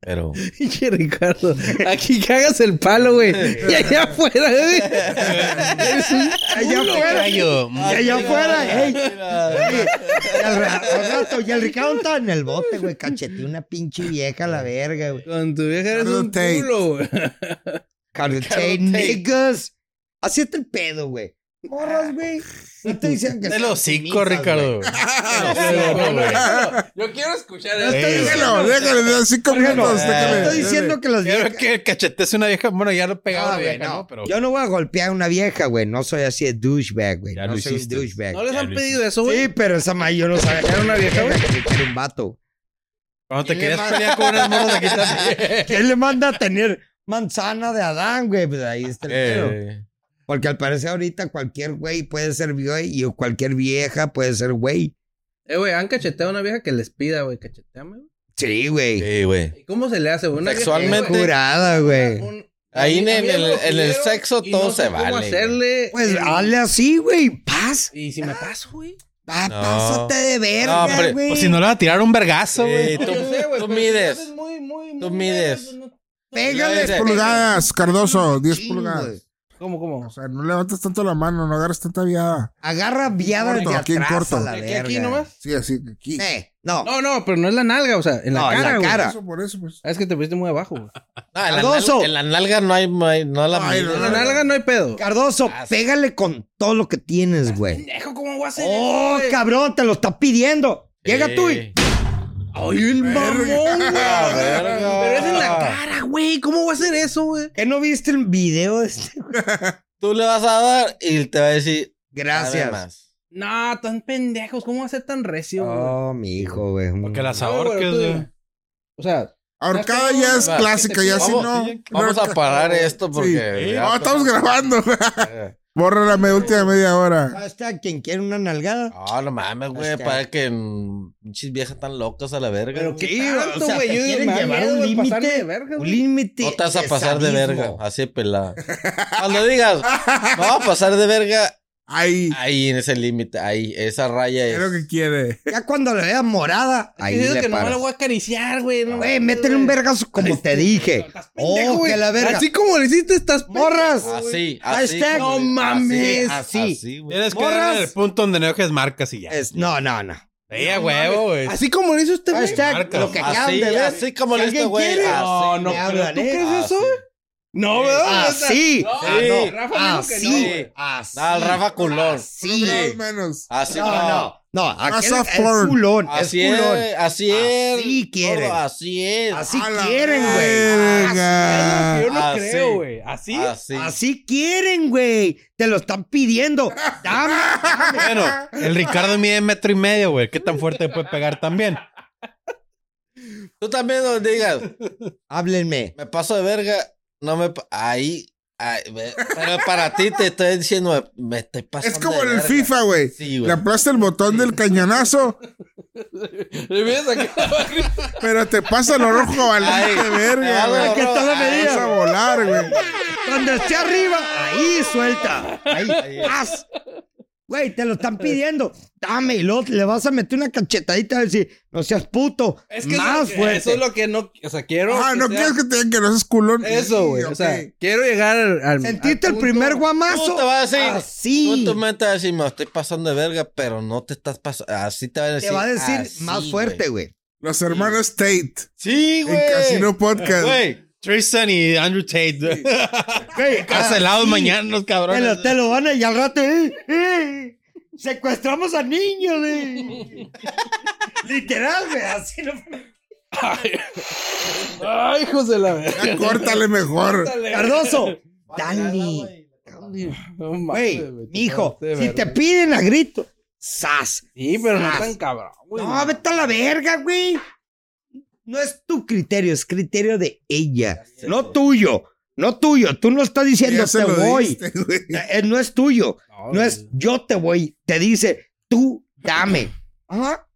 S2: Pero.
S6: Pinche Ricardo, aquí cagas el palo, güey. Y allá afuera, güey. Eres un
S1: Allá
S6: culo,
S1: afuera.
S6: güey.
S1: Y allá afuera, ey. Y al, ra- al rato, y el Ricardo estaba en el bote, güey. Cacheteó una pinche vieja a la verga, güey.
S6: Con tu vieja eres
S5: Ricardo
S6: un
S5: Tate.
S6: culo, güey.
S1: Cartel, niggas. Así está el pedo, güey. Morras, güey. No te dicen que.
S7: De
S1: sean
S7: los cinco,
S1: sumisas,
S7: Ricardo.
S6: Yo quiero escuchar
S1: No estoy
S7: Ey,
S1: diciendo-
S5: Eh, Déjalo, déjalo, déjalo, cinco
S1: Déjalo.
S5: minutos. déjale,
S1: no estoy
S5: déjale.
S1: diciendo que las viejas.
S7: Quiero que cachetees una vieja. Bueno, ya lo pegaba
S1: No,
S7: una
S1: güey,
S7: vieja,
S1: no.
S7: ¿no? Pero.
S1: Yo no voy a golpear a una vieja, güey. No soy así de douchebag, güey.
S2: Ya
S1: No
S2: lo
S1: soy un
S2: hiciste.
S1: douchebag.
S6: ¿No les
S7: Ya,
S6: han
S7: Luis.
S6: pedido eso, güey?
S1: Sí, pero esa madre yo no sabía que era una vieja, güey. Que era un vato.
S7: Cuando te
S1: ¿Quién
S7: querías
S1: le manda?
S7: pelear con unas morras aquí también.
S1: ¿Quién le manda a tener manzana de Adán, güey? Pues ahí está el pedo.
S2: Eh,
S1: Porque al parecer ahorita cualquier güey puede ser güey y cualquier vieja puede ser güey.
S6: Eh, güey, han cacheteado a una vieja que les pida, güey, cacheteame, güey.
S1: Sí, güey.
S2: Sí, güey.
S6: ¿Y cómo se le hace, güey? Una vieja-
S2: Sexualmente,
S6: güey,
S1: Curada, güey.
S6: un-
S2: Ahí
S6: a mí-
S2: en
S6: a mí
S2: el-
S6: me lo
S2: en el
S6: pidieron
S2: sexo
S6: y
S2: todo
S6: no sé
S2: se
S6: cómo
S2: vale,
S6: hacerle.
S1: Pues
S6: y-
S1: hazle así, güey. Paz.
S6: Y si me paso, güey.
S1: Pa-
S2: No.
S1: Pásate de
S2: No,
S1: verga,
S2: hombre,
S1: güey.
S7: O pues, si no le va a tirar un vergazo, güey.
S2: Sí, tú,
S6: Yo sé, güey,
S2: tú
S6: pero si
S2: mides.
S6: haces muy, muy,
S2: Tú
S6: muy-
S2: mides.
S6: no-
S1: Pégale.
S2: Sí.
S5: pulgadas, Cardoso, 10
S1: eh, Sí, güey.
S5: pulgadas.
S6: ¿Cómo, cómo?
S5: O sea, no levantes tanto la mano, no agarres tanta viada.
S1: Agarra viada de
S5: Corto, aquí en
S1: atrás
S5: corto.
S1: a la
S6: ¿Aquí,
S1: verga.
S6: aquí nomás?
S5: Sí, así, aquí.
S1: Eh, no.
S6: No, no, pero no es la nalga, o sea, en la
S1: No, en la
S6: cara, güey.
S1: cara.
S5: Eso, por eso, pues.
S6: Ah, Es que te pusiste muy abajo, güey.
S2: No, en, la
S1: Cardoso.
S2: nalga, en la nalga no hay, no hay- no la
S5: Ay,
S2: mides.
S5: no,
S6: En la nalga no hay pedo.
S1: Cardoso, pégale con todo lo que tienes, güey.
S6: Pendejo, ¿cómo voy a hacer
S1: Oh,
S6: eso, güey?
S1: cabrón, te lo está pidiendo. Llega tú y.
S2: Sí.
S6: ¡Ay, el mamón, güey!
S2: verga.
S6: Pero es en la cara, güey. ¿Cómo voy a hacer eso, güey?
S1: ¿Qué no viste el video? de este?
S2: Tú le vas a dar y te va a decir. "Dame
S1: Gracias.
S2: más".
S6: No, tan pendejos. ¿Cómo va a ser tan recio, güey?
S1: Oh, mi hijo, güey.
S7: Porque las
S6: No, güey,
S7: ahorques,
S6: tú-
S7: güey.
S6: O sea,
S5: Ahorcada ya es
S2: Va.
S5: clásica, ya si
S2: Vamos,
S5: no.
S2: Vamos a parar esto porque.
S5: Sí.
S2: ya-
S5: No, estamos grabando. Borra la me- última media hora.
S1: Hasta quien quiere una nalgada.
S2: No, no mames, güey.
S1: Hasta-
S2: Para que mm, pinches viejas tan locas a la verga.
S6: pero
S2: güey.
S6: qué
S1: Sí,
S6: tanto,
S1: o sea,
S6: güey.
S1: te
S6: Yo digo,
S1: quieren
S6: me da
S1: llevar
S6: miedo,
S1: un
S6: güey, pasarme
S1: límite,
S6: de verga,
S1: Un
S6: güey.
S1: límite.
S2: No te vas a
S1: de
S2: pasar de
S1: sadismo.
S2: verga, así pelada. Cuando digas, no va a pasar de verga,
S5: Ahí.
S2: ahí en ese límite, ahí, esa raya
S5: Es lo
S2: es.
S5: que quiere.
S1: Ya cuando le veas morada,
S6: Ahí
S1: ahí
S6: digo
S1: le
S6: que no me
S1: paras.
S6: lo voy a acariciar, güey. No,
S1: Güey, métele un vergazo como te dije.
S6: Estás pendejo,
S1: Oh,
S6: güey.
S1: que la verga.
S6: Así como le hiciste, estás pendejo,
S1: Morras.
S6: güey.
S2: Así, así.
S1: Hashtag, no
S2: güey,
S1: mames,
S2: Así,
S1: así.
S2: así, güey.
S7: Tienes que
S1: Morras.
S7: dar en el punto donde no dejes marcas y ya.
S1: Es- no, no, no.
S7: Sí, a huevo, güey.
S6: Así como le hizo usted, güey.
S1: Hashtag
S7: marcas.
S1: lo que acaban
S2: Así,
S1: de ver.
S2: así como
S1: Si
S2: le hizo,
S1: alguien
S2: güey.
S1: quiere,
S2: así.
S6: No, no,
S1: me
S6: pero
S1: hablan,
S6: ¿tú
S1: ¿eh?
S6: crees eso,
S2: Así.
S6: güey? No, ¿verdad?
S1: Así.
S6: No,
S1: Ah, no.
S6: Rafa dijo que no,
S1: Así.
S6: güey.
S1: Así.
S2: No, el Rafa culón.
S1: Así.
S5: Más o menos.
S2: Así,
S1: No, no. No, aquel
S5: soft
S1: es
S5: porn.
S1: culón. Es
S2: Así es,
S1: culón.
S2: así es.
S1: Así quieren.
S2: gordo, Así es.
S1: Así
S5: A la
S1: quieren, güey.
S5: verga.
S6: Ah, Yo no
S2: Así.
S6: creo, güey. ¿Así?
S2: Así.
S1: Así quieren, güey. Te lo están pidiendo. Dame.
S7: Bueno, el Ricardo mide metro y medio, güey. ¿Qué tan fuerte puede pegar también?
S2: Tú también nos digas,
S1: Háblenme.
S2: me paso de verga, no me. pa- Ahí. ahí, ve- pero para ti te estoy diciendo, me, me estoy pasando.
S5: Es como
S2: de
S5: en el
S2: verga.
S5: FIFA, güey.
S2: Sí, güey.
S5: Le aplasta el botón del cañonazo,
S6: Le vienes aquí a la barriga.
S5: pero te pasa lo rojo
S2: Ay,
S5: valiente, verga,
S2: ay,
S5: güey.
S2: qué
S1: está la medida.
S5: Vas a volar, güey.
S1: Cuando esté arriba, ahí suelta. Ahí, haz. Güey, te lo están pidiendo. Dame, y luego le vas a meter una cachetadita y decir, no seas puto.
S6: Es que
S1: más
S6: eso, es lo que-
S1: fuerte.
S6: eso es lo que no. O sea, quiero.
S5: Ah,
S6: que
S5: no
S6: sea
S5: quieres que te digan que no seas culón.
S6: Eso, güey.
S5: Sí,
S6: O sea,
S5: ok.
S6: quiero llegar al. al-
S1: Sentiste
S6: al
S1: el
S6: punto-
S1: primer guamazo.
S2: Tú te vas a decir,
S5: Ah,
S2: Tú en
S1: Así.
S2: tu mente vas a decir, me estoy pasando de verga, pero no te estás pasando. Así te va a decir.
S1: Te va a decir
S2: así,
S1: más
S2: güey.
S1: fuerte, güey.
S5: Los hermanos Tate
S2: Sí,
S5: en Casino Podcast.
S7: Güey, Tristan y Andrew Tate. güey.
S6: ah,
S1: Güey,
S7: Carcelados
S1: así.
S7: mañana, los
S1: Te
S7: cabrones.
S1: lo, te lo van a y al rato. "Eh, eh, secuestramos a niños, güey. Literal, güey. Así no.
S6: Ay, hijos de la verga.
S5: Ya córtale mejor.
S1: Cardoso. Dale.
S6: No mames,
S1: Güey,
S6: güey, te
S1: mijo,
S6: pasaste de
S1: si te
S6: verga.
S1: piden a grito, sas.
S6: Sí, pero no
S1: Sas.
S6: tan cabrón, güey.
S1: No, vete a la verga, güey. No es tu criterio, es criterio de ella. No tuyo, no tuyo. Tú no estás diciendo
S5: Ya se
S1: te
S5: lo
S1: voy.
S5: diste, güey.
S1: Eh, No es tuyo. No
S6: güey.
S1: es yo te voy. Te dice tú dame. Ajá.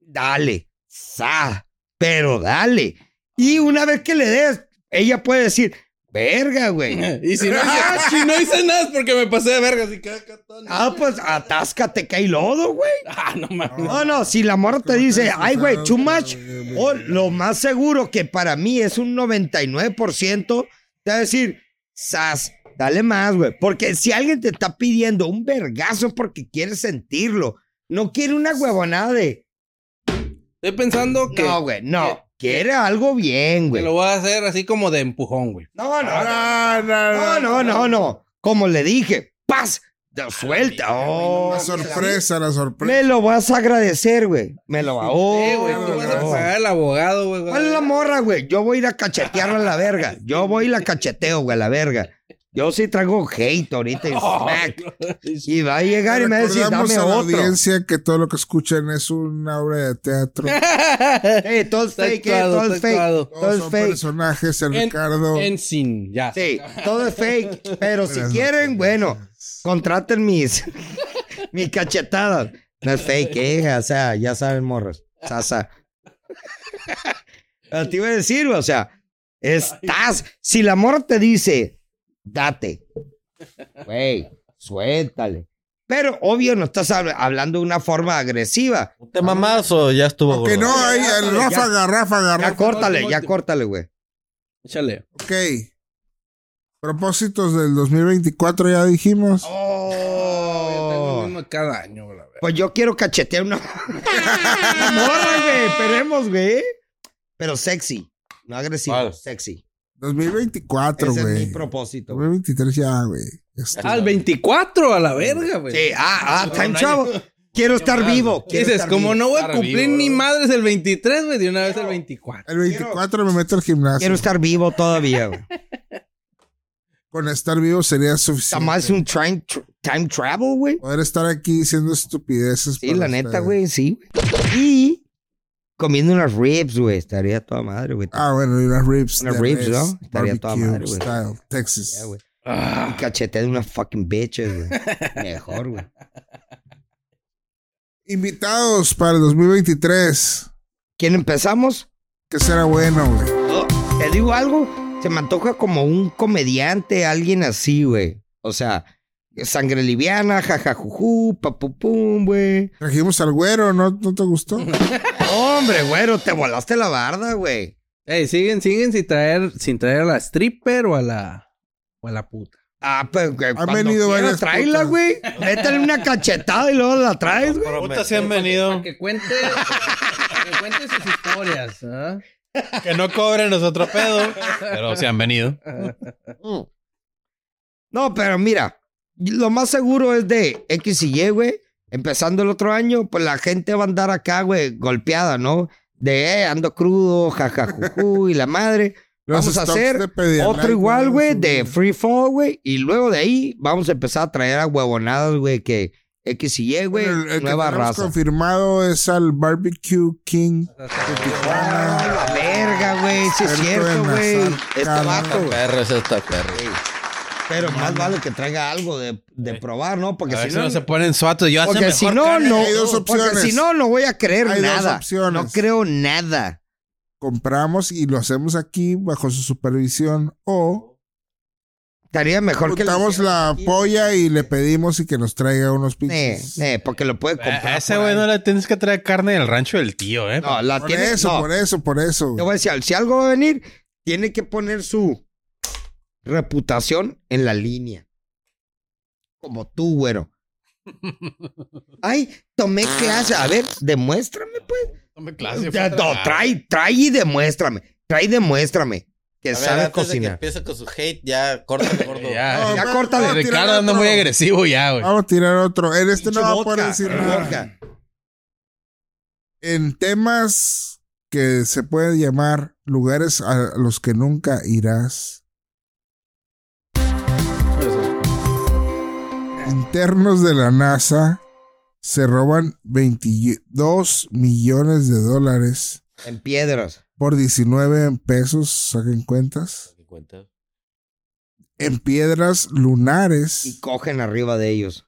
S1: Dale. Sa. Pero dale. Y una vez que le des, ella puede decir, verga, güey.
S6: Y si no, hice- Ah, si no hice nada es porque me pasé de verga. Así que acá todo-
S1: Ah, pues atáscate que hay lodo, güey.
S6: Ah, no mames.
S1: No, no, si la morra te dice, ay, güey, too much, o lo más seguro que para mí es un 99%, te va a decir, sas, dale más, güey. Porque si alguien te está pidiendo un vergazo es porque quiere sentirlo, no quiere una huevonada de,
S6: Estoy pensando que,
S1: no, güey, no, quiere algo bien,
S6: que
S1: güey.
S6: lo voy a hacer así como de empujón, güey.
S1: No, no, no,
S5: No,
S1: no,
S5: no,
S1: no, no, no. como le dije, paz,
S6: Ah,
S1: te suelta, oh,
S5: La sorpresa, la sorpresa.
S1: me lo vas a agradecer, güey, me lo va, oh,
S6: eh, güey, tú vas a
S1: no.
S6: pagar el abogado, güey.
S1: ¿Cuál es la morra, güey? Yo voy a ir a cachetearla a la verga. Yo voy y la cacheteo, güey, a la verga. Yo sí traigo hate ahorita y smack. Y va a llegar y me va a decir,
S5: Recordamos
S1: dame
S5: a la
S1: otro.
S5: audiencia que todo lo que escuchan es una obra de teatro.
S1: Eh, todo es
S6: Está
S1: fake, eh,
S6: actuado,
S1: todo
S6: está
S1: es fake.
S6: actuado.
S5: Todos
S1: Todo
S5: son
S1: es fake.
S5: personajes, el
S6: En-
S5: Ricardo.
S6: En sin, ya.
S1: Sí, todo es fake. Pero si
S5: Buenas
S1: quieren,
S5: noches.
S1: bueno, contraten mis, mis cachetadas. No es fake, ¿eh? O sea, ya saben, morras. Sasa. Pero Te iba a decir, o sea, estás. Si la morra te dice, date. Güey, suéltale. Pero obvio, no estás hab- hablando de una forma agresiva.
S2: ¿Te mamás o ya estuvo,
S5: Que
S2: gordo?
S5: no, ahí, el
S1: Ya.
S5: ráfaga, ráfaga,
S1: Ya
S5: ráfaga.
S1: córtale, ya córtale, güey.
S6: Échale.
S5: Ok. Propósitos del 2024 ya dijimos.
S1: Oh.
S6: Tengo el mismo cada año, la verdad.
S1: Pues yo quiero cachetear una. una morra, güey. Esperemos, güey. Pero sexy. No agresivo,
S2: ¿Cuál?
S1: sexy.
S5: 2024,
S1: Ese es
S5: güey.
S1: mi propósito. güey.
S5: 2023 ya, güey. Ya estuvo.
S6: Al 24 a la verga, güey.
S1: Sí, ah, ah, tan
S7: Un año.
S1: chavo. Quiero estar vivo. quiero
S6: Dices,
S1: estar
S6: como
S1: vivo.
S6: no voy a
S7: Estar
S6: cumplir
S7: vivo,
S6: ni
S7: bro.
S6: madres el 23, güey, de una vez el 24.
S5: El 24 me meto al gimnasio.
S1: Quiero estar vivo todavía. güey.
S5: Con estar vivo sería
S1: Está
S5: suficiente.
S1: más un time, tr- time travel, güey.
S5: Poder estar aquí diciendo estupideces.
S1: Sí,
S5: para
S1: la neta,
S5: ustedes.
S1: güey, sí. güey. Y comiendo unas ribs, güey. Estaría toda madre, güey.
S5: Ah, bueno, y las ribs.
S1: Unas
S5: de
S1: ribs,
S5: res,
S1: ¿no? Estaría toda
S5: barbecue
S1: madre, güey.
S5: Style, Texas.
S1: Ya, güey. Un cachete de una fucking bitches, güey. Mejor, güey.
S5: Invitados para el 2023.
S1: ¿Quién empezamos?
S5: Que será bueno, güey.
S1: Oh, Te digo algo. Se me antoja como un comediante, alguien así, güey. O sea, sangre liviana, jajajujú, papupum, güey.
S5: Trajimos al güero, ¿no, ¿No te gustó?
S1: Hombre, güero, te volaste la barda, güey.
S6: Ey, siguen, siguen sin traer, sin traer a la stripper o a la, o a la puta.
S1: Ah, pues, güey, cuando
S5: venido
S1: quiera,
S5: varias
S1: tráela,
S5: putas.
S1: güey. Métale una cachetada y luego la traes, güey.
S7: Putas se han venido.
S6: Que cuente, que cuente sus historias, ¿ah?
S7: Que no cobren nosotros pedo. Pero se han venido.
S1: No, pero mira, lo más seguro es de X y Y, güey. Empezando el otro año, pues la gente va a andar acá, güey, golpeada, ¿no? De eh, ando crudo, jajajujú y la madre.
S5: Los
S1: Vamos a
S5: stocks
S1: hacer
S5: de Pedialyte,
S1: Otro igual,
S5: ¿no?
S1: güey,
S5: Sí,
S1: de Free Fall, güey. Y luego de ahí vamos a empezar a traer a huevonadas, güey, que X y Y, güey,
S5: Bueno, el- el que
S1: nueva
S5: tenemos
S1: raza.
S5: confirmado es al Barbecue King de
S1: Ah,
S5: Tijuana.
S1: la verga, güey, sí es
S5: Experto
S1: cierto,
S5: en
S1: güey.
S5: asar
S1: Este
S5: carne.
S1: vato, güey.
S2: Perro, ese está perro.
S1: Pero más vale que traiga algo de, de probar, ¿no? Porque
S7: Eh, a ver
S1: si
S7: si no
S1: no,
S7: se ponen suatos. Yo hace
S1: porque
S7: mejor
S1: si no,
S7: carne.
S1: no,
S5: Hay dos
S1: porque
S5: opciones.
S1: si no, no voy a creer
S5: Hay dos
S1: nada.
S5: opciones.
S1: No creo nada.
S5: Compramos y lo hacemos aquí bajo su supervisión o
S1: Estaría mejor que lo
S5: juntamos
S1: hicieran
S5: la
S1: aquí.
S5: polla y le pedimos y que nos traiga unos
S1: Ne,
S5: pinches.
S1: ne, porque lo puede
S7: A-
S1: comprar.
S7: A Eh, ese
S1: por
S7: güey
S1: ahí.
S7: no le tienes que traer carne del rancho del tío, ¿eh?
S1: No, la
S5: Por
S1: Ah, tiene.
S5: eso,
S1: no,
S5: por eso, por eso.
S1: Te voy a decir, si algo va a venir, tiene que poner su reputación en la línea. Como tú, güero. Ay, tomé
S2: Ah.
S1: clase. A ver, demuéstrame, pues.
S7: Tome clase,
S1: Ya,
S7: puta.
S1: no, trae, trae y demuéstrame. Trae y demuéstrame que
S2: A ver,
S1: sabe
S2: antes de que
S1: cocinar.
S2: empiece con su hate, ya córtale, gordo.
S7: Ya,
S5: No,
S1: ya
S5: va-
S1: córtale,
S5: vamos a tirar
S7: Ricardo anda
S5: otro.
S7: muy agresivo ya, güey.
S5: Vamos a tirar otro. En este no
S1: Pinche
S5: va a
S1: vodka,
S5: poder decir nada.
S1: vodka.
S5: En temas que se puede llamar lugares a los que nunca irás. Internos de la NASA se roban 22 millones de dólares
S1: En piedras.
S5: por 19 pesos, saquen cuentas, en piedras
S1: Y
S5: lunares
S1: cogen arriba de ellos.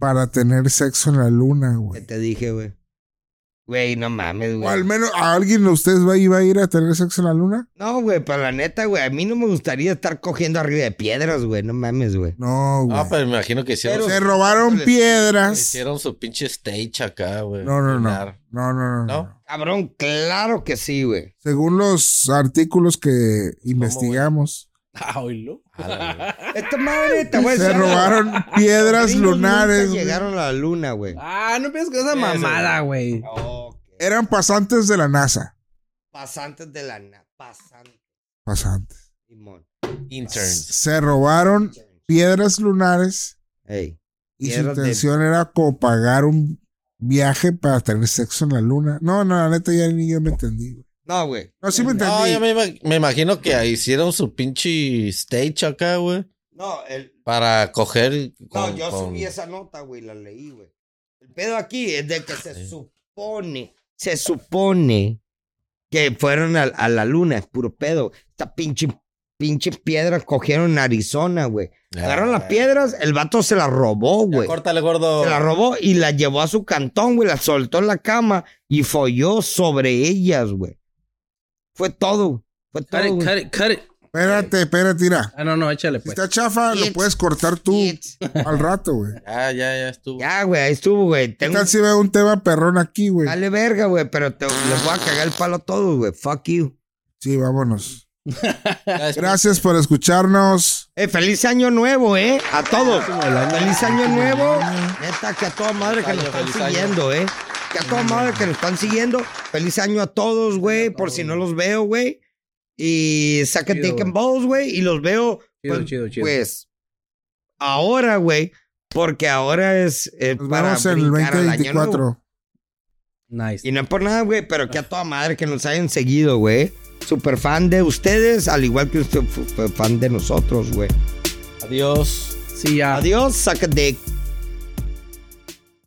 S5: para tener sexo en la luna,
S1: Que
S5: güey.
S1: te dije, güey. Güey, no mames,
S5: O
S1: güey.
S5: al menos a alguien de ustedes va, iba a ir a tener sexo en la luna.
S1: No, güey, pero la neta, güey, a mí no me gustaría estar cogiendo arriba de piedras, güey. No mames, güey.
S5: No, güey.
S2: No, pero me imagino que hicieron,
S5: Se robaron piedras.
S2: hicieron su pinche stage acá, güey.
S5: No, no, no.
S2: Llenar.
S5: No, no, no. no.
S2: ¿No?
S1: Cabrón, claro que sí, güey.
S5: Según los artículos que investigamos,
S7: Ah, oílo.
S2: A la verga.
S1: Esta madre te voy a
S5: se
S1: decir algo.
S5: robaron
S1: Los
S5: piedras
S1: gringos nunca
S5: lunares. güey.
S1: Llegaron a la luna, güey.
S6: Ah, no pienses con esa mamada, güey.
S5: Eran pasantes de la NASA.
S1: Pasantes de la na- Pasantes,
S5: Pasantes.
S1: Simón.
S2: Interns.
S5: Se robaron piedras lunares
S1: Ey.
S5: y
S1: Piedras
S5: su
S1: de-
S5: intención era copagar un viaje para tener sexo en la luna. No, no, la neta ya ni yo me entendí. güey.
S1: No, güey.
S5: No, sí me
S2: No, yo
S5: entendí.
S2: me, ima- me imagino que hicieron su pinche stage acá, güey.
S1: No, el,
S2: Para coger.
S1: no
S2: con-
S1: yo
S2: con-
S1: subí esa nota, güey, la leí, güey. El pedo aquí es de que se supone, se supone que fueron a, a la luna, es puro pedo. Esta pinche pinches piedras cogieron en Arizona, güey. Agarraron
S5: Ah,
S1: las piedras, el vato se las robó, güey.
S2: Córtale, gordo.
S1: Se la robó y la llevó a su cantón, güey. La soltó en la cama y folló sobre ellas, güey. Fue todo. Fue
S6: Cut
S1: todo.
S6: it,
S1: güey.
S6: cut it, cut it.
S5: Espérate, espérate, mira.
S6: Ah, no, no, échale
S5: Si
S6: pues.
S5: está chafa, lo puedes cortar tú al rato, güey.
S2: Ah, ya, ya estuvo.
S1: Ya, güey, ahí estuvo, güey.
S5: ¿Qué
S1: Tengo...
S5: tal si veo un tema perrón aquí, güey?
S1: Dale verga, güey, pero te... les voy a cagar el palo a todos, güey. Fuck you.
S5: Sí, vámonos.
S2: Ya, es-
S5: Gracias por escucharnos.
S1: Eh, feliz año nuevo, eh, a todos. Feliz año nuevo. Neta, que a toda madre que
S2: Feliz
S1: nos
S2: año,
S1: están
S2: feliz año.
S1: siguiendo, eh. Que a toda madre que nos están siguiendo. Feliz año a todos, güey, por si no los veo, güey. Y sácate
S6: Chido,
S1: Taken
S6: güey.
S1: Balls, güey, y los veo,
S6: Chido,
S1: pues,
S6: chido, chido.
S1: pues, ahora, güey, porque ahora es eh,
S5: Nos
S1: para
S5: vemos en el
S1: brincar al año nuevo.
S5: 2024.
S6: Nice.
S1: Y no es por nada, güey, pero que a toda madre que nos hayan seguido, güey. Super fan de ustedes, al igual que usted fue fan de nosotros, güey.
S2: Adiós.
S6: Sí, ya.
S1: Adiós, saca de